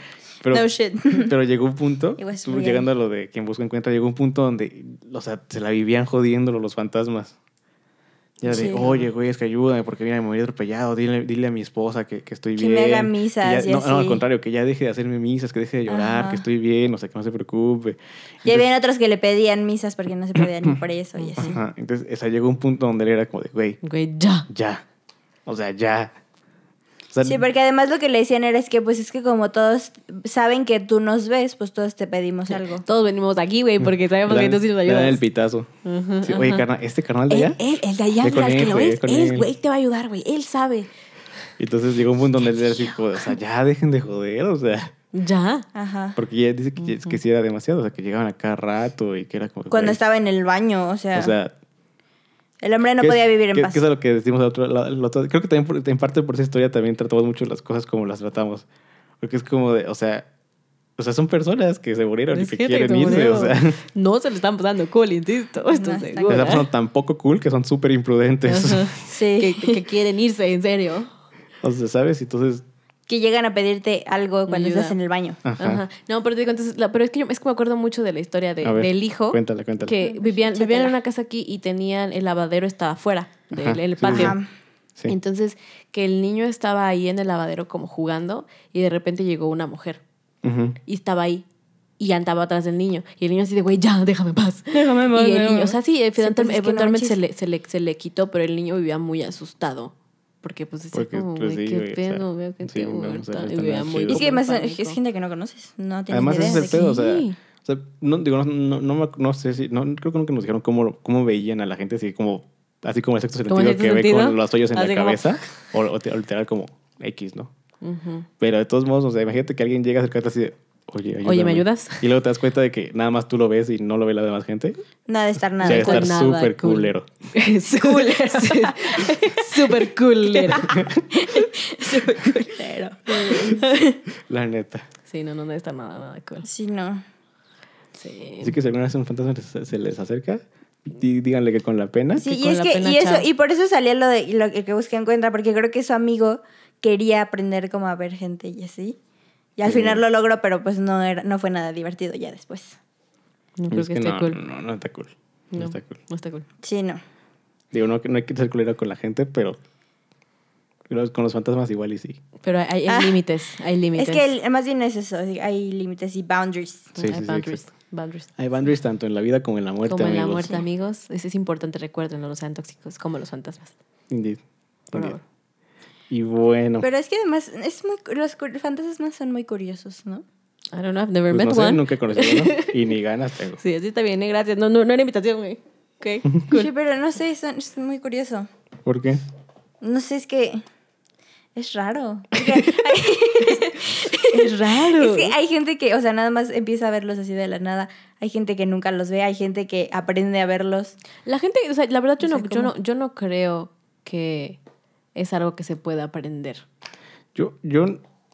[SPEAKER 3] Pero,
[SPEAKER 1] no shit.
[SPEAKER 3] pero llegó un punto,
[SPEAKER 1] It was
[SPEAKER 3] tú
[SPEAKER 1] real.
[SPEAKER 3] llegando a lo de quien busca encuentra, llegó un punto donde, o sea, se la vivían jodiéndolo los fantasmas. Ya de,
[SPEAKER 1] Sí.
[SPEAKER 3] oye, güey, es que ayúdame porque mira, me morí atropellado, dile, dile a mi esposa que, que estoy
[SPEAKER 1] Que
[SPEAKER 3] bien.
[SPEAKER 1] me haga
[SPEAKER 3] que
[SPEAKER 1] misas
[SPEAKER 3] ya-
[SPEAKER 1] y
[SPEAKER 3] no, no, al
[SPEAKER 1] así.
[SPEAKER 3] contrario, que ya deje de hacerme misas, que deje de llorar,
[SPEAKER 1] Ajá.
[SPEAKER 3] que estoy bien, o sea, que no se preocupe.
[SPEAKER 1] Y
[SPEAKER 3] Entonces-
[SPEAKER 1] habían otros que le pedían misas porque no se podían ir por eso y así.
[SPEAKER 3] Ajá, Entonces, o sea, llegó un punto donde él era como de, güey,
[SPEAKER 2] Güey, ya.
[SPEAKER 3] ya. O sea, ya. O sea,
[SPEAKER 1] Sí, porque además lo que le decían era es que pues es que como todos saben que tú nos ves, pues todos te pedimos algo.
[SPEAKER 2] Todos venimos de aquí, güey, porque sabemos
[SPEAKER 3] Mm. le
[SPEAKER 2] que
[SPEAKER 3] dan-
[SPEAKER 2] tú sí nos
[SPEAKER 3] le dan
[SPEAKER 2] ayudas.
[SPEAKER 3] el pitazo. Sí, Oye, carnal, este carnal
[SPEAKER 1] Eh,
[SPEAKER 3] de allá.
[SPEAKER 2] Él, él, el de allá,
[SPEAKER 3] Ve con
[SPEAKER 2] mira, el que
[SPEAKER 3] él,
[SPEAKER 2] lo
[SPEAKER 3] güey,
[SPEAKER 2] ves,
[SPEAKER 3] ve con
[SPEAKER 2] él,
[SPEAKER 3] él.
[SPEAKER 2] güey, te va a ayudar, güey. Él sabe.
[SPEAKER 3] Y entonces llegó un punto donde él era así, como, o sea, ya dejen de joder, o sea.
[SPEAKER 2] Ya.
[SPEAKER 1] Ajá.
[SPEAKER 3] Porque ya dice que, que sí era demasiado, o sea, que llegaban a cada rato y que era como.
[SPEAKER 1] Cuando
[SPEAKER 3] güey,
[SPEAKER 1] estaba en el baño, o sea,
[SPEAKER 3] O sea,
[SPEAKER 1] el hombre no
[SPEAKER 3] ¿qué es-
[SPEAKER 1] podía vivir en
[SPEAKER 3] qué-
[SPEAKER 1] paz.
[SPEAKER 3] qué es a lo que decimos al otro lado- al otro- Creo que también por- en parte por esa historia también tratamos mucho las cosas como las tratamos. Porque es como de, o sea, o sea, son personas que se murieron
[SPEAKER 2] Es
[SPEAKER 3] y que
[SPEAKER 2] gente
[SPEAKER 3] quieren
[SPEAKER 2] como
[SPEAKER 3] irse,
[SPEAKER 2] yo.
[SPEAKER 3] o sea.
[SPEAKER 2] No se le están pasando cool, insisto. Esto
[SPEAKER 1] No, está
[SPEAKER 2] seguro.
[SPEAKER 3] Se la pasaron tan poco cool que son súper imprudentes.
[SPEAKER 2] ¿eh? Ajá.
[SPEAKER 1] Sí.
[SPEAKER 2] que, que quieren irse, en serio.
[SPEAKER 3] O sea, ¿sabes? Entonces,
[SPEAKER 1] que llegan a pedirte algo cuando
[SPEAKER 2] Ayuda.
[SPEAKER 1] estás en el baño.
[SPEAKER 3] ajá.
[SPEAKER 2] Ajá. No, pero te digo, entonces, la- pero es que yo es que me acuerdo mucho de la historia de-
[SPEAKER 3] A ver,
[SPEAKER 2] del hijo.
[SPEAKER 3] Cuéntala, cuéntala.
[SPEAKER 2] Que vivían, vivían en una casa aquí y tenían el lavadero estaba afuera del
[SPEAKER 3] Ajá,
[SPEAKER 2] el
[SPEAKER 3] sí,
[SPEAKER 2] patio.
[SPEAKER 1] Ajá.
[SPEAKER 3] Sí.
[SPEAKER 2] Entonces, que el niño estaba ahí en el lavadero como jugando y de repente llegó una mujer
[SPEAKER 3] Ujú.
[SPEAKER 2] y estaba ahí y andaba atrás del niño. Y el niño así de, güey, ya, déjame en paz.
[SPEAKER 1] Déjame en paz,
[SPEAKER 2] Y el
[SPEAKER 1] déjame en
[SPEAKER 2] niño, o
[SPEAKER 1] paz.
[SPEAKER 2] sea, sí,
[SPEAKER 1] Sí, pues,
[SPEAKER 2] eventualmente,
[SPEAKER 1] es que no
[SPEAKER 2] eventualmente se, le,
[SPEAKER 1] manches.
[SPEAKER 2] se, le, se le quitó, pero el niño vivía muy asustado. Porque pues decía
[SPEAKER 3] Porque,
[SPEAKER 2] como,
[SPEAKER 3] pues,
[SPEAKER 2] güey,
[SPEAKER 3] sí,
[SPEAKER 2] qué
[SPEAKER 3] güey, o sea,
[SPEAKER 2] pedo, veo que
[SPEAKER 3] sí,
[SPEAKER 2] te
[SPEAKER 3] no, o sea,
[SPEAKER 2] muerto.
[SPEAKER 3] no
[SPEAKER 2] Y
[SPEAKER 3] está
[SPEAKER 2] vivía
[SPEAKER 3] nada
[SPEAKER 2] muy
[SPEAKER 1] Y
[SPEAKER 3] chido.
[SPEAKER 1] es
[SPEAKER 2] como
[SPEAKER 1] que
[SPEAKER 2] en
[SPEAKER 1] además
[SPEAKER 2] pánico.
[SPEAKER 1] es gente que no conoces, no tienes
[SPEAKER 3] Además,
[SPEAKER 1] ni idea
[SPEAKER 3] ese
[SPEAKER 1] de
[SPEAKER 3] es el pedo, o sea.
[SPEAKER 2] Sí.
[SPEAKER 3] o sea, no, digo, no, no, no, me- no sé si. No, creo que nunca nos dijeron cómo, cómo veían a la gente, así como. Así como el sexto
[SPEAKER 2] Como
[SPEAKER 3] sentido
[SPEAKER 2] el
[SPEAKER 3] que
[SPEAKER 2] sexto
[SPEAKER 3] ve
[SPEAKER 2] sentido.
[SPEAKER 3] con los hoyos en
[SPEAKER 2] Así
[SPEAKER 3] la
[SPEAKER 2] como-
[SPEAKER 3] cabeza. O, o te- o literal como X, ¿no?
[SPEAKER 2] Ujú.
[SPEAKER 3] Pero de todos modos, o sea, imagínate que alguien llega a acercarte así de. Oye, ayúdame.
[SPEAKER 2] Oye, ¿me ayudas?
[SPEAKER 3] Y luego te das cuenta de que nada más tú lo ves y no lo ve la demás gente.
[SPEAKER 1] Nada de estar
[SPEAKER 3] O
[SPEAKER 1] nada.
[SPEAKER 3] sea,
[SPEAKER 1] de
[SPEAKER 3] debe
[SPEAKER 2] cool.
[SPEAKER 3] estar
[SPEAKER 2] Nada
[SPEAKER 3] súper
[SPEAKER 2] cool.
[SPEAKER 3] culero.
[SPEAKER 2] Culero. Súper culero.
[SPEAKER 1] culero.
[SPEAKER 3] La neta.
[SPEAKER 2] Sí, no, no, no está nada, nada cool.
[SPEAKER 1] Sí, no.
[SPEAKER 3] ¿Eh?
[SPEAKER 2] Sí.
[SPEAKER 3] Así que si alguna vez un fantasma se- se les acerca, di- díganle que con la pena.
[SPEAKER 1] Sí, y
[SPEAKER 2] con
[SPEAKER 1] es
[SPEAKER 2] la
[SPEAKER 1] que,
[SPEAKER 2] pena,
[SPEAKER 1] y eso,
[SPEAKER 2] chao.
[SPEAKER 1] y por eso salía lo de lo que busca encuentra, porque creo que su amigo quería aprender cómo a ver gente y así. Y al
[SPEAKER 3] Sí.
[SPEAKER 1] final lo logró, pero pues no era, no fue nada divertido ya después.
[SPEAKER 2] No
[SPEAKER 3] Es
[SPEAKER 2] creo que,
[SPEAKER 3] que
[SPEAKER 2] esté
[SPEAKER 3] no,
[SPEAKER 2] cool.
[SPEAKER 3] No, no está cool. No,
[SPEAKER 2] No,
[SPEAKER 3] está cool.
[SPEAKER 2] no está cool.
[SPEAKER 1] Sí, no.
[SPEAKER 3] Digo, no, no hay que ser culero con la gente, pero pero con los fantasmas igual y sí.
[SPEAKER 2] Pero hay, hay
[SPEAKER 1] Ah.
[SPEAKER 2] límites, hay límites.
[SPEAKER 1] Es que el- más bien es eso, sí, hay límites y boundaries.
[SPEAKER 2] hay
[SPEAKER 3] Sí, sí, sí,
[SPEAKER 2] boundaries,
[SPEAKER 3] exacto.
[SPEAKER 2] boundaries.
[SPEAKER 3] Hay boundaries tanto en la vida como en la muerte,
[SPEAKER 2] como en la
[SPEAKER 3] amigos.
[SPEAKER 2] muerte, amigos. Eso es importante, recuérdenlo, no sean tóxicos, como los fantasmas.
[SPEAKER 3] Indeed.
[SPEAKER 2] Por
[SPEAKER 3] Indeed.
[SPEAKER 2] favor.
[SPEAKER 3] Y bueno.
[SPEAKER 1] Pero es que además es muy cu- los cu- fantasmas son muy curiosos, ¿no?
[SPEAKER 2] I don't know, I've never
[SPEAKER 3] pues
[SPEAKER 2] met
[SPEAKER 3] no sé,
[SPEAKER 2] one.
[SPEAKER 3] nunca he conocido uno y ni ganas tengo.
[SPEAKER 2] Sí, así está bien, eh, gracias. No, no, no era invitación, güey. Ok,
[SPEAKER 1] Sí,
[SPEAKER 2] cool.
[SPEAKER 1] pero no sé, son- es muy curioso.
[SPEAKER 3] ¿Por qué?
[SPEAKER 1] No sé, es que es raro.
[SPEAKER 2] es raro.
[SPEAKER 1] Es que hay gente que, o sea, nada más empieza a verlos así de la nada. Hay gente que nunca los ve, hay gente que aprende a verlos.
[SPEAKER 2] La gente, o sea, la verdad yo
[SPEAKER 1] O sea,
[SPEAKER 2] no, yo
[SPEAKER 1] ¿cómo?
[SPEAKER 2] no, yo no creo que es algo que se pueda aprender.
[SPEAKER 3] Yo, yo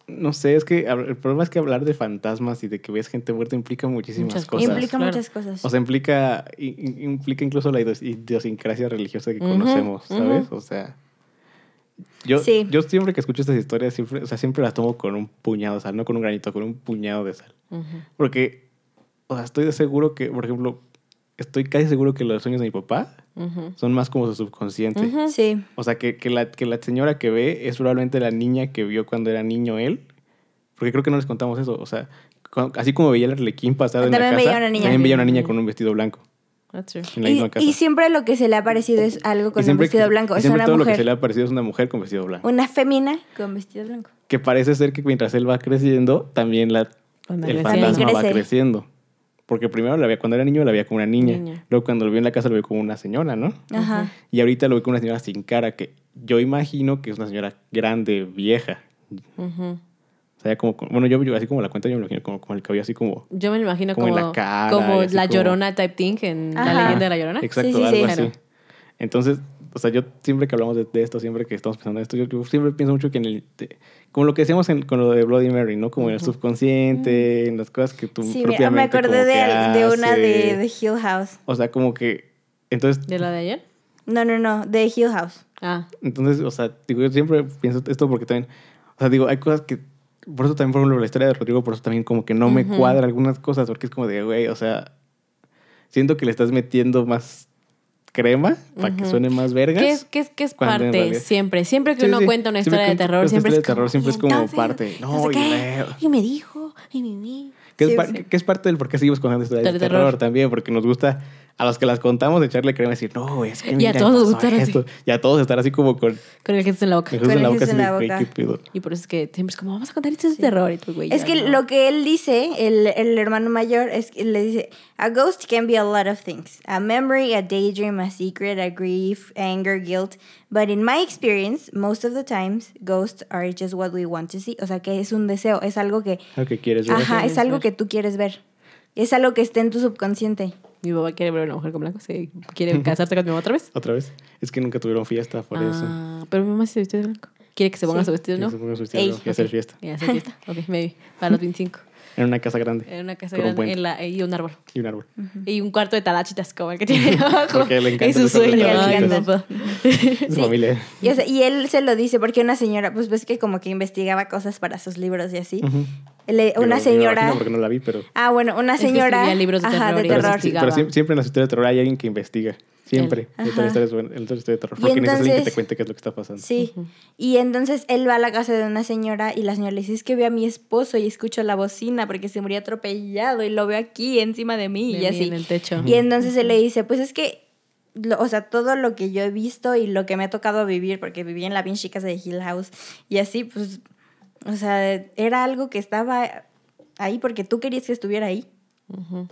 [SPEAKER 3] no sé, es que hab- el problema es que hablar de fantasmas y de que ves gente muerta implica muchísimas
[SPEAKER 2] Muchas
[SPEAKER 3] cosas.
[SPEAKER 2] cosas.
[SPEAKER 1] Implica
[SPEAKER 2] claro.
[SPEAKER 1] muchas cosas.
[SPEAKER 3] O sea, implica, i- i- implica incluso la idos- idiosincrasia religiosa que
[SPEAKER 2] Ujú,
[SPEAKER 3] conocemos, ¿sabes? O sea, yo,
[SPEAKER 1] Sí.
[SPEAKER 3] yo siempre que escucho estas historias, siempre, o sea, siempre las tomo con un puñado de sal, no con un granito, con un puñado de sal.
[SPEAKER 2] Ujú.
[SPEAKER 3] Porque, o sea, estoy de seguro que, por ejemplo, estoy casi seguro que los sueños de mi papá
[SPEAKER 2] Ujú.
[SPEAKER 3] son más como su subconsciente.
[SPEAKER 2] Ujú.
[SPEAKER 1] sí.
[SPEAKER 3] O sea, que, que la, que la señora que ve es probablemente la niña que vio cuando era niño él. Porque creo que no les contamos eso. O sea, cu- así como veía el arlequín pasar en la
[SPEAKER 1] Ah, También
[SPEAKER 3] casa,
[SPEAKER 1] veía una niña.
[SPEAKER 3] también veía una niña con un vestido blanco.
[SPEAKER 2] That's true.
[SPEAKER 3] en la
[SPEAKER 1] Y,
[SPEAKER 3] misma casa.
[SPEAKER 1] y siempre lo que se le ha parecido es algo
[SPEAKER 3] Y
[SPEAKER 1] con un vestido
[SPEAKER 3] que-
[SPEAKER 1] blanco.
[SPEAKER 3] y
[SPEAKER 1] Es
[SPEAKER 3] siempre
[SPEAKER 1] una
[SPEAKER 3] todo
[SPEAKER 1] mujer.
[SPEAKER 3] lo que se le ha parecido es una mujer con vestido blanco.
[SPEAKER 1] Una fémina con vestido blanco.
[SPEAKER 3] Que parece ser que mientras él va creciendo, también la,
[SPEAKER 2] Cuando
[SPEAKER 3] el
[SPEAKER 2] crece.
[SPEAKER 3] fantasma va
[SPEAKER 1] crece.
[SPEAKER 3] creciendo. Porque primero la veía, cuando era niño la veía como una niña.
[SPEAKER 2] Niña.
[SPEAKER 3] Luego cuando lo vio en la casa lo vio como una señora, ¿no?
[SPEAKER 1] Ajá.
[SPEAKER 3] Y ahorita lo veo como una señora sin cara, que yo imagino que es una señora grande, vieja.
[SPEAKER 2] Ujú.
[SPEAKER 3] O sea, ya como, con- bueno, yo, yo así como la cuenta, yo me imagino como, como el cabello así como...
[SPEAKER 2] Yo me lo imagino
[SPEAKER 3] Como
[SPEAKER 2] como,
[SPEAKER 3] en la
[SPEAKER 2] como la,
[SPEAKER 3] cara y así como-
[SPEAKER 2] llorona type thing en
[SPEAKER 1] Ajá.
[SPEAKER 2] la leyenda de la llorona.
[SPEAKER 3] Exacto,
[SPEAKER 1] Sí, sí,
[SPEAKER 3] algo
[SPEAKER 1] sí.
[SPEAKER 3] así.
[SPEAKER 2] Claro.
[SPEAKER 3] Entonces, o sea, yo siempre que hablamos de, de esto, siempre que estamos pensando en esto, yo, yo siempre pienso mucho que en el... de- como lo que decíamos en- con lo de Bloody Mary, ¿no? Como en el subconsciente, en las cosas que tú
[SPEAKER 1] Mm. Sí, me, me
[SPEAKER 3] propiamente como
[SPEAKER 1] acordé de,
[SPEAKER 3] que
[SPEAKER 1] al- de una de,
[SPEAKER 3] haces.
[SPEAKER 1] de Hill House.
[SPEAKER 3] O sea, como que... Entonces,
[SPEAKER 2] ¿De la de ayer?
[SPEAKER 1] No, no, no, de Hill House.
[SPEAKER 2] Ah,
[SPEAKER 3] Entonces, o sea, digo, yo siempre pienso esto porque también, o sea, digo, hay cosas que, por eso también, por ejemplo, la historia de Rodrigo, por eso también como que no me
[SPEAKER 2] Ujú.
[SPEAKER 3] cuadra algunas cosas, porque es como de, güey, o sea, siento que le estás metiendo más crema para que
[SPEAKER 2] Ujú.
[SPEAKER 3] suene más vergas.
[SPEAKER 2] ¿Qué es, qué es, qué es
[SPEAKER 3] Cuando en
[SPEAKER 2] parte?
[SPEAKER 3] realidad-
[SPEAKER 2] Siempre, siempre que
[SPEAKER 3] Sí,
[SPEAKER 2] uno
[SPEAKER 3] sí.
[SPEAKER 2] cuenta una historia
[SPEAKER 3] Siempre
[SPEAKER 2] de
[SPEAKER 3] cuenta
[SPEAKER 2] terror,
[SPEAKER 3] una
[SPEAKER 2] siempre
[SPEAKER 3] historia
[SPEAKER 2] es
[SPEAKER 3] de terror, siempre es como parte, no,
[SPEAKER 2] sé
[SPEAKER 3] y
[SPEAKER 2] qué,
[SPEAKER 3] luego-
[SPEAKER 2] y me dijo, y mi, mi.
[SPEAKER 3] Que es,
[SPEAKER 1] Sí,
[SPEAKER 3] par-
[SPEAKER 1] sí.
[SPEAKER 3] que es parte del por qué seguimos contando historias de
[SPEAKER 2] Del
[SPEAKER 3] terror.
[SPEAKER 2] terror.
[SPEAKER 3] también, porque nos gusta a los que las contamos echarle crema y decir, no, es que
[SPEAKER 2] Y a
[SPEAKER 3] mira,
[SPEAKER 2] todos
[SPEAKER 3] pasó
[SPEAKER 2] estar así.
[SPEAKER 3] esto". Y a todos estar así como con
[SPEAKER 2] Con el gesto en la boca.
[SPEAKER 3] el Jesús en la
[SPEAKER 1] el
[SPEAKER 3] boca,
[SPEAKER 1] Jesús
[SPEAKER 3] así
[SPEAKER 1] en
[SPEAKER 3] de,
[SPEAKER 1] la
[SPEAKER 3] "Güey,
[SPEAKER 1] boca".
[SPEAKER 3] qué pedo.
[SPEAKER 2] Y por eso es que siempre es como, vamos a contar historias de terror. Y tú, güey,
[SPEAKER 1] Es
[SPEAKER 2] ya
[SPEAKER 1] que
[SPEAKER 2] no.
[SPEAKER 1] lo que él dice, el, el hermano mayor, es que le dice, a ghost can be a lot of things. A memory, a daydream, a secret, a grief, anger, guilt. But in my experience, most of the times, ghosts are just what we want to see. O sea, que es un deseo, es algo que,
[SPEAKER 3] Lo que quieres ver.
[SPEAKER 1] ajá,
[SPEAKER 2] quieres
[SPEAKER 1] es algo
[SPEAKER 2] ver.
[SPEAKER 1] que tú quieres ver. Es algo que está en tu subconsciente.
[SPEAKER 2] Mi papá quiere ver a una mujer con blanco, ¿sí? quiere casarse con mi mamá otra vez.
[SPEAKER 3] Otra vez. Es que nunca tuvieron fiesta por eso.
[SPEAKER 2] Ah, pero mi mamá se vistió de blanco. Quiere que se ponga
[SPEAKER 1] Sí.
[SPEAKER 2] su vestido, ¿no?
[SPEAKER 3] Que se pongan sus tíos
[SPEAKER 1] Ey,
[SPEAKER 3] luego y hacer fiesta.
[SPEAKER 2] Y hacer fiesta. Ok, maybe. Para los 25.
[SPEAKER 3] En una casa grande.
[SPEAKER 1] Eh.
[SPEAKER 2] En una casa
[SPEAKER 3] Con
[SPEAKER 2] grande
[SPEAKER 3] un puente.
[SPEAKER 2] en la, y un árbol.
[SPEAKER 3] Y un árbol.
[SPEAKER 2] Y un cuarto de talachitas como el que tiene abajo.
[SPEAKER 3] Porque le encantan
[SPEAKER 2] es su
[SPEAKER 3] los cuartos de
[SPEAKER 2] sueño.
[SPEAKER 1] talachitas.
[SPEAKER 2] Ay, mi papá.
[SPEAKER 3] Es familia.
[SPEAKER 1] Y, o sea, y él se lo dice porque una señora, pues ves que como que investigaba cosas para sus libros y así.
[SPEAKER 3] Ujú.
[SPEAKER 1] Le-
[SPEAKER 3] Digo,
[SPEAKER 1] una
[SPEAKER 3] me
[SPEAKER 1] señora...
[SPEAKER 3] imagino porque no la vi, pero.
[SPEAKER 1] Ah, bueno, una
[SPEAKER 2] Es que
[SPEAKER 1] señora...
[SPEAKER 2] escribía libros de
[SPEAKER 1] ajá,
[SPEAKER 2] terror
[SPEAKER 1] de
[SPEAKER 2] y
[SPEAKER 3] Pero,
[SPEAKER 1] terror.
[SPEAKER 3] sí-
[SPEAKER 2] investigaba.
[SPEAKER 3] pero sie- siempre en las historias de terror hay alguien que investiga. Siempre.
[SPEAKER 1] Él.
[SPEAKER 3] Yo también
[SPEAKER 1] Ajá.
[SPEAKER 3] estoy en las historias de terror.
[SPEAKER 1] Y
[SPEAKER 3] Porque necesitas alguien que
[SPEAKER 1] entonces-
[SPEAKER 3] te cuente qué es lo que está pasando.
[SPEAKER 1] Sí. Y entonces él va a la casa de una señora y la señora le dice, es que veo a mi esposo y escucho la bocina porque se murió atropellado y lo veo aquí encima de mí
[SPEAKER 2] De
[SPEAKER 1] y
[SPEAKER 2] mí
[SPEAKER 1] así.
[SPEAKER 2] En el techo.
[SPEAKER 1] Y entonces él le dice, pues es que, lo- o sea, todo lo que yo he visto y lo que me ha tocado vivir, porque viví en la pinche casa de Hill House y así, pues, o sea, era algo que estaba ahí porque tú querías que estuviera ahí.
[SPEAKER 2] Ujú.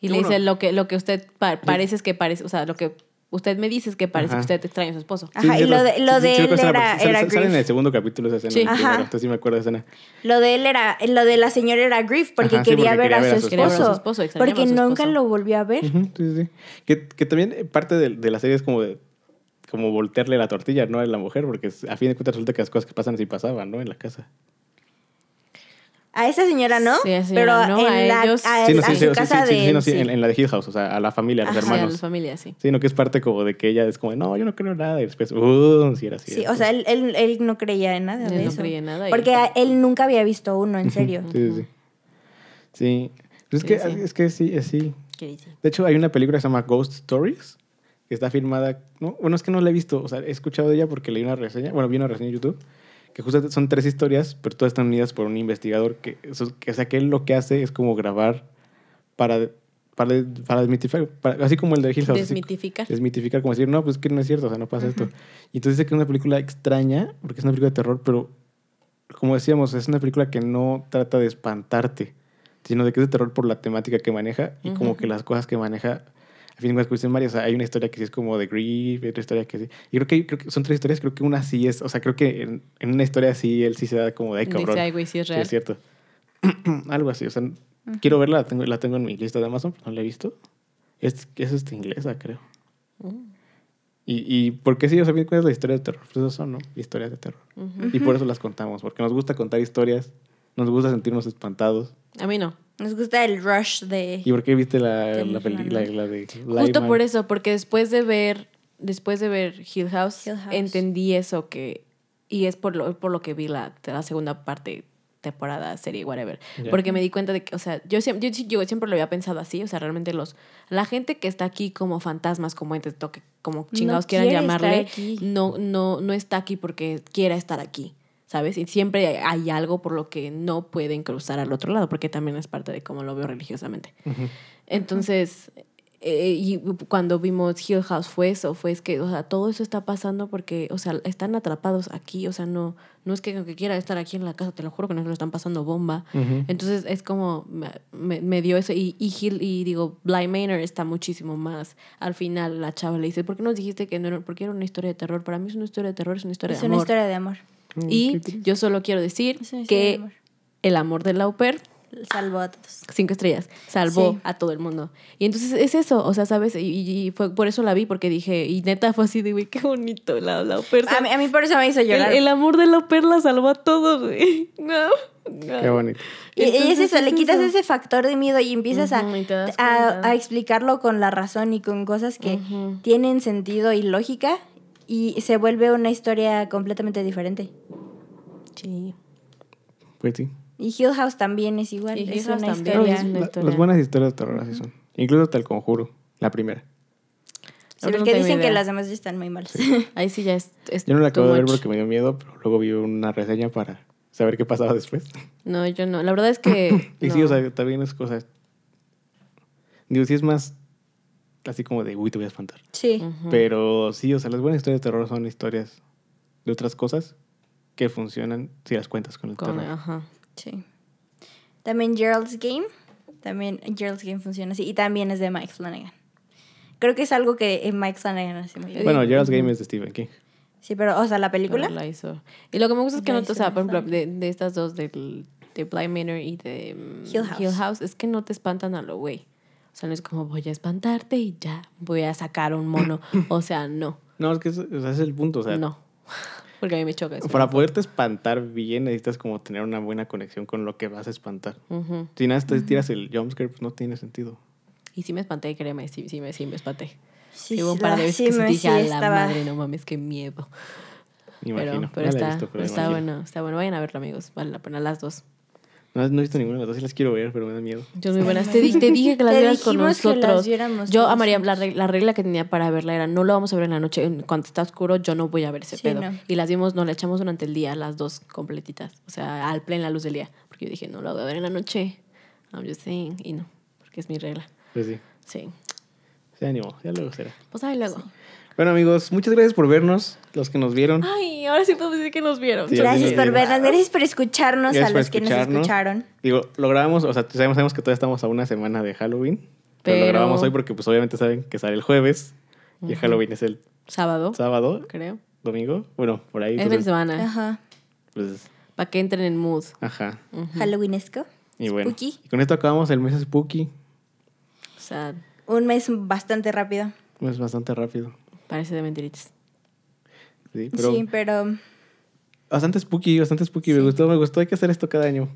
[SPEAKER 2] Y
[SPEAKER 3] Y
[SPEAKER 2] le
[SPEAKER 3] uno-
[SPEAKER 2] dice lo que, lo que usted pa- parece es que parece, o sea, lo que usted me dice es que parece
[SPEAKER 3] Ajá.
[SPEAKER 2] que usted extraña a su esposo.
[SPEAKER 1] Ajá, y lo de- lo de
[SPEAKER 3] creo que
[SPEAKER 1] él
[SPEAKER 3] esa era-
[SPEAKER 1] era-
[SPEAKER 3] sale-
[SPEAKER 1] era
[SPEAKER 3] sale en el
[SPEAKER 1] Griff.
[SPEAKER 3] segundo capítulo esa escena.
[SPEAKER 2] Sí.
[SPEAKER 3] el primero.
[SPEAKER 1] Ajá.
[SPEAKER 3] Entonces sí me acuerdo de esa escena.
[SPEAKER 1] Lo de él era, lo de la señora era grief porque
[SPEAKER 3] Ajá, sí,
[SPEAKER 1] quería
[SPEAKER 3] porque
[SPEAKER 1] ver
[SPEAKER 3] quería
[SPEAKER 1] a su
[SPEAKER 2] Quería ver a su
[SPEAKER 1] esposo.
[SPEAKER 2] esposo, extrañaba
[SPEAKER 1] porque
[SPEAKER 2] a su
[SPEAKER 1] nunca
[SPEAKER 2] esposo.
[SPEAKER 1] lo volvió a ver.
[SPEAKER 3] Ujú, sí, sí, sí. Que, que también eh, parte de, de la serie es como de como voltearle la tortilla, ¿no? A la mujer, porque es- a fin de cuentas resulta que las cosas que pasan así pasaban, ¿no? En la casa.
[SPEAKER 1] A esa señora no,
[SPEAKER 2] Sí, a esa señora
[SPEAKER 1] pero
[SPEAKER 2] no,
[SPEAKER 1] en
[SPEAKER 2] a
[SPEAKER 1] la
[SPEAKER 2] ellos-
[SPEAKER 1] a,
[SPEAKER 3] Sí, no,
[SPEAKER 1] a
[SPEAKER 3] sí, sí,
[SPEAKER 1] su
[SPEAKER 3] sí,
[SPEAKER 1] casa
[SPEAKER 3] sí, sí,
[SPEAKER 1] de
[SPEAKER 3] sí, no,
[SPEAKER 1] él,
[SPEAKER 3] sí,
[SPEAKER 1] sí.
[SPEAKER 3] En, en la de Hill House, o sea, a la familia, a los
[SPEAKER 1] Ajá.
[SPEAKER 2] Sí, a
[SPEAKER 3] hermanos.
[SPEAKER 2] la familia, sí.
[SPEAKER 3] Sí, no, que es parte como de que ella es como, no, yo no creo nada. Y después, uh, sí, era así.
[SPEAKER 1] Sí, o sea, él, él- él no creía en nada
[SPEAKER 2] Él
[SPEAKER 1] de
[SPEAKER 2] no
[SPEAKER 1] eso.
[SPEAKER 2] creía en nada y- pues
[SPEAKER 1] Porque a- él nunca había visto uno, en serio.
[SPEAKER 3] Sí, sí, sí. Sí. Pues es,
[SPEAKER 2] Sí,
[SPEAKER 3] que,
[SPEAKER 2] sí.
[SPEAKER 3] es que sí, es sí.
[SPEAKER 2] Crazy.
[SPEAKER 3] De hecho, hay una película que se llama Ghost Stories, que está filmada. No, bueno, es que no la he visto. O sea, he escuchado de ella porque leí una reseña. Bueno, vi una reseña en YouTube. Que justo son tres historias, pero todas están unidas por un investigador. Que, eso- que o sea, que él lo que hace es como grabar para. Para, para desmitificar, para- así como el de Hill House, así-
[SPEAKER 2] Desmitificar.
[SPEAKER 3] desmitificar, como decir, no, pues que no es cierto, o sea, no pasa esto. Y entonces dice que es una película extraña, porque es una película de terror, pero como decíamos, es una película que no trata de espantarte, sino de que es de terror por la temática que maneja y como que las cosas que maneja. A fin de cuentas, como dicen varias, o sea, hay una historia que sí es como de grief, y otra historia que sí. Y creo que, creo que son tres historias, creo que una sí es, o sea, creo que en, en una historia sí él sí se da como de "Ay, cabrón.
[SPEAKER 2] Dice, ay, güey, sí es
[SPEAKER 3] Sí,
[SPEAKER 2] real.
[SPEAKER 3] es cierto. Algo así, o sea, quiero verla, la tengo, la tengo en mi lista de Amazon, pero no la he visto. Es, es este, inglesa, creo.
[SPEAKER 2] Mm.
[SPEAKER 3] Y, y porque sí, o sea, bien cuentas la historia de terror, pues eso son, ¿no? Historias de terror. Y por eso las contamos, porque nos gusta contar historias, nos gusta sentirnos espantados.
[SPEAKER 2] A mí no.
[SPEAKER 1] Nos gusta el rush de...
[SPEAKER 3] ¿Y por qué viste la,
[SPEAKER 1] Qué
[SPEAKER 3] la película,
[SPEAKER 1] lindo,
[SPEAKER 3] la, la de
[SPEAKER 2] Justo
[SPEAKER 3] Lightman?
[SPEAKER 2] por eso, porque después de ver, después de ver Hill House,
[SPEAKER 1] Hill House.
[SPEAKER 2] entendí eso que, y es por lo, por lo que vi la, la segunda parte, temporada, serie, whatever.
[SPEAKER 3] Ya.
[SPEAKER 2] Porque me di cuenta de que, o sea, yo, siem- yo, sí- yo siempre lo había pensado así, o sea, realmente los, la gente que está aquí como fantasmas, como entes, toque, como chingados quieran
[SPEAKER 1] quiere estar
[SPEAKER 2] llamarle,
[SPEAKER 1] aquí.
[SPEAKER 2] no, no, no está aquí porque quiera estar aquí. ¿Sabes? Y siempre hay algo por lo que no pueden cruzar al otro lado, porque también es parte de cómo lo veo religiosamente.
[SPEAKER 3] Ujú.
[SPEAKER 2] Entonces, eh, y cuando vimos Hill House fue eso, fue es que, o sea, todo eso está pasando porque, o sea, están atrapados aquí, o sea, no, no es que aunque quiera estar aquí en la casa, te lo juro que nos lo están pasando bomba.
[SPEAKER 3] Ujú.
[SPEAKER 2] Entonces es como, me, me- me dio eso, y, y Hill, y digo, Bly Manor está muchísimo más. Al final la chava le dice, ¿por qué nos dijiste que no era, porque era una historia de terror? Para mí es una historia de terror, es una historia
[SPEAKER 1] Es
[SPEAKER 2] de
[SPEAKER 1] una
[SPEAKER 2] amor.
[SPEAKER 1] historia de amor.
[SPEAKER 2] Y
[SPEAKER 3] Mm, Qué triste.
[SPEAKER 2] yo solo quiero decir
[SPEAKER 1] Es una historia de
[SPEAKER 2] que
[SPEAKER 1] amor.
[SPEAKER 2] el amor de Lauper
[SPEAKER 1] Salvo a todos.
[SPEAKER 2] cinco estrellas, salvó
[SPEAKER 1] Sí.
[SPEAKER 2] a todo el mundo. Y entonces es eso, o sea, ¿sabes? Y, y- y fue por eso la vi, porque dije, y neta fue así de, güey, qué bonito, la, la perla.
[SPEAKER 1] A mí, a mí por eso me hizo
[SPEAKER 2] el,
[SPEAKER 1] llorar.
[SPEAKER 2] el amor de la perla salvó a todos, güey. No, no.
[SPEAKER 3] Qué bonito.
[SPEAKER 1] Y- y es
[SPEAKER 2] Entonces,
[SPEAKER 1] eso, le
[SPEAKER 2] es
[SPEAKER 1] quitas
[SPEAKER 2] eso.
[SPEAKER 1] ese factor de miedo y empiezas a-
[SPEAKER 2] Ujú, y te
[SPEAKER 1] a,
[SPEAKER 2] das cuenta.
[SPEAKER 1] a explicarlo con la razón y con cosas que
[SPEAKER 2] Ujú.
[SPEAKER 1] tienen sentido y lógica y se vuelve una historia completamente diferente.
[SPEAKER 2] Sí.
[SPEAKER 3] Pues sí.
[SPEAKER 1] Y Hill House también es igual,
[SPEAKER 2] Y Hill
[SPEAKER 1] es
[SPEAKER 2] House
[SPEAKER 1] una
[SPEAKER 2] también
[SPEAKER 1] historia.
[SPEAKER 2] es una-
[SPEAKER 3] La-
[SPEAKER 2] historia.
[SPEAKER 3] Las buenas historias de terror así son. Incluso hasta el conjuro, la primera.
[SPEAKER 1] Sí,
[SPEAKER 2] No
[SPEAKER 1] porque
[SPEAKER 2] tengo
[SPEAKER 1] dicen que
[SPEAKER 2] idea.
[SPEAKER 1] las demás ya están muy malas.
[SPEAKER 2] Ahí sí ya es. es
[SPEAKER 3] Yo no la
[SPEAKER 2] too
[SPEAKER 3] acabo de ver
[SPEAKER 2] much.
[SPEAKER 3] porque me dio miedo, pero luego vi una reseña para saber qué pasaba después.
[SPEAKER 2] No, yo no. La verdad es que.
[SPEAKER 3] Y sí,
[SPEAKER 2] no.
[SPEAKER 3] o sea, también es cosa. Digo, sí es más así como de, uy, te voy a espantar.
[SPEAKER 1] Sí.
[SPEAKER 2] Ujú.
[SPEAKER 3] Pero sí, o sea, las buenas historias de terror son historias de otras cosas que funcionan si las cuentas con el
[SPEAKER 2] Con-
[SPEAKER 3] terror.
[SPEAKER 2] ajá.
[SPEAKER 1] Sí. También Gerald's Game. También Gerald's Game funciona así. Y también es de Mike Flanagan. Creo que es algo que eh, Mike Flanagan hace muy bien.
[SPEAKER 3] Bueno, Gerald's
[SPEAKER 2] Ujú.
[SPEAKER 3] Game es de Stephen King.
[SPEAKER 1] Sí, pero, o sea, la película.
[SPEAKER 2] Pero la hizo. Y lo que me gusta es que
[SPEAKER 1] La
[SPEAKER 2] no, te- o
[SPEAKER 1] hizo
[SPEAKER 2] sea, por ejemplo,
[SPEAKER 1] bastante.
[SPEAKER 2] de, de estas dos, del, de Bly Manor y de mm,
[SPEAKER 1] Hill House.
[SPEAKER 2] es que no te espantan a lo güey. O sea, no es como voy a espantarte y ya voy a sacar un mono. O sea, no,
[SPEAKER 3] No, es que es, o sea, es el punto. O sea,
[SPEAKER 2] no. Porque a mí me choca eso.
[SPEAKER 3] para poderte espantar bien necesitas como tener una buena conexión con lo que vas a espantar.
[SPEAKER 2] Ujú.
[SPEAKER 3] Si nada, te tiras el jumpscare, pues no tiene sentido.
[SPEAKER 2] Y sí me espanté, créeme, sí, sí, me, sí me espanté.
[SPEAKER 1] Sí,
[SPEAKER 2] Sí, hubo un
[SPEAKER 1] sí,
[SPEAKER 2] par de
[SPEAKER 1] la-
[SPEAKER 2] veces
[SPEAKER 1] sí,
[SPEAKER 2] que sí
[SPEAKER 1] me-
[SPEAKER 2] dije,
[SPEAKER 1] sí,
[SPEAKER 2] a la
[SPEAKER 1] estaba-
[SPEAKER 2] madre, no mames, qué miedo.
[SPEAKER 3] Me
[SPEAKER 2] Pero,
[SPEAKER 3] imagino.
[SPEAKER 2] pero
[SPEAKER 3] No la he
[SPEAKER 2] está,
[SPEAKER 3] visto, pero me
[SPEAKER 2] está
[SPEAKER 3] imagino.
[SPEAKER 2] bueno, está bueno. Vayan a verlo, amigos. Vale la pena las dos.
[SPEAKER 3] No, no he visto ninguna de las dos y las quiero ver, pero me da miedo.
[SPEAKER 2] Yo muy buenas. Te, di- te dije que las
[SPEAKER 1] Te
[SPEAKER 2] vieras con
[SPEAKER 1] dijimos que las
[SPEAKER 2] nosotros.
[SPEAKER 1] viéramos
[SPEAKER 2] yo
[SPEAKER 1] todos
[SPEAKER 2] amaría la
[SPEAKER 1] juntos.
[SPEAKER 2] regla, la regla que tenía para verla era no lo vamos a ver en la noche en- cuando está oscuro yo no voy a ver ese
[SPEAKER 1] Sí,
[SPEAKER 2] pedo
[SPEAKER 1] no.
[SPEAKER 2] y las vimos nos la echamos durante el día las dos completitas o sea al plena luz del día porque yo dije no lo voy a ver en la noche I'm just saying y no porque es mi regla
[SPEAKER 3] Pues sí.
[SPEAKER 2] sí
[SPEAKER 3] Se animó, ya luego será.
[SPEAKER 2] pues ahí luego
[SPEAKER 3] Bueno, amigos, muchas gracias por vernos, los que nos vieron.
[SPEAKER 2] ay ahora sí podemos decir que nos vieron
[SPEAKER 3] Sí, ya
[SPEAKER 1] Gracias
[SPEAKER 3] sí,
[SPEAKER 1] por
[SPEAKER 3] sí.
[SPEAKER 1] vernos, gracias por escucharnos
[SPEAKER 3] Gracias
[SPEAKER 1] a
[SPEAKER 3] por
[SPEAKER 1] los que nos
[SPEAKER 3] escucharnos.
[SPEAKER 1] escucharon.
[SPEAKER 3] Digo, lo grabamos, o sea, sabemos, sabemos que todavía estamos a una semana de Halloween, pero, lo
[SPEAKER 2] Pero-
[SPEAKER 3] grabamos hoy porque pues obviamente saben que sale el jueves y el Halloween es el
[SPEAKER 2] sábado
[SPEAKER 3] sábado,
[SPEAKER 2] creo
[SPEAKER 3] domingo, bueno, por ahí.
[SPEAKER 2] es fin de
[SPEAKER 3] entonces,
[SPEAKER 2] semana
[SPEAKER 1] Ajá.
[SPEAKER 3] pues,
[SPEAKER 2] para que entren en mood
[SPEAKER 3] ajá.
[SPEAKER 1] Halloweenesco.
[SPEAKER 3] Y bueno,
[SPEAKER 1] Spooky.
[SPEAKER 3] y con esto acabamos el mes spooky,
[SPEAKER 2] o sea
[SPEAKER 1] Un mes bastante rápido.
[SPEAKER 3] es pues, bastante rápido,
[SPEAKER 2] parece de mentiritas
[SPEAKER 3] sí, pero
[SPEAKER 1] sí, pero
[SPEAKER 3] bastante spooky, bastante spooky, me gustó, me gustó, hay que hacer esto cada año.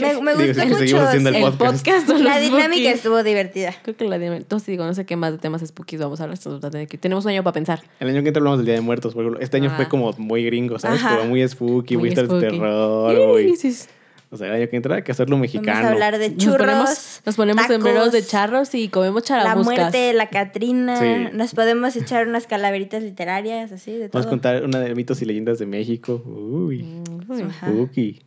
[SPEAKER 1] me, me gustó
[SPEAKER 3] Digo, que seguimos
[SPEAKER 1] mucho.
[SPEAKER 3] haciendo El
[SPEAKER 2] el
[SPEAKER 3] podcast.
[SPEAKER 2] podcast, son
[SPEAKER 1] La
[SPEAKER 2] los
[SPEAKER 1] dinámica
[SPEAKER 2] bookies.
[SPEAKER 1] estuvo divertida.
[SPEAKER 2] Creo que la de... Entonces digo, no sé qué más de temas spookies vamos a hablar. entonces vamos a tener que- Tenemos un año para pensar.
[SPEAKER 3] El año que entra hablamos del Día de Muertos, por ejemplo. Este año
[SPEAKER 2] Ah.
[SPEAKER 3] fue como muy gringo, ¿sabes?
[SPEAKER 1] Ajá.
[SPEAKER 3] Como muy spooky, muy,
[SPEAKER 2] Muy
[SPEAKER 3] historias de
[SPEAKER 2] spooky.
[SPEAKER 3] terror, muy-
[SPEAKER 2] Sí, sí.
[SPEAKER 3] O sea, el año que entra hay que hacerlo mexicano.
[SPEAKER 1] Vamos a hablar de
[SPEAKER 2] Nos
[SPEAKER 1] churros.
[SPEAKER 2] ponemos, nos ponemos
[SPEAKER 1] tacos,
[SPEAKER 2] sombreros de charros y comemos
[SPEAKER 1] La
[SPEAKER 2] charamuscas.
[SPEAKER 1] muerte, la Catrina.
[SPEAKER 3] Sí.
[SPEAKER 1] Nos podemos echar unas calaveritas literarias, así, de
[SPEAKER 3] Vamos
[SPEAKER 1] todo. Mm,
[SPEAKER 3] a contar una de mitos y leyendas de México. Uy,
[SPEAKER 2] Uy,
[SPEAKER 1] Ajá.
[SPEAKER 3] spooky.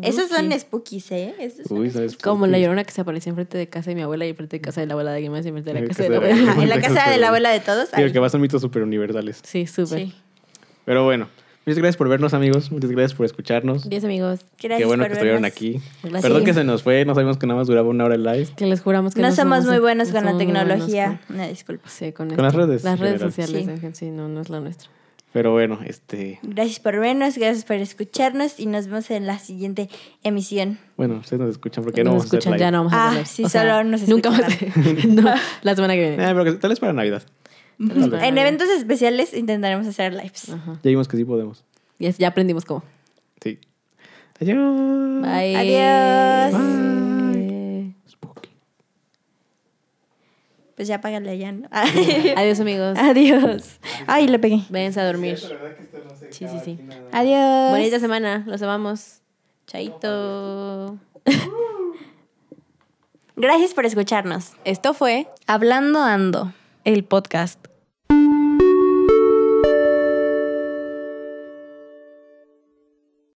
[SPEAKER 1] Esos son spookies, ¿eh? Esos son
[SPEAKER 3] Uy, son spooky.
[SPEAKER 2] Como la llorona que se apareció enfrente de casa de mi abuela y enfrente de casa de la abuela de alguien más y enfrente de la
[SPEAKER 3] En
[SPEAKER 2] casa de la abuela.
[SPEAKER 1] Ajá, en la casa de la abuela de todos.
[SPEAKER 3] Digo
[SPEAKER 1] ahí.
[SPEAKER 3] que va a ser mitos súper universales.
[SPEAKER 2] Sí, súper.
[SPEAKER 1] Sí.
[SPEAKER 3] Pero bueno, muchas gracias por vernos, amigos. Muchas gracias por escucharnos.
[SPEAKER 2] Diez amigos.
[SPEAKER 1] Gracias
[SPEAKER 3] Qué bueno
[SPEAKER 1] por
[SPEAKER 3] que estuvieron
[SPEAKER 1] vernos.
[SPEAKER 3] aquí.
[SPEAKER 2] Gracias.
[SPEAKER 3] Perdón que se nos fue, no sabíamos que nada más duraba una hora el live.
[SPEAKER 2] Que les juramos que
[SPEAKER 1] No somos muy buenos
[SPEAKER 2] no
[SPEAKER 1] con la
[SPEAKER 2] somos muy buenos
[SPEAKER 1] tecnología.
[SPEAKER 2] con-
[SPEAKER 1] Una disculpa.
[SPEAKER 2] Sí, con,
[SPEAKER 3] Con las
[SPEAKER 2] esto.
[SPEAKER 3] redes
[SPEAKER 2] Las
[SPEAKER 3] en
[SPEAKER 2] redes
[SPEAKER 3] general.
[SPEAKER 2] sociales,
[SPEAKER 1] Sí.
[SPEAKER 2] en gen- sí, no, no es la nuestra.
[SPEAKER 3] Pero bueno, este.
[SPEAKER 1] Gracias por vernos, gracias por escucharnos y nos vemos en la siguiente emisión.
[SPEAKER 3] Bueno, ustedes nos escuchan porque no
[SPEAKER 2] nos
[SPEAKER 3] vamos a hacer
[SPEAKER 2] escuchan,
[SPEAKER 3] live.
[SPEAKER 2] ya no vamos a
[SPEAKER 1] Ah,
[SPEAKER 2] hacer live.
[SPEAKER 1] sí, solo nos
[SPEAKER 2] Nunca más. no, la semana que viene.
[SPEAKER 3] Eh, pero que- tal vez para Navidad.
[SPEAKER 2] Tal vez.
[SPEAKER 1] En eventos especiales intentaremos hacer lives.
[SPEAKER 2] Ajá.
[SPEAKER 3] Ya vimos que sí podemos.
[SPEAKER 2] Ya, ya aprendimos cómo.
[SPEAKER 3] Sí. Adiós.
[SPEAKER 2] Bye.
[SPEAKER 1] Adiós.
[SPEAKER 2] Bye.
[SPEAKER 3] Spooky.
[SPEAKER 1] Pues ya págale ya, ¿no?
[SPEAKER 2] Adiós, amigos.
[SPEAKER 1] Adiós. Ay, le pegué.
[SPEAKER 2] Váyanse a dormir.
[SPEAKER 3] Sí,
[SPEAKER 2] sí, sí.
[SPEAKER 1] Adiós.
[SPEAKER 2] Bonita semana. Los amamos. Chaito.
[SPEAKER 1] Gracias por escucharnos.
[SPEAKER 2] Esto fue
[SPEAKER 1] Hablando ando.
[SPEAKER 2] el podcast.